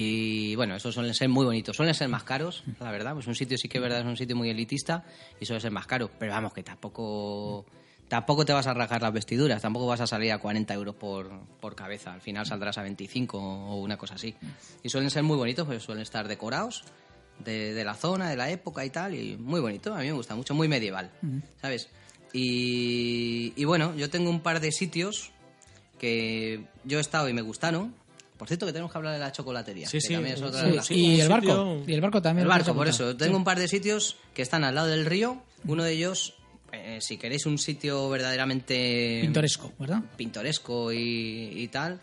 Speaker 2: Y bueno, esos suelen ser muy bonitos. Suelen ser más caros, la verdad. Pues un sitio sí que es verdad, es un sitio muy elitista y suele ser más caro. Pero vamos, que tampoco. Tampoco te vas a rajar las vestiduras, tampoco vas a salir a 40 euros por, por cabeza. Al final saldrás a 25 o una cosa así. Y suelen ser muy bonitos, pues suelen estar decorados de, de la zona, de la época y tal. Y muy bonito, a mí me gusta mucho, muy medieval, ¿sabes? Y, y bueno, yo tengo un par de sitios que yo he estado y me gustaron. Por cierto, que tenemos que hablar de la chocolatería.
Speaker 3: Sí,
Speaker 2: que
Speaker 3: sí,
Speaker 2: también es otra
Speaker 3: sí,
Speaker 2: de las
Speaker 3: sí.
Speaker 1: y
Speaker 3: un
Speaker 1: el
Speaker 3: sitio-
Speaker 1: barco, y el barco también.
Speaker 2: el
Speaker 1: lo
Speaker 2: barco,
Speaker 1: hemos
Speaker 2: por
Speaker 1: apuntado.
Speaker 2: eso. Tengo un par de sitios que están al lado del río. Uno de ellos, eh, si queréis un sitio verdaderamente
Speaker 1: Pintoresco, ¿verdad?
Speaker 2: pintoresco y, y tal,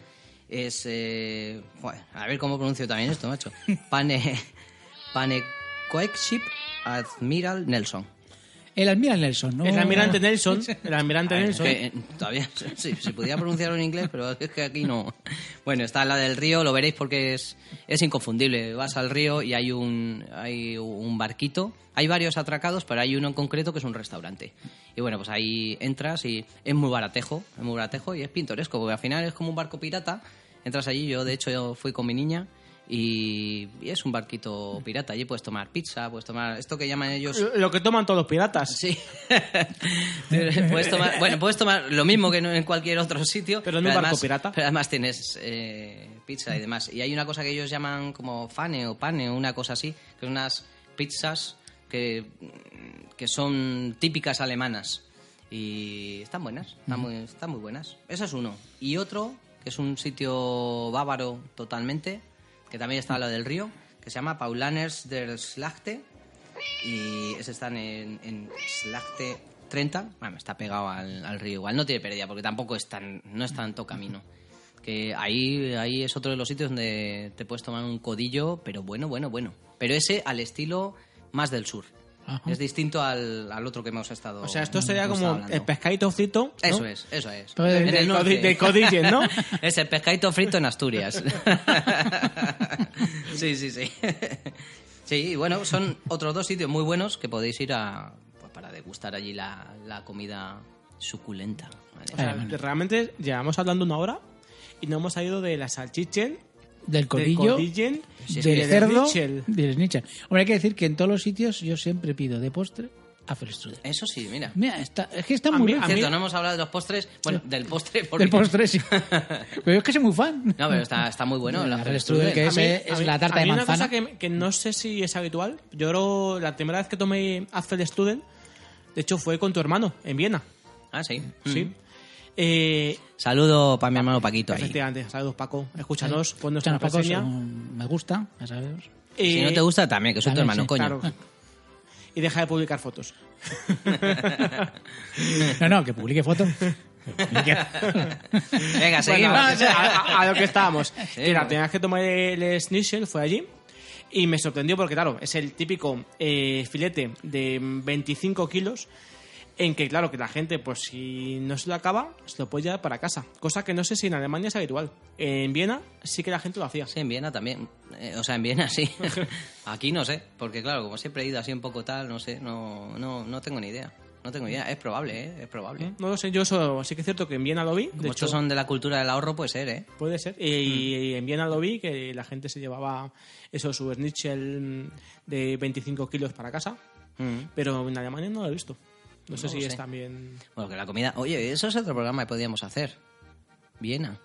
Speaker 2: es... eh, joder, a ver cómo pronuncio también esto, macho. Pane, Panecoecship Admiral Nelson.
Speaker 1: El almirante Nelson, ¿no?
Speaker 3: El almirante Nelson, el almirante
Speaker 2: A ver,
Speaker 3: Nelson,
Speaker 2: es que, eh, todavía sí, se podía pronunciarlo en inglés, pero es que aquí no. Bueno, está la del río, lo veréis porque es, es inconfundible. Vas al río y hay un, hay un barquito. Hay varios atracados, pero hay uno en concreto que es un restaurante. Y bueno, pues ahí entras y es muy baratejo, es muy baratejo y es pintoresco, porque al final es como un barco pirata. Entras allí, yo de hecho yo fui con mi niña Y, y es un barquito pirata. Allí puedes tomar pizza, puedes tomar esto que llaman ellos.
Speaker 3: Lo que toman todos los piratas.
Speaker 2: Sí. puedes tomar, bueno, puedes tomar lo mismo que en- en cualquier otro sitio.
Speaker 3: Pero en un barco
Speaker 2: además-
Speaker 3: pirata.
Speaker 2: Pero además tienes eh, pizza y demás. Y hay una cosa que ellos llaman como fane o pane, una cosa así, que son unas pizzas que, que son típicas alemanas. Y están buenas, están muy, están muy buenas. Ese es uno. Y otro, que es un sitio bávaro totalmente, que también está a lo del río, que se llama Paulaners der Schlachte. Y ese están en, en Slacte 30. Bueno, está pegado al, al río igual. No tiene pérdida porque tampoco es tan, no es tanto camino. Que ahí, ahí es otro de los sitios donde te puedes tomar un codillo, pero bueno, bueno, bueno. Pero ese al estilo más del sur.
Speaker 1: Ajá.
Speaker 2: Es distinto al, al otro que hemos estado.
Speaker 3: O sea, esto sería
Speaker 2: hemos
Speaker 3: como
Speaker 2: estado
Speaker 3: el
Speaker 2: Mm, hablando.
Speaker 3: pescadito frito. ¿no?
Speaker 2: Eso es, eso es.
Speaker 1: Pero de-
Speaker 3: de codi- de codillos, ¿no?
Speaker 2: es el pescadito frito en Asturias. sí, sí, sí. Sí, y bueno, son otros dos sitios muy buenos que podéis ir a, pues, para degustar allí la, la comida suculenta. ¿vale?
Speaker 3: O sea, realmente llevamos hablando una hora y no hemos salido de la salchichen,
Speaker 1: Del
Speaker 3: del
Speaker 1: codillo,
Speaker 3: codillen,
Speaker 2: Sí, sí,
Speaker 1: del
Speaker 3: del
Speaker 1: cerdo,
Speaker 3: schnitzel.
Speaker 1: del schnitzel. Hombre, hay que decir que en todos los sitios yo siempre pido de postre a Strudel.
Speaker 2: Eso sí, mira.
Speaker 1: Mira, está, es que está
Speaker 3: A
Speaker 1: muy
Speaker 3: mí-
Speaker 1: bien.
Speaker 3: a
Speaker 2: Cierto, no hemos hablado de los postres. Bueno, del postre. porque-
Speaker 1: Del postre, sí. Pero yo es que soy muy fan.
Speaker 2: No, pero está, está muy bueno.
Speaker 1: El
Speaker 2: la
Speaker 1: Strudel, que es,
Speaker 3: A mí-
Speaker 1: eh, es
Speaker 3: a mí-
Speaker 1: la tarta
Speaker 3: a
Speaker 1: de
Speaker 3: mí
Speaker 1: manzana.
Speaker 3: Una cosa que, que no sé si es habitual. Yo creo la primera vez que tomé Apfel Student, de hecho fue con tu hermano en Viena.
Speaker 2: Ah, sí.
Speaker 3: Sí.
Speaker 2: Mm.
Speaker 3: Eh,
Speaker 2: Saludo para mi hermano Paquito ahí.
Speaker 3: efectivamente, saludos Paco. Escúchanos, pon nuestra
Speaker 1: Escúchanos, Paco,
Speaker 3: reseña.
Speaker 1: son- me gusta, ya sabemos.
Speaker 3: Eh,
Speaker 2: Si no te gusta, también, que soy tu
Speaker 1: También,
Speaker 2: hermano,
Speaker 1: sí,
Speaker 2: coño.
Speaker 3: claro. Y deja de publicar fotos.
Speaker 1: No, no, que publique fotos.
Speaker 2: Venga,
Speaker 3: Bueno,
Speaker 2: seguimos.
Speaker 3: a, a- a lo que estábamos. Que la primera vez que tomé el schnitzel fue allí y me sorprendió porque, claro, es el típico eh, filete de 25 kilos en que, claro, que la gente, pues si no se lo acaba, se lo puede llevar para casa. Cosa que no sé si en Alemania es habitual. En Viena sí que la gente lo hacía.
Speaker 2: Sí, en Viena también. Eh, o sea, en Viena sí. Aquí no sé, porque claro, como siempre he ido así un poco tal, no sé, no, no, no tengo ni idea. No tengo ni idea. Es probable, ¿eh? Es probable.
Speaker 3: No lo sé, yo eso sí que es cierto que en Viena lo vi. Mm. De
Speaker 2: Como
Speaker 3: hecho,
Speaker 2: estos son de la cultura del ahorro, puede ser, ¿eh?
Speaker 3: Puede ser. Y, y en Viena lo vi, que la gente se llevaba eso, su schnitzel de 25 kilos para casa.
Speaker 2: Mm.
Speaker 3: Pero en Alemania no lo he visto. No sé
Speaker 2: No
Speaker 3: si
Speaker 2: lo
Speaker 3: es
Speaker 2: sé.
Speaker 3: también.
Speaker 2: Bueno, que la comida. Oye, eso es otro programa que podíamos hacer. Viena.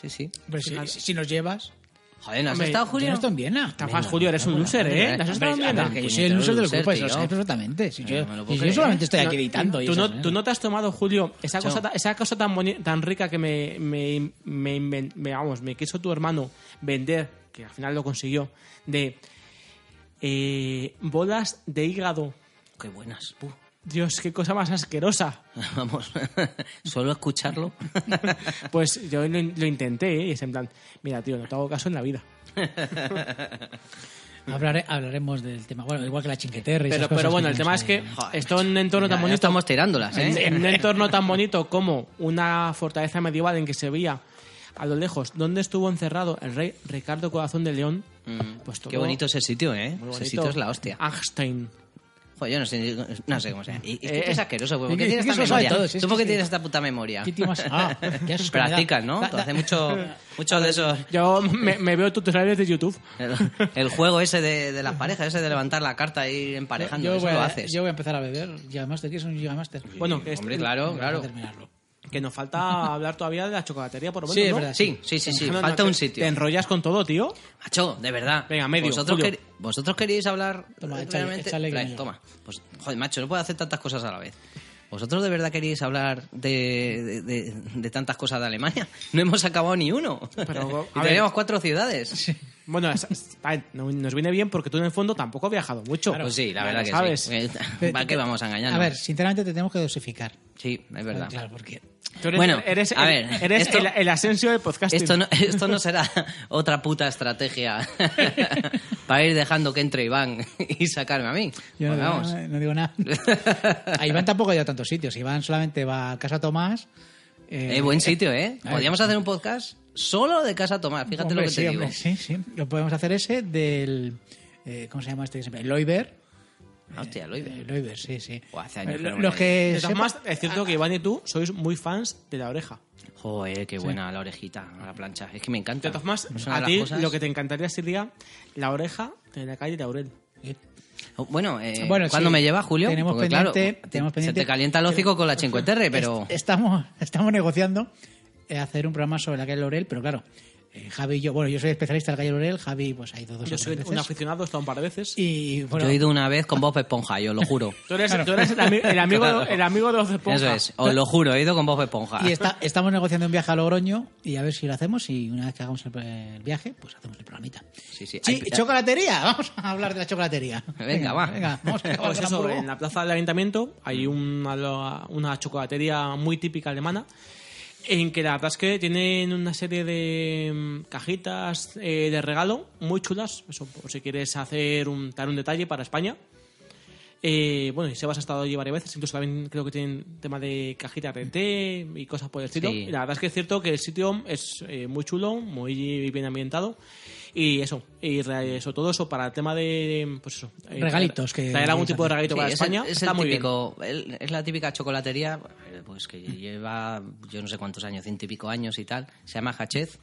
Speaker 2: Sí, sí.
Speaker 1: Pero si, si nos llevas,
Speaker 2: Joder, ¿no has
Speaker 3: Hombre,
Speaker 2: estado,
Speaker 1: yo no
Speaker 2: Julio?
Speaker 1: estoy en Viena.
Speaker 3: Está fast, Julio, eres un loser, ¿eh? ¿Las has estado en
Speaker 2: Hombre,
Speaker 3: Viena?
Speaker 2: hombre, que
Speaker 1: Yo soy
Speaker 2: yo te
Speaker 1: el
Speaker 2: lo
Speaker 1: user del
Speaker 2: sé,
Speaker 1: grupo, eso
Speaker 2: tío.
Speaker 1: lo
Speaker 3: ¿eh?
Speaker 1: sé perfectamente. Si yo,
Speaker 2: No me lo puedo
Speaker 1: si yo
Speaker 2: creer.
Speaker 1: solamente estoy aquí
Speaker 3: No,
Speaker 1: editando. y
Speaker 3: Tú,
Speaker 1: esas ¿eh?
Speaker 2: ¿eh?
Speaker 3: no,
Speaker 1: cosas.
Speaker 3: tú no te has tomado, Julio, esa
Speaker 2: Chao.
Speaker 3: cosa, ta- esa cosa tan, boni- tan rica que me, me, me inven- me- vamos, me quiso tu hermano vender, que al final lo consiguió, de eh, bolas de hígado.
Speaker 2: Qué buenas. Puh.
Speaker 3: Dios, qué cosa más asquerosa.
Speaker 2: Vamos, solo escucharlo.
Speaker 3: Pues yo lo, in- lo intenté, ¿eh? Y es en plan, mira, tío, no te hago caso en la vida.
Speaker 1: Hablare- hablaremos del tema. Bueno, igual que la chinqueterra y
Speaker 3: Pero,
Speaker 1: esas cosas
Speaker 3: pero bueno, el
Speaker 1: nos
Speaker 3: tema es que
Speaker 1: salen.
Speaker 2: Joder,
Speaker 3: esto en un entorno
Speaker 2: Ya-
Speaker 3: tan
Speaker 2: ya
Speaker 3: bonito.
Speaker 2: estamos tirándolas,
Speaker 3: En,
Speaker 2: ¿eh?
Speaker 3: en un entorno tan bonito como una fortaleza medieval en que se veía a lo lejos donde estuvo encerrado el rey Ricardo Corazón de León,
Speaker 2: Mm.
Speaker 3: pues todo
Speaker 2: Qué bonito ese sitio, ¿eh?
Speaker 3: muy
Speaker 2: Ese
Speaker 3: bonito.
Speaker 2: sitio es la hostia.
Speaker 1: Ah.
Speaker 3: Einstein.
Speaker 2: Joder, yo no sé, no sé cómo sea. Y, y
Speaker 3: Eh,
Speaker 2: es asqueroso, güey. ¿Por
Speaker 1: es
Speaker 2: qué
Speaker 1: que- es
Speaker 2: tienes
Speaker 1: que
Speaker 2: esta
Speaker 1: eso sabe
Speaker 2: memoria?
Speaker 1: todo, sí,
Speaker 2: ¿Tú
Speaker 1: es
Speaker 2: por
Speaker 1: que
Speaker 2: qué
Speaker 1: sí.
Speaker 2: tienes esta puta memoria?
Speaker 1: ¿Qué tío más? Ah, qué asco me da.
Speaker 2: Practicas, ¿no?
Speaker 1: Da-
Speaker 2: Tú
Speaker 1: da-
Speaker 2: haces mucho, mucho de esos...
Speaker 3: Yo me, me veo tutoriales de YouTube.
Speaker 2: El, el juego ese de, de las parejas, ese de levantar la carta e ir emparejando,
Speaker 1: yo,
Speaker 2: eso
Speaker 1: voy
Speaker 2: lo
Speaker 1: a,
Speaker 2: haces.
Speaker 1: yo voy a empezar a beber Gigamaster. ¿Qué es un Gigamaster?
Speaker 3: Bueno, que, es-
Speaker 2: Hombre, claro,
Speaker 1: Voy a este,
Speaker 2: claro.
Speaker 1: terminarlo.
Speaker 3: que nos falta hablar todavía de la chocolatería, por lo menos.
Speaker 1: Sí, es
Speaker 3: ¿no?
Speaker 1: verdad.
Speaker 2: Sí, sí, sí, sí.
Speaker 3: No, no,
Speaker 2: Falta
Speaker 3: te-
Speaker 2: un sitio.
Speaker 3: Te enrollas con todo, tío.
Speaker 2: Macho, de verdad.
Speaker 3: Venga, medio,
Speaker 2: Vosotros,
Speaker 3: Julio.
Speaker 2: vosotros queríais hablar.
Speaker 1: Toma,
Speaker 2: eh,
Speaker 1: échale,
Speaker 2: realmente-
Speaker 1: échale que
Speaker 2: Trae,
Speaker 1: me lo-
Speaker 2: toma. Pues, joder, macho, no puedo hacer tantas cosas a la vez. ¿Vosotros de verdad queríais hablar de, de- de- de tantas cosas de Alemania? No hemos acabado ni uno.
Speaker 3: Pero,
Speaker 2: y
Speaker 3: a
Speaker 2: tenemos cuatro ciudades.
Speaker 3: Bueno, es- está bien, no- nos viene bien porque tú en el fondo tampoco has viajado mucho.
Speaker 2: Pues sí, la
Speaker 3: Ya
Speaker 2: verdad
Speaker 3: lo
Speaker 2: que
Speaker 3: sabes.
Speaker 2: sí. Eh, ¿Para qué vamos a engañarnos?
Speaker 1: A ver, sinceramente te tenemos que dosificar.
Speaker 2: Sí, es verdad.
Speaker 1: Claro, porque...
Speaker 3: Tú eres,
Speaker 2: Bueno,
Speaker 3: eres,
Speaker 2: a
Speaker 3: el-
Speaker 2: ver,
Speaker 3: eres
Speaker 2: esto-
Speaker 3: el, el asensio del podcasting.
Speaker 2: Esto no, esto no será otra puta estrategia para ir dejando que entre Iván y sacarme a mí.
Speaker 1: Yo no,
Speaker 2: Pues
Speaker 1: digo
Speaker 2: vamos.
Speaker 1: nada, no digo nada. A Iván tampoco ha ido a tantos sitios. Iván solamente va a Casa Tomás.
Speaker 2: Eh, buen sitio, ¿eh?
Speaker 1: a ver.
Speaker 2: Podríamos hacer un podcast solo de casa Tomás, fíjate
Speaker 1: Hombre,
Speaker 2: lo que
Speaker 1: sí,
Speaker 2: te digo.
Speaker 1: hombre, sí, sí. Lo podemos hacer ese del... eh, ¿Cómo se llama este? que siempre? El Loiber.
Speaker 2: Hostia, lo
Speaker 1: Eh, Loiber, sí, sí.
Speaker 2: Buah, hace años
Speaker 1: Eh,
Speaker 2: que
Speaker 1: lo-
Speaker 2: no me
Speaker 1: los
Speaker 2: lo
Speaker 1: que
Speaker 3: De todas
Speaker 1: sepa-
Speaker 3: formas, es cierto que Iván y tú sois muy fans de la oreja.
Speaker 2: Joder, qué buena la orejita a la plancha. Es que me encanta.
Speaker 3: De todas formas,
Speaker 2: Es una de Pues
Speaker 3: a
Speaker 2: las
Speaker 3: ti
Speaker 2: cosas-
Speaker 3: lo que te encantaría sería la oreja de la calle de Aurel.
Speaker 2: Bueno, eh,
Speaker 1: Bueno,
Speaker 2: ¿cuándo
Speaker 1: sí.
Speaker 2: me llevas, Julio?
Speaker 1: Tenemos
Speaker 2: Porque,
Speaker 1: pendiente-
Speaker 2: te-
Speaker 1: tenemos
Speaker 2: Se
Speaker 1: pendiente- Este,
Speaker 2: te calienta el hocico con la 5 Terre, pero...
Speaker 1: Est- Estamos, estamos negociando eh, hacer un programa sobre la calle Lorel, pero claro, eh, Javi y yo, bueno, yo soy especialista en la calle Lorel, Javi pues ha ido dos o
Speaker 3: Yo
Speaker 1: tres
Speaker 3: soy
Speaker 1: veces.
Speaker 3: un aficionado, he estado un par de veces.
Speaker 1: Y bueno,
Speaker 2: Yo he ido una vez con Bob Esponja, yo lo juro.
Speaker 3: Tú eres, tú eres el, ami- el amigo,
Speaker 2: Claro.
Speaker 3: el amigo de los de Esponja.
Speaker 2: Eso es, os lo juro, he ido con Bob Esponja.
Speaker 1: y está- estamos negociando un viaje a Logroño y a ver si lo hacemos y una vez que hagamos el, el viaje, pues hacemos el programita.
Speaker 2: Sí, sí.
Speaker 1: Sí,
Speaker 2: Ay, pi-
Speaker 1: chocolatería, vamos a hablar de la chocolatería.
Speaker 2: Venga, va.
Speaker 1: Venga, vamos a acabar
Speaker 3: Pues
Speaker 1: con
Speaker 3: eso,
Speaker 1: Hamburgo.
Speaker 3: en la plaza del ayuntamiento hay una, lo- una chocolatería muy típica alemana en que la verdad es que tienen una serie de mm, cajitas eh, de regalo muy chulas, eso por si quieres hacer un, dar un detalle para España. Eh, bueno, y Sebas ha estado allí varias veces, incluso también creo que tienen tema de cajitas de té y cosas por el estilo.
Speaker 2: Sí.
Speaker 3: Y la verdad es que es cierto que el sitio es eh, muy chulo, muy bien ambientado. Y eso, y re- sobre todo eso para el tema de. Pues eso, eh,
Speaker 1: Regalitos que-
Speaker 3: Traer, traer algún tipo de
Speaker 2: Sí,
Speaker 3: regalito para
Speaker 2: es el-
Speaker 3: España
Speaker 2: es el
Speaker 3: está muy bien.
Speaker 2: típico- el- es la típica chocolatería, eh, pues que lleva yo no sé cuántos años, ciento y pico años y tal. Se llama Hachez.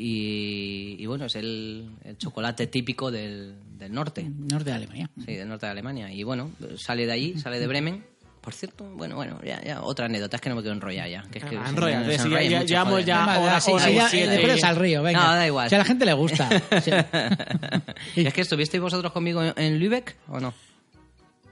Speaker 2: Y, y bueno, es el, el chocolate típico del, del norte,
Speaker 1: Norte de Alemania.
Speaker 2: sí, del norte de Alemania. Y bueno, sale de allí, sale de Bremen. Por cierto, bueno, bueno, ya, ya, otra anécdota, es que no me quiero enrollar ya. Que es que
Speaker 3: Ah,
Speaker 2: se-
Speaker 3: enrolla,
Speaker 2: se
Speaker 3: ves, si ya-
Speaker 2: enrolla
Speaker 3: ya-
Speaker 2: mucho,
Speaker 3: llevamos
Speaker 2: joder.
Speaker 3: ya
Speaker 1: Venga,
Speaker 3: hora-
Speaker 1: va, sí,
Speaker 3: hora
Speaker 1: sí,
Speaker 3: y
Speaker 1: ya,
Speaker 3: siete.
Speaker 1: le pones al río, venga.
Speaker 2: No, da igual.
Speaker 1: Si a la gente le gusta. Sí.
Speaker 2: es que estuvisteis vosotros conmigo en, en Lübeck o no?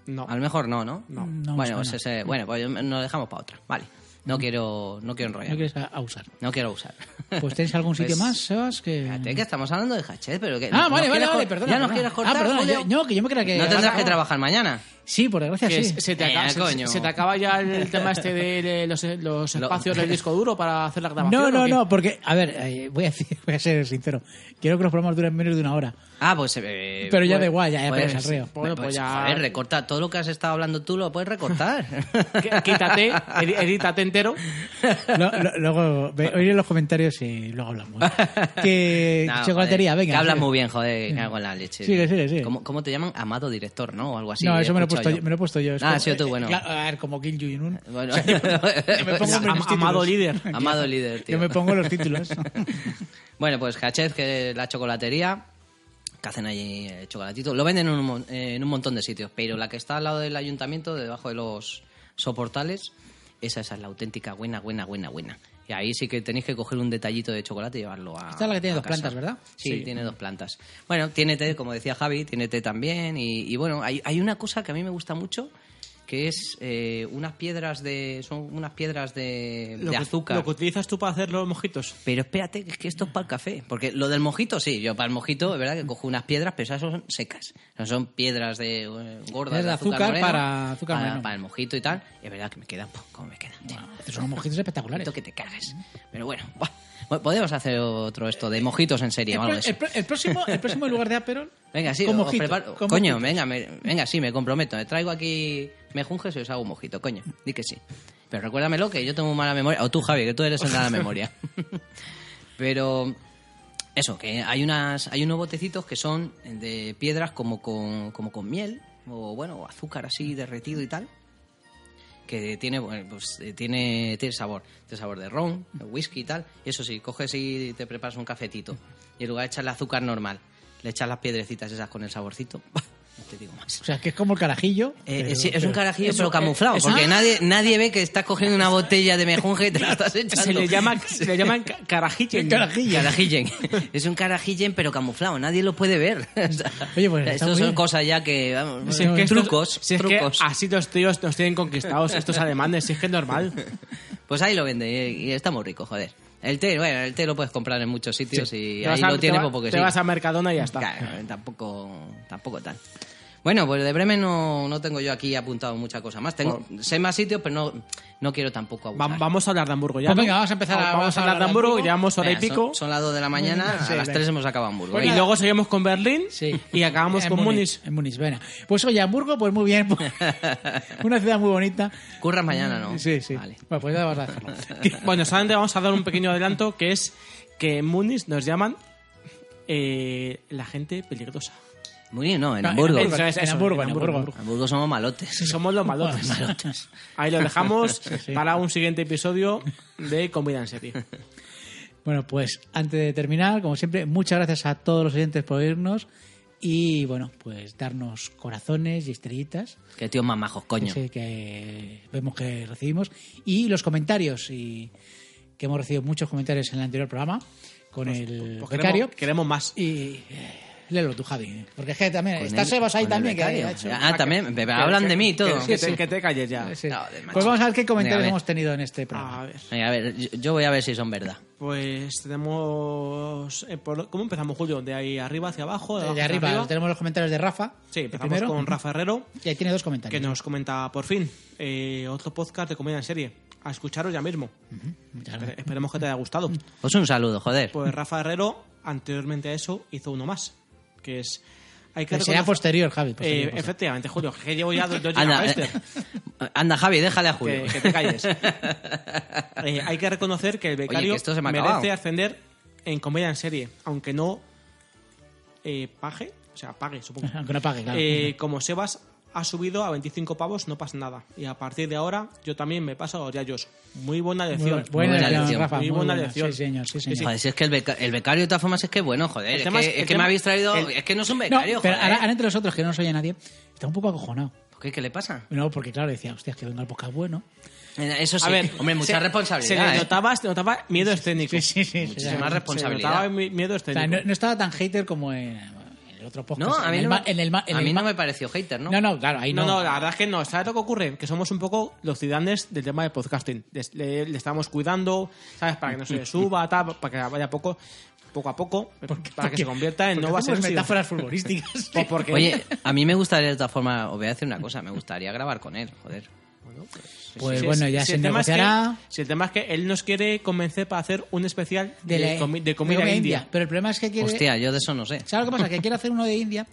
Speaker 3: No.
Speaker 2: A lo mejor no, ¿no?
Speaker 1: No. No, me
Speaker 2: bueno, pues
Speaker 1: suena. Mm.
Speaker 2: ese- bueno, pues nos dejamos para otra. Vale. No quiero, no quiero
Speaker 1: No
Speaker 2: enrollar.
Speaker 1: quieres a- a usar.
Speaker 2: No quiero usar.
Speaker 1: Pues tenéis algún sitio
Speaker 2: Pues,
Speaker 1: más, Sebas, que...
Speaker 2: Espérate, que estamos hablando de hachet, pero que.
Speaker 1: Ah,
Speaker 2: ¿nos
Speaker 1: vale, vale,
Speaker 2: quieres
Speaker 1: vale,
Speaker 2: cor-
Speaker 1: perdona.
Speaker 2: ¿Ya nos
Speaker 1: perdona.
Speaker 2: quieres cortar?
Speaker 1: Ah, perdona,
Speaker 2: Julio?
Speaker 1: yo- no, que yo me creía que...
Speaker 2: No tendrás
Speaker 1: Ah,
Speaker 2: que trabajar mañana.
Speaker 1: Sí, por desgracia,
Speaker 3: Que
Speaker 1: sí.
Speaker 3: se, te
Speaker 2: Eh,
Speaker 3: acaba, se-
Speaker 2: coño.
Speaker 3: se te acaba ya el tema este de de los, los
Speaker 2: Lo-
Speaker 3: espacios del disco duro para hacer la grabación.
Speaker 1: No,
Speaker 3: ¿o
Speaker 1: no,
Speaker 3: qué?
Speaker 1: no, porque... A ver, eh, voy a, decir- voy a ser sincero. Quiero que los programas duren menos de una hora.
Speaker 2: Ah, pues. eh,
Speaker 1: Pero ya
Speaker 2: pues-
Speaker 1: da igual, ya, ya pegas al reo.
Speaker 3: Bueno, pues ya-
Speaker 2: joder, recorta todo lo que has estado hablando tú, lo puedes recortar.
Speaker 3: Qu- Quítate, edi- edítate entero.
Speaker 1: Lo- lo- luego, ve- oiré los comentarios y luego hablamos. Que...
Speaker 2: No,
Speaker 1: chocolatería,
Speaker 2: joder,
Speaker 1: venga.
Speaker 2: Que hablas
Speaker 1: sigue.
Speaker 2: muy bien, joder, que hago en la leche.
Speaker 1: Sigue, sigue, sigue.
Speaker 2: ¿Cómo, cómo te llaman? Amado director, ¿no? O algo así.
Speaker 1: no, eso me lo, he
Speaker 2: escuchado
Speaker 1: puesto yo. me lo he puesto yo. es
Speaker 2: Ah,
Speaker 1: como-
Speaker 2: ha sido tú,
Speaker 1: eh,
Speaker 2: bueno.
Speaker 1: claro, A ver, como Kill You in un...
Speaker 2: Bueno.
Speaker 1: me pongo
Speaker 3: Am-
Speaker 1: hombre, los
Speaker 3: amado
Speaker 1: títulos.
Speaker 3: líder.
Speaker 2: Amado líder, tío.
Speaker 1: Yo me pongo los títulos.
Speaker 2: Bueno, pues Hachez, que es la chocolatería, que hacen allí eh, chocolatito. Lo venden en un, mon- eh, en un montón de sitios, pero la que está al lado del ayuntamiento, debajo de los soportales, esa, esa es la auténtica buena, buena, buena, buena. Y ahí sí que tenéis que coger un detallito de chocolate y llevarlo a.
Speaker 1: Esta es la que tiene
Speaker 2: a
Speaker 1: dos
Speaker 2: casa.
Speaker 1: plantas, ¿verdad?
Speaker 2: Sí, tiene dos plantas. Bueno, tiene té, como decía Javi, tiene té también. Y, y bueno, hay, hay una cosa que a mí me gusta mucho que es eh, unas piedras de son unas piedras de,
Speaker 3: Lo
Speaker 2: de
Speaker 3: que-
Speaker 2: azúcar
Speaker 3: Lo que utilizas tú para hacer los mojitos.
Speaker 2: pero espérate, que es que esto es para el café. Porque lo del mojito, sí, yo para el mojito, es verdad que cojo unas piedras, pero esas son secas. No son piedras de eh, gordas
Speaker 1: Es
Speaker 2: de azúcar,
Speaker 1: azúcar
Speaker 2: moreno,
Speaker 1: para azúcar
Speaker 2: para,
Speaker 1: moreno.
Speaker 2: para el mojito y tal. Y es verdad que me quedan, po, como me quedan. tío.
Speaker 1: Son mojitos espectaculares.
Speaker 2: Mojito que te cagas. Pero bueno, buah. Bueno, podemos hacer otro esto de mojitos en serie
Speaker 1: El,
Speaker 2: o algo
Speaker 1: pro-
Speaker 2: de eso.
Speaker 1: el pro- el próximo, el próximo en lugar de Aperol.
Speaker 2: Venga, sí,
Speaker 1: con
Speaker 2: os
Speaker 1: mojito,
Speaker 2: preparo-
Speaker 1: con
Speaker 2: Coño,
Speaker 1: mojito.
Speaker 2: venga, me- venga, sí, me comprometo. Me traigo aquí mejunjes y os hago un mojito, coño. Di que sí. Pero recuérdamelo que yo tengo muy mala memoria. O tú, Javi, que tú eres en mala memoria. Pero eso, que hay unas, hay unos botecitos que son de piedras como con, como con miel, o bueno, azúcar así derretido y tal. Que tiene, bueno, pues, eh, tiene, tiene sabor. Tiene sabor de ron, de whisky y tal. Y eso sí, coges y te preparas un cafetito. Y en lugar de echarle azúcar normal, le echas las piedrecitas esas con el saborcito. No te digo más.
Speaker 1: O sea, que es como el carajillo.
Speaker 2: Eh,
Speaker 1: pero-
Speaker 2: eh, sí, es
Speaker 1: pero-
Speaker 2: un carajillo
Speaker 3: eso,
Speaker 2: pero camuflado,
Speaker 3: eh, eso-
Speaker 2: porque nadie, nadie ve que estás cogiendo una botella de mejunje y te la estás echando.
Speaker 3: Se le, llama, se le llaman ca- carajillos.
Speaker 2: Carajillen. Es un carajillen, pero camuflado. Nadie lo puede ver. O sea,
Speaker 1: Oye, pues, está
Speaker 2: Estos
Speaker 1: muy
Speaker 2: son
Speaker 1: bien.
Speaker 2: cosas ya que... Vamos, eh,
Speaker 3: Si es que estos-
Speaker 2: trucos.
Speaker 3: si es que
Speaker 2: trucos.
Speaker 3: así los tíos nos tienen conquistados, estos alemanes, si es que es normal.
Speaker 2: Pues ahí lo vende y, y está muy rico, joder. El té, bueno, el té lo puedes comprar en muchos sitios y ahí
Speaker 3: Te vas a-
Speaker 2: lo tiene
Speaker 3: te va-
Speaker 2: pues porque
Speaker 3: te
Speaker 2: sí.
Speaker 3: vas a Mercadona y ya está.
Speaker 2: Claro, eh, tampoco, tampoco tal. Bueno, pues de Bremen no, no tengo yo aquí apuntado mucha cosa más. Tengo, sé más sitios, pero no, no quiero tampoco
Speaker 3: Va-
Speaker 2: abusar.
Speaker 3: vamos a hablar de Hamburgo ya.
Speaker 1: Pues
Speaker 3: ¿no?
Speaker 1: venga, vamos a empezar a-
Speaker 3: Vamos a hablar de Hamburgo, llevamos hora y
Speaker 2: Venga, son-
Speaker 3: pico.
Speaker 2: Son, las 2 de la mañana,
Speaker 1: Sí,
Speaker 2: a las
Speaker 1: venga.
Speaker 2: 3 hemos acabado Hamburgo.
Speaker 3: Y luego seguimos con Berlín
Speaker 1: Sí.
Speaker 3: y acabamos
Speaker 1: Eh, En
Speaker 3: con Múnich.
Speaker 1: En Múnich, venga. Pues oye, Hamburgo, pues muy bien. pues, Una ciudad muy bonita.
Speaker 2: Curras mañana, ¿no?
Speaker 1: Sí, sí.
Speaker 2: Oh, Vale.
Speaker 1: Bueno, pues ya vas a dejarlo.
Speaker 3: Bueno, solamente vamos a dar un pequeño adelanto que es que en Múnich nos llaman eh, la gente peligrosa.
Speaker 2: Muy no, en
Speaker 1: No, en
Speaker 2: Hamburgo.
Speaker 1: Hamburgo,
Speaker 3: Eso es,
Speaker 1: en
Speaker 3: eso,
Speaker 1: Hamburgo,
Speaker 3: en
Speaker 1: en
Speaker 3: Hamburgo.
Speaker 1: Hamburgo.
Speaker 2: Hamburgo somos malotes.
Speaker 3: Somos los malotes. Ahí lo dejamos para un siguiente episodio de Comida en Serie.
Speaker 1: Bueno, pues antes de terminar, como siempre, muchas gracias a todos los oyentes por oírnos y, bueno, pues darnos corazones y estrellitas,
Speaker 2: Qué tíos más majos,
Speaker 1: que,
Speaker 2: coño.
Speaker 1: sé que vemos que recibimos, y los comentarios, y que hemos recibido muchos comentarios en el anterior programa con el
Speaker 3: Pues
Speaker 1: becario.
Speaker 3: queremos, queremos más.
Speaker 1: Y eh, léelo tú, Javi, porque es que también
Speaker 2: Con
Speaker 1: está
Speaker 2: el-
Speaker 1: Sebas ahí
Speaker 2: con el
Speaker 1: también, que
Speaker 2: becario.
Speaker 1: ha hecho-
Speaker 2: Ah, también, me- me hablan de mí y todo.
Speaker 3: Que, que te, que te calles ya.
Speaker 1: Sí.
Speaker 2: Joder, macho.
Speaker 1: pues vamos a ver qué comentarios
Speaker 2: Venga, a ver.
Speaker 1: hemos tenido en este programa.
Speaker 3: A ver.
Speaker 2: Venga, a ver, yo, yo voy a ver si son verdad.
Speaker 3: Pues tenemos. eh, por- ¿Cómo empezamos, Julio? ¿De ahí arriba hacia abajo?
Speaker 1: De
Speaker 3: abajo hacia
Speaker 1: arriba, tenemos los comentarios de Rafa.
Speaker 3: Sí,
Speaker 1: el
Speaker 3: empezamos
Speaker 1: primero,
Speaker 3: con Rafa Herrero,
Speaker 1: Y ahí tiene dos
Speaker 3: que
Speaker 1: comentarios.
Speaker 3: nos comenta por fin eh, otro podcast de comida en serie. A escucharos ya mismo.
Speaker 1: Muchas
Speaker 3: Espere-
Speaker 1: gracias.
Speaker 3: Esperemos que te haya gustado.
Speaker 2: Pues un saludo, joder.
Speaker 3: Pues Rafa Herrero, anteriormente a eso, hizo uno más, que es... Hay que
Speaker 1: Será
Speaker 3: reconocer-
Speaker 1: posterior, Javi.
Speaker 3: Eh,
Speaker 1: posterior, posterior.
Speaker 3: efectivamente, Julio, que llevo ya dos, dos
Speaker 2: Anda,
Speaker 1: este.
Speaker 3: gigabytes.
Speaker 2: eh, anda, Javi, déjale a Julio.
Speaker 3: que, que te calles. Eh, hay que reconocer que el becario
Speaker 2: que esto se me ha
Speaker 3: merece
Speaker 2: acabado.
Speaker 3: ascender en comedia en serie, aunque no eh, pague, o sea, pague, supongo.
Speaker 1: Aunque no pague,
Speaker 2: Ah,
Speaker 1: claro.
Speaker 3: Eh, como Sebas ha subido a 25 pavos, no pasa nada. Y a partir de ahora, yo también me paso a los yayos. Muy buena
Speaker 1: Muy
Speaker 3: lección.
Speaker 1: buena, buena
Speaker 2: buena
Speaker 1: elección,
Speaker 2: elección.
Speaker 1: Rafa.
Speaker 3: Muy
Speaker 1: muy
Speaker 3: buena elección.
Speaker 1: elección. Sí, señor, sí, señor.
Speaker 2: Joder, si es que el, beca- el becario de todas formas es que bueno, joder.
Speaker 3: El
Speaker 2: Es que,
Speaker 3: tema es-
Speaker 2: es
Speaker 3: el
Speaker 2: que
Speaker 3: tema-
Speaker 2: me habéis traído...
Speaker 3: el-
Speaker 2: Es que no es un
Speaker 1: No,
Speaker 2: becario,
Speaker 1: pero
Speaker 2: joder.
Speaker 1: ahora, ahora entre nosotros, que no nos oye nadie, está un poco acojonado.
Speaker 2: ¿Por ¿Qué, ¿Qué le pasa?
Speaker 1: No, porque claro, decía, hostia, es que venga el podcast bueno.
Speaker 2: Eh, Eso sí,
Speaker 3: A ver,
Speaker 2: hombre, mucha
Speaker 3: se- Se
Speaker 2: responsabilidad.
Speaker 3: le
Speaker 2: ¿eh?
Speaker 3: notaba, se notaba miedo escénico.
Speaker 1: Sí, sí, sí.
Speaker 2: Muchísima
Speaker 1: o sea,
Speaker 2: responsabilidad.
Speaker 3: Se notaba mi- miedo
Speaker 1: o
Speaker 3: escénico.
Speaker 1: sea, no, no estaba tan hater como en, en el otro podcast.
Speaker 2: No, a
Speaker 1: en
Speaker 2: mí,
Speaker 1: el
Speaker 2: no,
Speaker 1: ma- en el ma- en
Speaker 2: a
Speaker 1: el
Speaker 2: mí
Speaker 1: ma-
Speaker 2: no me pareció hater, ¿no?
Speaker 1: No, no, claro, ahí
Speaker 3: No,
Speaker 1: no.
Speaker 3: no, la verdad es que no. ¿Sabes lo que ocurre? Que somos un poco los ciudadanos del tema de podcasting. Les- Le, le estamos cuidando, ¿sabes? Para que no se le suba, tal, para que vaya poco, poco a poco, para que se convierta en
Speaker 1: porque
Speaker 3: nuevas
Speaker 1: hacemos
Speaker 3: sensibilidades.
Speaker 1: metáforas futbolísticas.
Speaker 3: Pues porque
Speaker 2: Oye, a mí me gustaría de todas formas, os voy a decir una cosa, me gustaría grabar con él, joder.
Speaker 1: Pues
Speaker 3: si-
Speaker 1: bueno,
Speaker 3: si-
Speaker 1: ya
Speaker 3: si
Speaker 1: se
Speaker 3: el tema es que-
Speaker 1: negociará.
Speaker 3: si el tema es que él nos quiere convencer para hacer un especial de,
Speaker 1: de, la-
Speaker 3: comi- de
Speaker 1: de
Speaker 3: comida india.
Speaker 1: Pero el problema es que quiere.
Speaker 2: Hostia, yo de eso no sé.
Speaker 1: ¿Sabes lo que pasa? Que quiere hacer uno de India,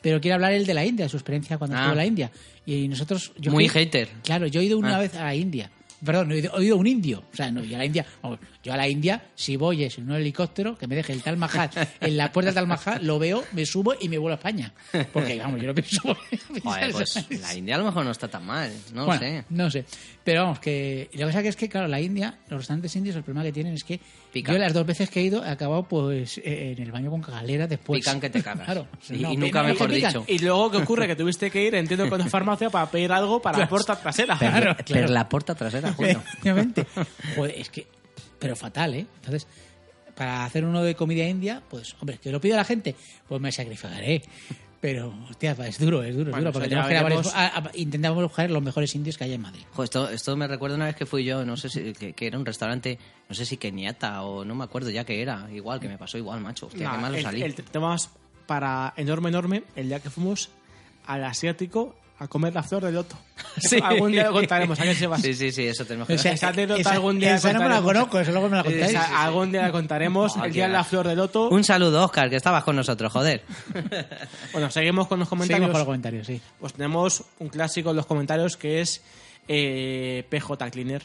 Speaker 1: pero quiere hablar el de la India, su experiencia cuando
Speaker 2: Ah.
Speaker 1: estuvo en la India. Y nosotros. Yo
Speaker 2: Muy
Speaker 1: fui-
Speaker 2: hater.
Speaker 1: Claro, yo he ido una
Speaker 2: Ah.
Speaker 1: vez a la India. Perdón, he ido, he ido a un indio. O sea, no, yo a la India. vamos, yo a la India, si voy es en un helicóptero, que me deje el Tal Mahal en la puerta del Tal Mahal, lo veo, me subo y me vuelvo a España. Porque, vamos, yo no pienso.
Speaker 2: Joder, pues la India a lo mejor no está tan mal, no
Speaker 1: Bueno,
Speaker 2: sé.
Speaker 1: No sé. Pero vamos, que lo que pasa que es que, claro, la India, los restaurantes indios, el problema que tienen es que
Speaker 2: Pican.
Speaker 1: yo las dos veces que he ido he acabado pues eh, en el baño con cagalera después.
Speaker 2: Pican que te cagas.
Speaker 1: Claro.
Speaker 2: Y- y nunca
Speaker 1: pican,
Speaker 2: mejor
Speaker 1: pican.
Speaker 2: dicho.
Speaker 3: Y luego, ¿qué ocurre? Que tuviste que ir, entiendo, con la farmacia para pedir algo para la puerta trasera.
Speaker 1: Claro.
Speaker 2: Pero la puerta trasera, Julio.
Speaker 1: Efectivamente. Joder, es que... Pero fatal, ¿eh? Entonces, para hacer uno de comida india, pues, hombre, que lo pida la gente, pues me sacrificaré. Pero, hostia, pues, es duro, es duro, es duro.
Speaker 3: Bueno, eso
Speaker 1: Porque tenemos
Speaker 3: ya
Speaker 1: que ir a varios-
Speaker 3: veremos.
Speaker 1: a- a- ah, intentamos buscar los mejores indios que haya en Madrid.
Speaker 2: Jo, esto, esto me recuerda una vez que fui yo, no sé si, que, que era un restaurante, no sé si keniata o no me acuerdo ya que era, igual, que me pasó igual, macho. Hostia,
Speaker 3: Nah,
Speaker 2: qué malo
Speaker 3: el,
Speaker 2: salí.
Speaker 3: el tema es para enorme, enorme, el día que fuimos al asiático a comer la flor de loto.
Speaker 2: Sí.
Speaker 3: Algún día lo contaremos, ¿a qué se va?
Speaker 2: Sí, sí, sí, eso tenemos que
Speaker 1: O sea,
Speaker 3: Esa anécdota algún día
Speaker 1: esa no me la
Speaker 3: contaremos.
Speaker 1: conozco, eso luego me la contáis.
Speaker 3: Esa- algún día la contaremos,
Speaker 2: Ah,
Speaker 3: el
Speaker 2: qué
Speaker 3: día de la
Speaker 2: asco.
Speaker 3: flor de loto.
Speaker 2: Un saludo, Oscar, que estabas con nosotros, joder.
Speaker 3: Bueno, seguimos con los comentarios.
Speaker 1: Seguimos con los comentarios, sí.
Speaker 3: Pues tenemos un clásico en los comentarios que es eh, PJ Cleaner,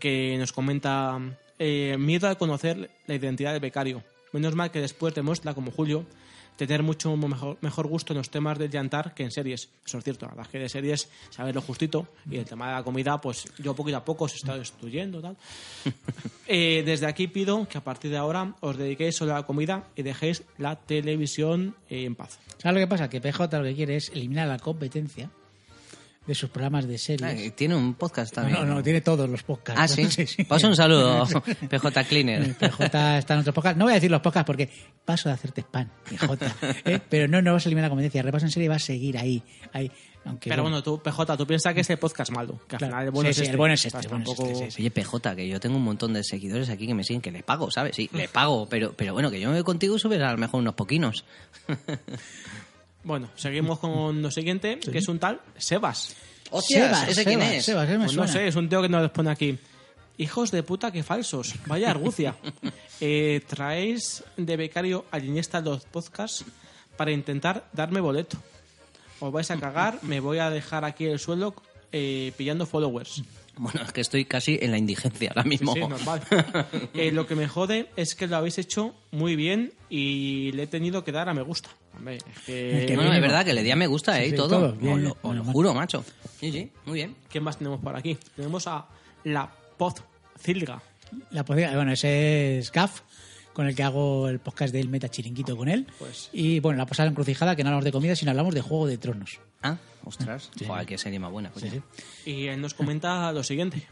Speaker 3: que nos comenta eh, miedo al conocer la identidad del becario. Menos mal que después demuestra, como Julio, tener mucho mejor, mejor gusto en los temas del llantar que en series. Eso es cierto, la verdad es que de series saber lo justito y el tema de la comida, pues yo poquito a poco se está destruyendo. Tal. Eh, desde aquí pido que a partir de ahora os dediquéis solo a la comida y dejéis la televisión eh, en paz.
Speaker 1: ¿Sabes lo que pasa? Que PJ lo que quiere es eliminar la competencia de sus programas de
Speaker 2: Ah,
Speaker 1: series.
Speaker 2: Tiene un podcast
Speaker 1: No,
Speaker 2: también.
Speaker 1: no, no, tiene todos los podcasts.
Speaker 2: Ah, sí. Pasa un saludo, PJ Cleaner.
Speaker 1: PJ está en otros podcasts. No voy a decir los podcasts porque paso de hacerte spam, PJ. ¿eh? Pero no, no vas a eliminar la competencia. Repaso en serie va a seguir ahí. ahí. Aunque,
Speaker 3: Pero bueno, tú, PJ, tú piensas que este podcast es malo. Que al
Speaker 1: Claro.
Speaker 3: final el bueno
Speaker 1: Sí,
Speaker 3: es
Speaker 1: sí,
Speaker 3: este.
Speaker 1: el bueno es este,
Speaker 3: O sea,
Speaker 1: el bueno es
Speaker 3: tampoco-
Speaker 1: este, sí, sí.
Speaker 2: Oye, PJ, que yo tengo un montón de seguidores aquí que me siguen, que les pago, ¿sabes? Sí, les pago, pero, pero bueno, que yo me voy contigo y subes a lo mejor unos poquinos.
Speaker 3: Bueno, seguimos con lo siguiente, que es un tal Sebas.
Speaker 2: Hostias,
Speaker 1: Sebas,
Speaker 2: ¿ese
Speaker 1: Sebas,
Speaker 2: quién es?
Speaker 1: Sebas, ¿eh? me
Speaker 3: Pues no
Speaker 1: suena.
Speaker 3: sé, es un tío que nos pone aquí. Hijos de puta, que falsos. Vaya argucia. Eh, traéis de becario a Iniesta los podcasts para intentar darme boleto. Os vais a cagar, me voy a dejar aquí el suelo eh, pillando followers.
Speaker 2: Bueno, es que estoy casi en la indigencia ahora
Speaker 3: Sí,
Speaker 2: mismo.
Speaker 3: sí, normal. Eh, lo que me jode es que lo habéis hecho muy bien y le he tenido que dar a me gusta. Hombre, es que...
Speaker 1: Es que
Speaker 2: No,
Speaker 1: bien,
Speaker 2: no, es
Speaker 1: ¿no?
Speaker 2: verdad que le di a me gusta, ¿eh?
Speaker 1: Sí,
Speaker 2: y
Speaker 1: sí,
Speaker 2: todo.
Speaker 1: todo,
Speaker 2: Os
Speaker 1: bien,
Speaker 2: lo, os
Speaker 1: bueno,
Speaker 2: lo
Speaker 1: macho.
Speaker 2: juro, macho. Sí, sí, muy bien.
Speaker 3: ¿Quién más tenemos por aquí? Tenemos a la Poz Cilga.
Speaker 1: La podría- bueno, ese es Gaf, con el que hago el podcast del Meta Chiringuito con él.
Speaker 3: Pues-
Speaker 1: Y bueno, la pasada encrucijada, que no hablamos de comida, sino hablamos de Juego de Tronos.
Speaker 2: Ah, ostras. Joder, qué serie más buena. coño.
Speaker 3: Y él nos comenta lo siguiente.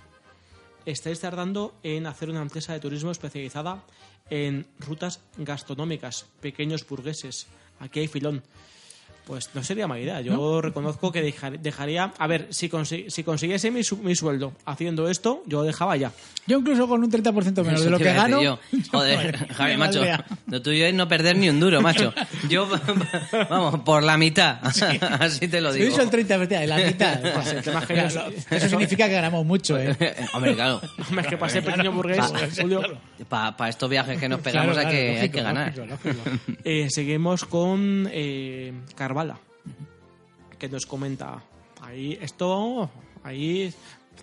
Speaker 3: Estáis tardando en hacer una empresa de turismo especializada en rutas gastronómicas, pequeños burgueses. Aquí hay filón. Pues no sería mala idea. Yo reconozco que dejar- dejaría... A ver, si, consi- si consiguiese mi, su- mi sueldo haciendo esto, yo lo dejaba ya.
Speaker 1: Yo incluso con un 30% menos
Speaker 2: Eso
Speaker 1: de lo
Speaker 2: te
Speaker 1: que
Speaker 2: iba a decir
Speaker 1: gano.
Speaker 2: yo. Joder,
Speaker 1: Joder,
Speaker 2: Javi,
Speaker 1: qué
Speaker 2: macho.
Speaker 1: maldea.
Speaker 2: Lo tuyo es no perder ni un duro, macho. Yo, vamos, por la mitad. Así te lo
Speaker 1: Yo he
Speaker 2: digo.
Speaker 1: dicho el 30%, la mitad.
Speaker 3: Pues el tema es que
Speaker 1: Claro,
Speaker 3: yo-
Speaker 1: eso significa que ganamos mucho, ¿eh?
Speaker 2: Hombre, claro.
Speaker 3: Es que para ser pequeño burgués, eh, Julio...
Speaker 2: Para estos viajes que nos pegamos
Speaker 1: Claro,
Speaker 2: hay, que,
Speaker 1: claro,
Speaker 2: hay que
Speaker 1: lógico,
Speaker 2: ganar.
Speaker 1: lógico, lógico.
Speaker 3: Eh, seguimos con eh, Carvala, que nos comenta. Ahí, esto, ahí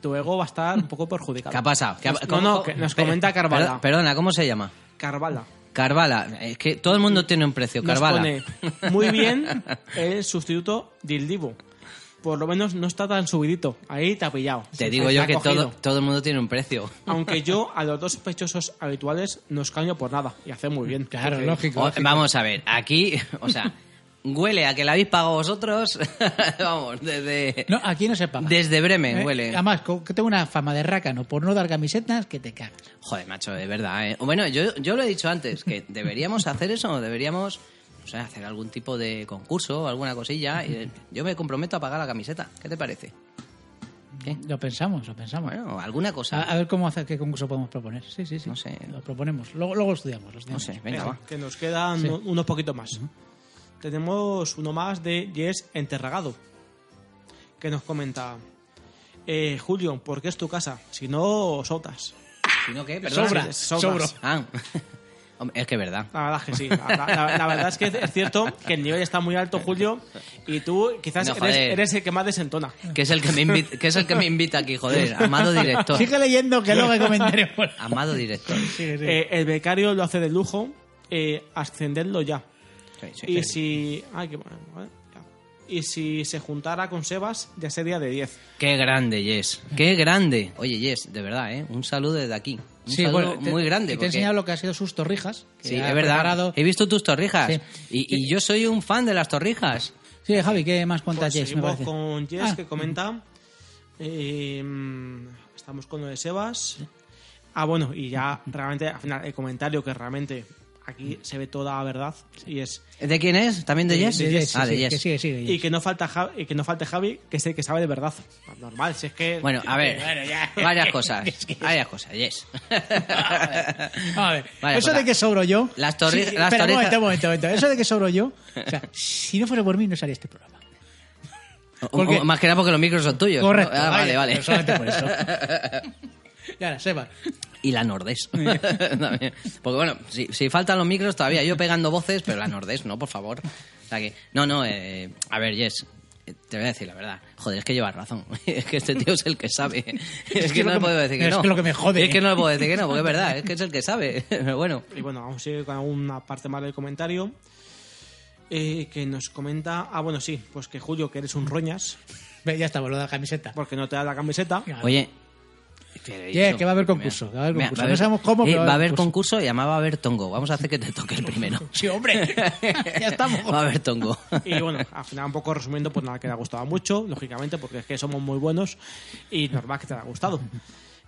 Speaker 3: tu ego va a estar un poco perjudicado.
Speaker 2: ¿Qué ha pasado? ¿Qué ha-
Speaker 3: Nos-
Speaker 2: cómo-
Speaker 3: no, Pues, no,
Speaker 2: cómo-
Speaker 3: que nos
Speaker 2: per-
Speaker 3: comenta Carvala.
Speaker 2: per- Perdona, ¿cómo se llama?
Speaker 3: Carvala.
Speaker 2: Carvala. Es que todo el mundo tiene un precio.
Speaker 3: Nos
Speaker 2: Carvala.
Speaker 3: pone, muy bien el sustituto del Divo. Por lo menos no está tan subidito. Ahí te ha pillado.
Speaker 2: Te digo
Speaker 3: Te
Speaker 2: yo
Speaker 3: ha
Speaker 2: que todo,
Speaker 3: cogido.
Speaker 2: todo el mundo tiene un precio.
Speaker 3: Aunque yo a los dos sospechosos habituales nos cambio por nada. Y hace muy bien.
Speaker 1: Claro,
Speaker 3: Porque-
Speaker 1: lógico.
Speaker 2: O-
Speaker 1: lógico.
Speaker 2: vamos a ver, aquí, o sea, huele a que la habéis pagado vosotros. vamos, desde,
Speaker 1: No, aquí no se paga.
Speaker 2: desde Bremen
Speaker 1: Eh,
Speaker 2: huele.
Speaker 1: Además, co- que tengo una fama de rácano por no dar camisetas que te cagas.
Speaker 2: Joder, macho, de verdad. ¿eh? Bueno, yo, yo lo he dicho antes, que deberíamos hacer eso, deberíamos no sé, hacer algún tipo de concurso, alguna cosilla. y, eh, yo me comprometo a pagar la camiseta. ¿Qué te parece?
Speaker 1: Lo pensamos, lo pensamos.
Speaker 2: Bueno, alguna
Speaker 1: a, a
Speaker 2: cosa.
Speaker 1: ver cómo hacer, qué concurso podemos proponer. Sí, sí, sí.
Speaker 2: No sé.
Speaker 1: Lo proponemos. Luego, luego estudiamos. lo
Speaker 2: No
Speaker 1: estudiamos.
Speaker 2: sé, venga,
Speaker 3: Venga,
Speaker 2: va.
Speaker 3: que nos quedan u- unos poquitos más. Tenemos uno más de Jess Enterragado, que nos comenta, eh, Julio, ¿por qué es tu casa? Si no, sotas.
Speaker 2: Si no, ¿qué? Perdona.
Speaker 1: Sobra,
Speaker 3: sobras.
Speaker 1: sobro.
Speaker 2: Ah, hombre, es que es verdad.
Speaker 3: La verdad es que sí. La, la- la verdad es que es cierto que el nivel está muy alto, Julio, y tú quizás
Speaker 2: No,
Speaker 3: eres,
Speaker 2: joder.
Speaker 3: eres el que más desentona.
Speaker 2: Que es el que me invita, que es el que me invita aquí, joder. Amado director.
Speaker 1: Sigue leyendo que luego hay comentarios.
Speaker 2: Amado director.
Speaker 1: Sigue, sigue.
Speaker 3: Eh, el becario lo hace de lujo, eh, ascenderlo ya.
Speaker 2: Sí, sí,
Speaker 3: Y
Speaker 2: sí.
Speaker 3: si... ay, qué bueno, vale, ya. Y si se juntara con Sebas, ya sería de 10.
Speaker 2: Qué grande, Yes. Qué grande. Oye, Yes, de verdad, ¿eh? Un saludo desde aquí. Un
Speaker 1: Sí,
Speaker 2: saludo
Speaker 1: bueno, te-
Speaker 2: muy
Speaker 1: y
Speaker 2: grande.
Speaker 1: Te he
Speaker 2: porque-
Speaker 1: enseñado lo que ha sido sus torrijas. que
Speaker 2: Sí,
Speaker 1: ha
Speaker 2: es verdad.
Speaker 1: preparado.
Speaker 2: He visto tus torrijas.
Speaker 1: Sí.
Speaker 2: Y, y yo soy un fan de las torrijas.
Speaker 1: Sí, Javi, ¿qué más cuentas,
Speaker 3: Pues
Speaker 1: Jess? Me
Speaker 3: seguimos
Speaker 1: parece?
Speaker 3: con Jess
Speaker 1: Ah.
Speaker 3: que comenta. eh, estamos con lo de Sebas. Ah, bueno, y ya realmente al final el comentario que realmente aquí se ve toda la verdad y es
Speaker 2: ¿De quién es? ¿También de, Yes?
Speaker 1: De Jess,
Speaker 2: ah,
Speaker 1: sí,
Speaker 2: de
Speaker 1: sí,
Speaker 2: Yes.
Speaker 1: que sigue, sigue,
Speaker 3: y
Speaker 1: Jess.
Speaker 3: que no falta Javi, y que no falte Javi, que es el que sabe de verdad. Normal, si es que
Speaker 2: Bueno, a ver.
Speaker 1: Bueno, ya.
Speaker 2: Varias cosas.
Speaker 1: Es que-
Speaker 2: Varias cosas, Yes.
Speaker 1: A ver,
Speaker 2: Vale,
Speaker 1: eso
Speaker 2: pues,
Speaker 1: de que sobro yo.
Speaker 2: las torri- las
Speaker 1: espera, un
Speaker 2: torrijas-
Speaker 1: momento, un momento, un momento. Eso de que sobro yo. O sea, si no fuera por mí, no salía este programa.
Speaker 2: O-
Speaker 1: Porque-
Speaker 2: o- Más que nada porque los micros son tuyos.
Speaker 1: Correcto.
Speaker 2: Ah, vale, vale.
Speaker 1: pero solamente por eso. Y ahora, Seba.
Speaker 2: Y la Nordés. También. Porque bueno, si, si faltan los micros todavía, yo pegando voces, pero la Nordés no, por favor. O sea que, no, no, eh, a ver, Jess, eh, te voy a decir la verdad. Joder, es que llevas razón. Es que este tío es el que sabe. Es
Speaker 1: que
Speaker 2: que
Speaker 1: lo que me-
Speaker 2: no le puedo decir que
Speaker 1: es
Speaker 2: no.
Speaker 1: que lo que me jode.
Speaker 2: Es que no le puedo decir que no, porque es verdad, es que es el que sabe. Pero bueno,
Speaker 3: Y bueno, vamos a ir con alguna parte más del comentario. eh, que nos comenta. Ah, bueno, sí, pues que Julio, que eres un roñas,
Speaker 1: Ve, Ya está, lo de la camiseta.
Speaker 3: porque no te da la camiseta.
Speaker 2: oye. te lo he
Speaker 1: Jess,
Speaker 2: dicho.
Speaker 1: que va a haber concurso, que va a haber
Speaker 2: Mira,
Speaker 1: concurso. No sabemos cómo, pero
Speaker 2: eh, va a haber concurso y además va a haber tongo. Vamos a hacer que te toque el primero.
Speaker 1: Sí, hombre. ya estamos.
Speaker 2: Va a haber tongo.
Speaker 3: Y bueno, al final, un poco resumiendo, pues nada, que le ha gustado mucho, lógicamente, porque es que somos muy buenos y normal que te haya gustado.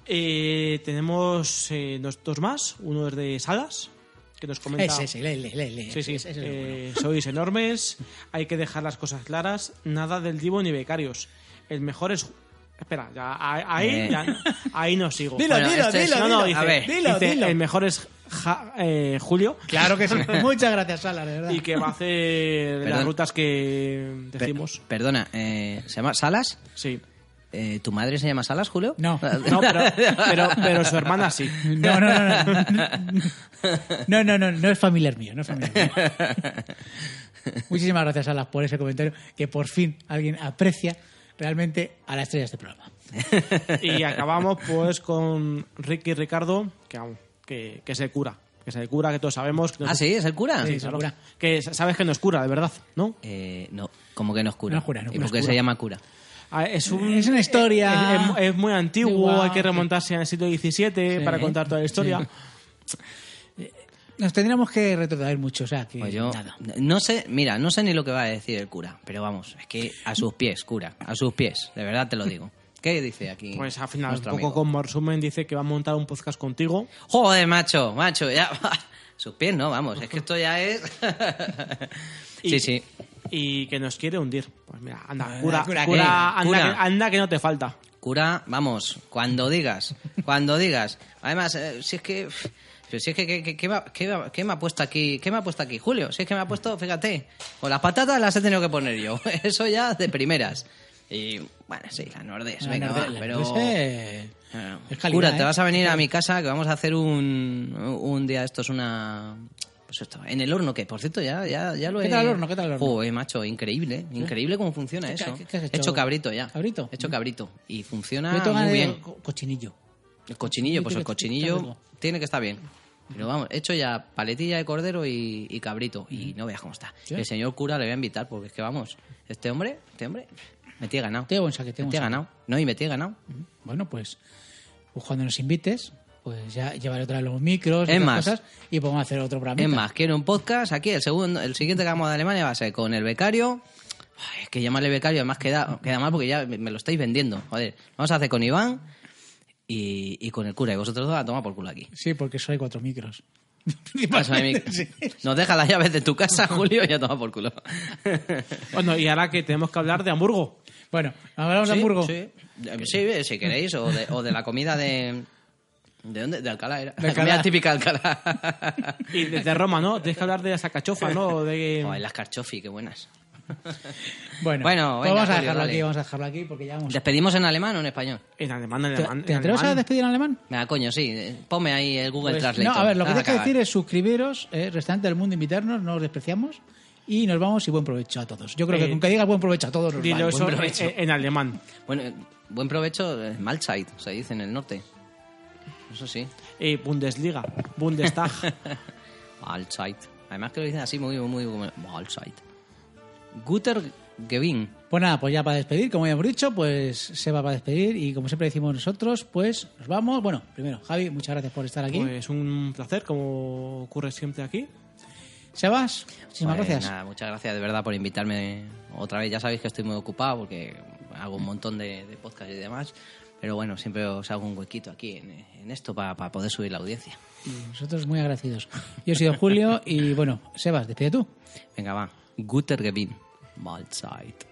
Speaker 3: Eh, tenemos eh, dos, dos más, uno es de Salas, que nos comenta...
Speaker 1: Ese, ese, lee, lee, lee, lee.
Speaker 3: Sí, sí,
Speaker 1: Ese, ese es el bueno.
Speaker 3: eh, sois enormes, hay que dejar las cosas claras, nada del divo ni becarios. El mejor es... Espera, ya, a- ahí,
Speaker 2: Eh.
Speaker 3: ya- ahí no sigo.
Speaker 1: Dilo,
Speaker 2: Bueno,
Speaker 1: dilo,
Speaker 2: este es-
Speaker 1: dilo,
Speaker 3: no, no,
Speaker 1: dilo.
Speaker 3: dice,
Speaker 2: a ver,
Speaker 1: dilo,
Speaker 3: dice,
Speaker 1: dilo.
Speaker 3: el mejor es Ja- eh, Julio.
Speaker 1: Claro que sí. Muchas gracias, Sala, de verdad.
Speaker 3: Y que va a hacer las
Speaker 2: Perdón.
Speaker 3: rutas que
Speaker 2: Per-
Speaker 3: decimos.
Speaker 2: perdona, eh, ¿se llama Salas?
Speaker 3: Sí.
Speaker 2: Eh, ¿Tu madre se llama Salas, Julio? Ah,
Speaker 1: No.
Speaker 3: No, pero, pero, pero su hermana sí.
Speaker 1: No, no, no, no. No, no, no, no es familiar mío, no es familiar mío. Muchísimas gracias, Alas, por ese comentario, que por fin alguien aprecia realmente a la estrella de este programa.
Speaker 3: Y acabamos pues con Ricky Ricardo, que, vamos, que, que se cura. que es el cura que todos sabemos. que nos-
Speaker 2: Ah, sí, es el cura.
Speaker 3: Sí,
Speaker 1: es el
Speaker 3: claro.
Speaker 1: cura.
Speaker 3: Que sabes que no es cura, de verdad, ¿no?
Speaker 2: Eh, no, como que no es cura.
Speaker 1: No es cura, no
Speaker 2: ¿Y
Speaker 1: es
Speaker 2: por qué
Speaker 1: cura.
Speaker 2: se llama cura?
Speaker 3: Ah, Es, un-
Speaker 1: Es una historia.
Speaker 3: Es, es- es muy antiguo,
Speaker 1: Antigua.
Speaker 3: hay que remontarse al siglo XVII para contar toda la historia.
Speaker 1: Nos tendríamos que retroceder mucho, o sea, que
Speaker 2: Pues yo
Speaker 1: nada.
Speaker 2: no sé, mira, no sé ni lo que va a decir el cura, pero vamos, es que a sus pies, cura, a sus pies, de verdad te lo digo. ¿Qué dice aquí?
Speaker 3: Pues al final, un
Speaker 2: nuestro
Speaker 3: poco
Speaker 2: amigo?
Speaker 3: como resumen, dice que va a montar un podcast contigo.
Speaker 2: Joder, macho, macho, ya. Sus pies no, vamos, es que esto ya es.
Speaker 3: Y-
Speaker 2: sí, sí.
Speaker 3: Y que nos quiere hundir. Pues mira, anda,
Speaker 2: Ah,
Speaker 3: cura,
Speaker 2: cura,
Speaker 3: cura,
Speaker 2: ¿qué?
Speaker 3: anda,
Speaker 2: Cura.
Speaker 3: Que, anda que no te falta.
Speaker 2: Cura, vamos, cuando digas, cuando digas. Además, eh, si es que. pff, pero Si es que, que- que- que va- que va- que me ha puesto aquí? ¿Qué me ha puesto aquí, Julio? Si es que me ha puesto, fíjate, con las patatas las he tenido que poner yo. Eso ya de primeras. Y bueno, sí, las nordés,
Speaker 1: La
Speaker 2: pues venga,
Speaker 1: Nordea-
Speaker 2: va,
Speaker 1: la
Speaker 2: pero.
Speaker 1: Nordea es-
Speaker 2: Ah,
Speaker 1: Es calidad,
Speaker 2: Cura, te
Speaker 1: ¿eh?
Speaker 2: vas a venir a mi casa que vamos a hacer un, un día, esto es una... Pues esto, en el horno, que por cierto ya, ya, ya lo he...
Speaker 1: ¿Qué tal el horno? ¿Qué tal el horno?
Speaker 2: Joder, macho, increíble, increíble cómo funciona
Speaker 1: ¿Qué-
Speaker 2: eso.
Speaker 1: qué- qué has hecho?
Speaker 2: He hecho cabrito ya.
Speaker 1: ¿Cabrito?
Speaker 2: He hecho cabrito y funciona
Speaker 1: Yo tengo
Speaker 2: Ah, muy
Speaker 1: ganas de
Speaker 2: bien.
Speaker 1: co- cochinillo.
Speaker 2: El cochinillo, pues el
Speaker 1: Cochinillo
Speaker 2: cochinillo
Speaker 1: rico.
Speaker 2: tiene que estar bien. Pero vamos, he hecho ya paletilla de cordero y, y cabrito y no veas cómo está.
Speaker 1: Mm. ¿Sí?
Speaker 2: El señor cura le voy a invitar porque es que vamos, este hombre, este hombre, me tiene ganado.
Speaker 1: Tengo buen saque,
Speaker 2: me
Speaker 1: tengo
Speaker 2: tiene
Speaker 1: buen
Speaker 2: ganado. No, y me tiene ganado.
Speaker 1: Bueno, pues, pues cuando nos invites, pues ya llevaré otra vez los micros y
Speaker 2: Es
Speaker 1: otras
Speaker 2: más.
Speaker 1: cosas y podemos hacer otro programa.
Speaker 2: Es más, quiero un podcast. Aquí el segundo, el siguiente que vamos a Alemania va a ser con el becario. Ay, es que llamarle becario además queda, queda mal porque ya me me lo estáis vendiendo. Joder, vamos a hacer con Iván y, y con el cura. Y vosotros dos a tomar por culo aquí.
Speaker 1: Sí, porque solo hay cuatro micros.
Speaker 2: Eso, ahí mi-
Speaker 1: Sí.
Speaker 2: Nos deja las llaves de tu casa, Julio, y a tomar por culo.
Speaker 3: Bueno, y ahora que tenemos que hablar de Hamburgo.
Speaker 1: Bueno, hablamos de Hamburgo.
Speaker 2: Sí, sí, sí, si queréis, o de, o de la comida de... ¿De dónde? De Alcalá era.
Speaker 1: De
Speaker 2: La comida
Speaker 1: Alcalá.
Speaker 2: típica de Alcalá.
Speaker 3: Y de, de Roma, ¿no? Tienes que hablar de esa cachofa, ¿no? De,
Speaker 2: Joder, las carchofi, qué buenas.
Speaker 1: Bueno,
Speaker 2: Bueno,
Speaker 1: pues
Speaker 2: venga,
Speaker 1: vamos a
Speaker 2: Julio,
Speaker 1: dejarlo
Speaker 2: dale.
Speaker 1: aquí, vamos a dejarlo aquí porque ya vamos.
Speaker 2: ¿Despedimos en alemán o en español?
Speaker 3: En alemán, en
Speaker 1: ¿Te,
Speaker 3: alemán.
Speaker 1: te
Speaker 3: en
Speaker 1: atreves a
Speaker 3: alemán.
Speaker 1: despedir en alemán?
Speaker 2: Nada, coño, sí. eh, Ponme ahí el Google
Speaker 1: Pues,
Speaker 2: Translate.
Speaker 1: no, a ver, lo que
Speaker 2: Vas
Speaker 1: tienes que
Speaker 2: cagar.
Speaker 1: decir es suscribiros, eh, restante del mundo, invitarnos, no os despreciamos y nos vamos y buen provecho a todos. Yo creo que
Speaker 3: Eh,
Speaker 1: con que digas buen provecho a todos nos
Speaker 3: Dilo
Speaker 1: vale.
Speaker 3: eso
Speaker 1: Buen
Speaker 3: en,
Speaker 1: provecho.
Speaker 3: en- en alemán.
Speaker 2: Bueno, eh, buen provecho, eh, Mahlzeit, se dice en el norte. Eso sí,
Speaker 3: Eh, Bundesliga, Bundestag.
Speaker 2: Mahlzeit. Además que lo dicen así muy, muy, muy Mahlzeit. Guter Gewinn.
Speaker 1: Pues nada, pues ya para despedir, como ya hemos dicho, pues se va para despedir y como siempre decimos nosotros, pues nos vamos. Bueno, primero, Javi, muchas gracias por estar aquí.
Speaker 3: Pues un placer, como ocurre siempre aquí.
Speaker 1: Sebas, muchísimas
Speaker 2: Pues
Speaker 1: gracias.
Speaker 2: nada, muchas gracias de verdad por invitarme otra vez. Ya sabéis que estoy muy ocupado porque hago un montón de, de podcasts y demás. Pero bueno, siempre os hago un huequito aquí en, en esto para poder subir la audiencia.
Speaker 1: Y Nosotros muy agradecidos. Yo he sido Julio y bueno, Sebas, despide tú.
Speaker 2: Venga, va. Guter Gewinn. Mahlzeit.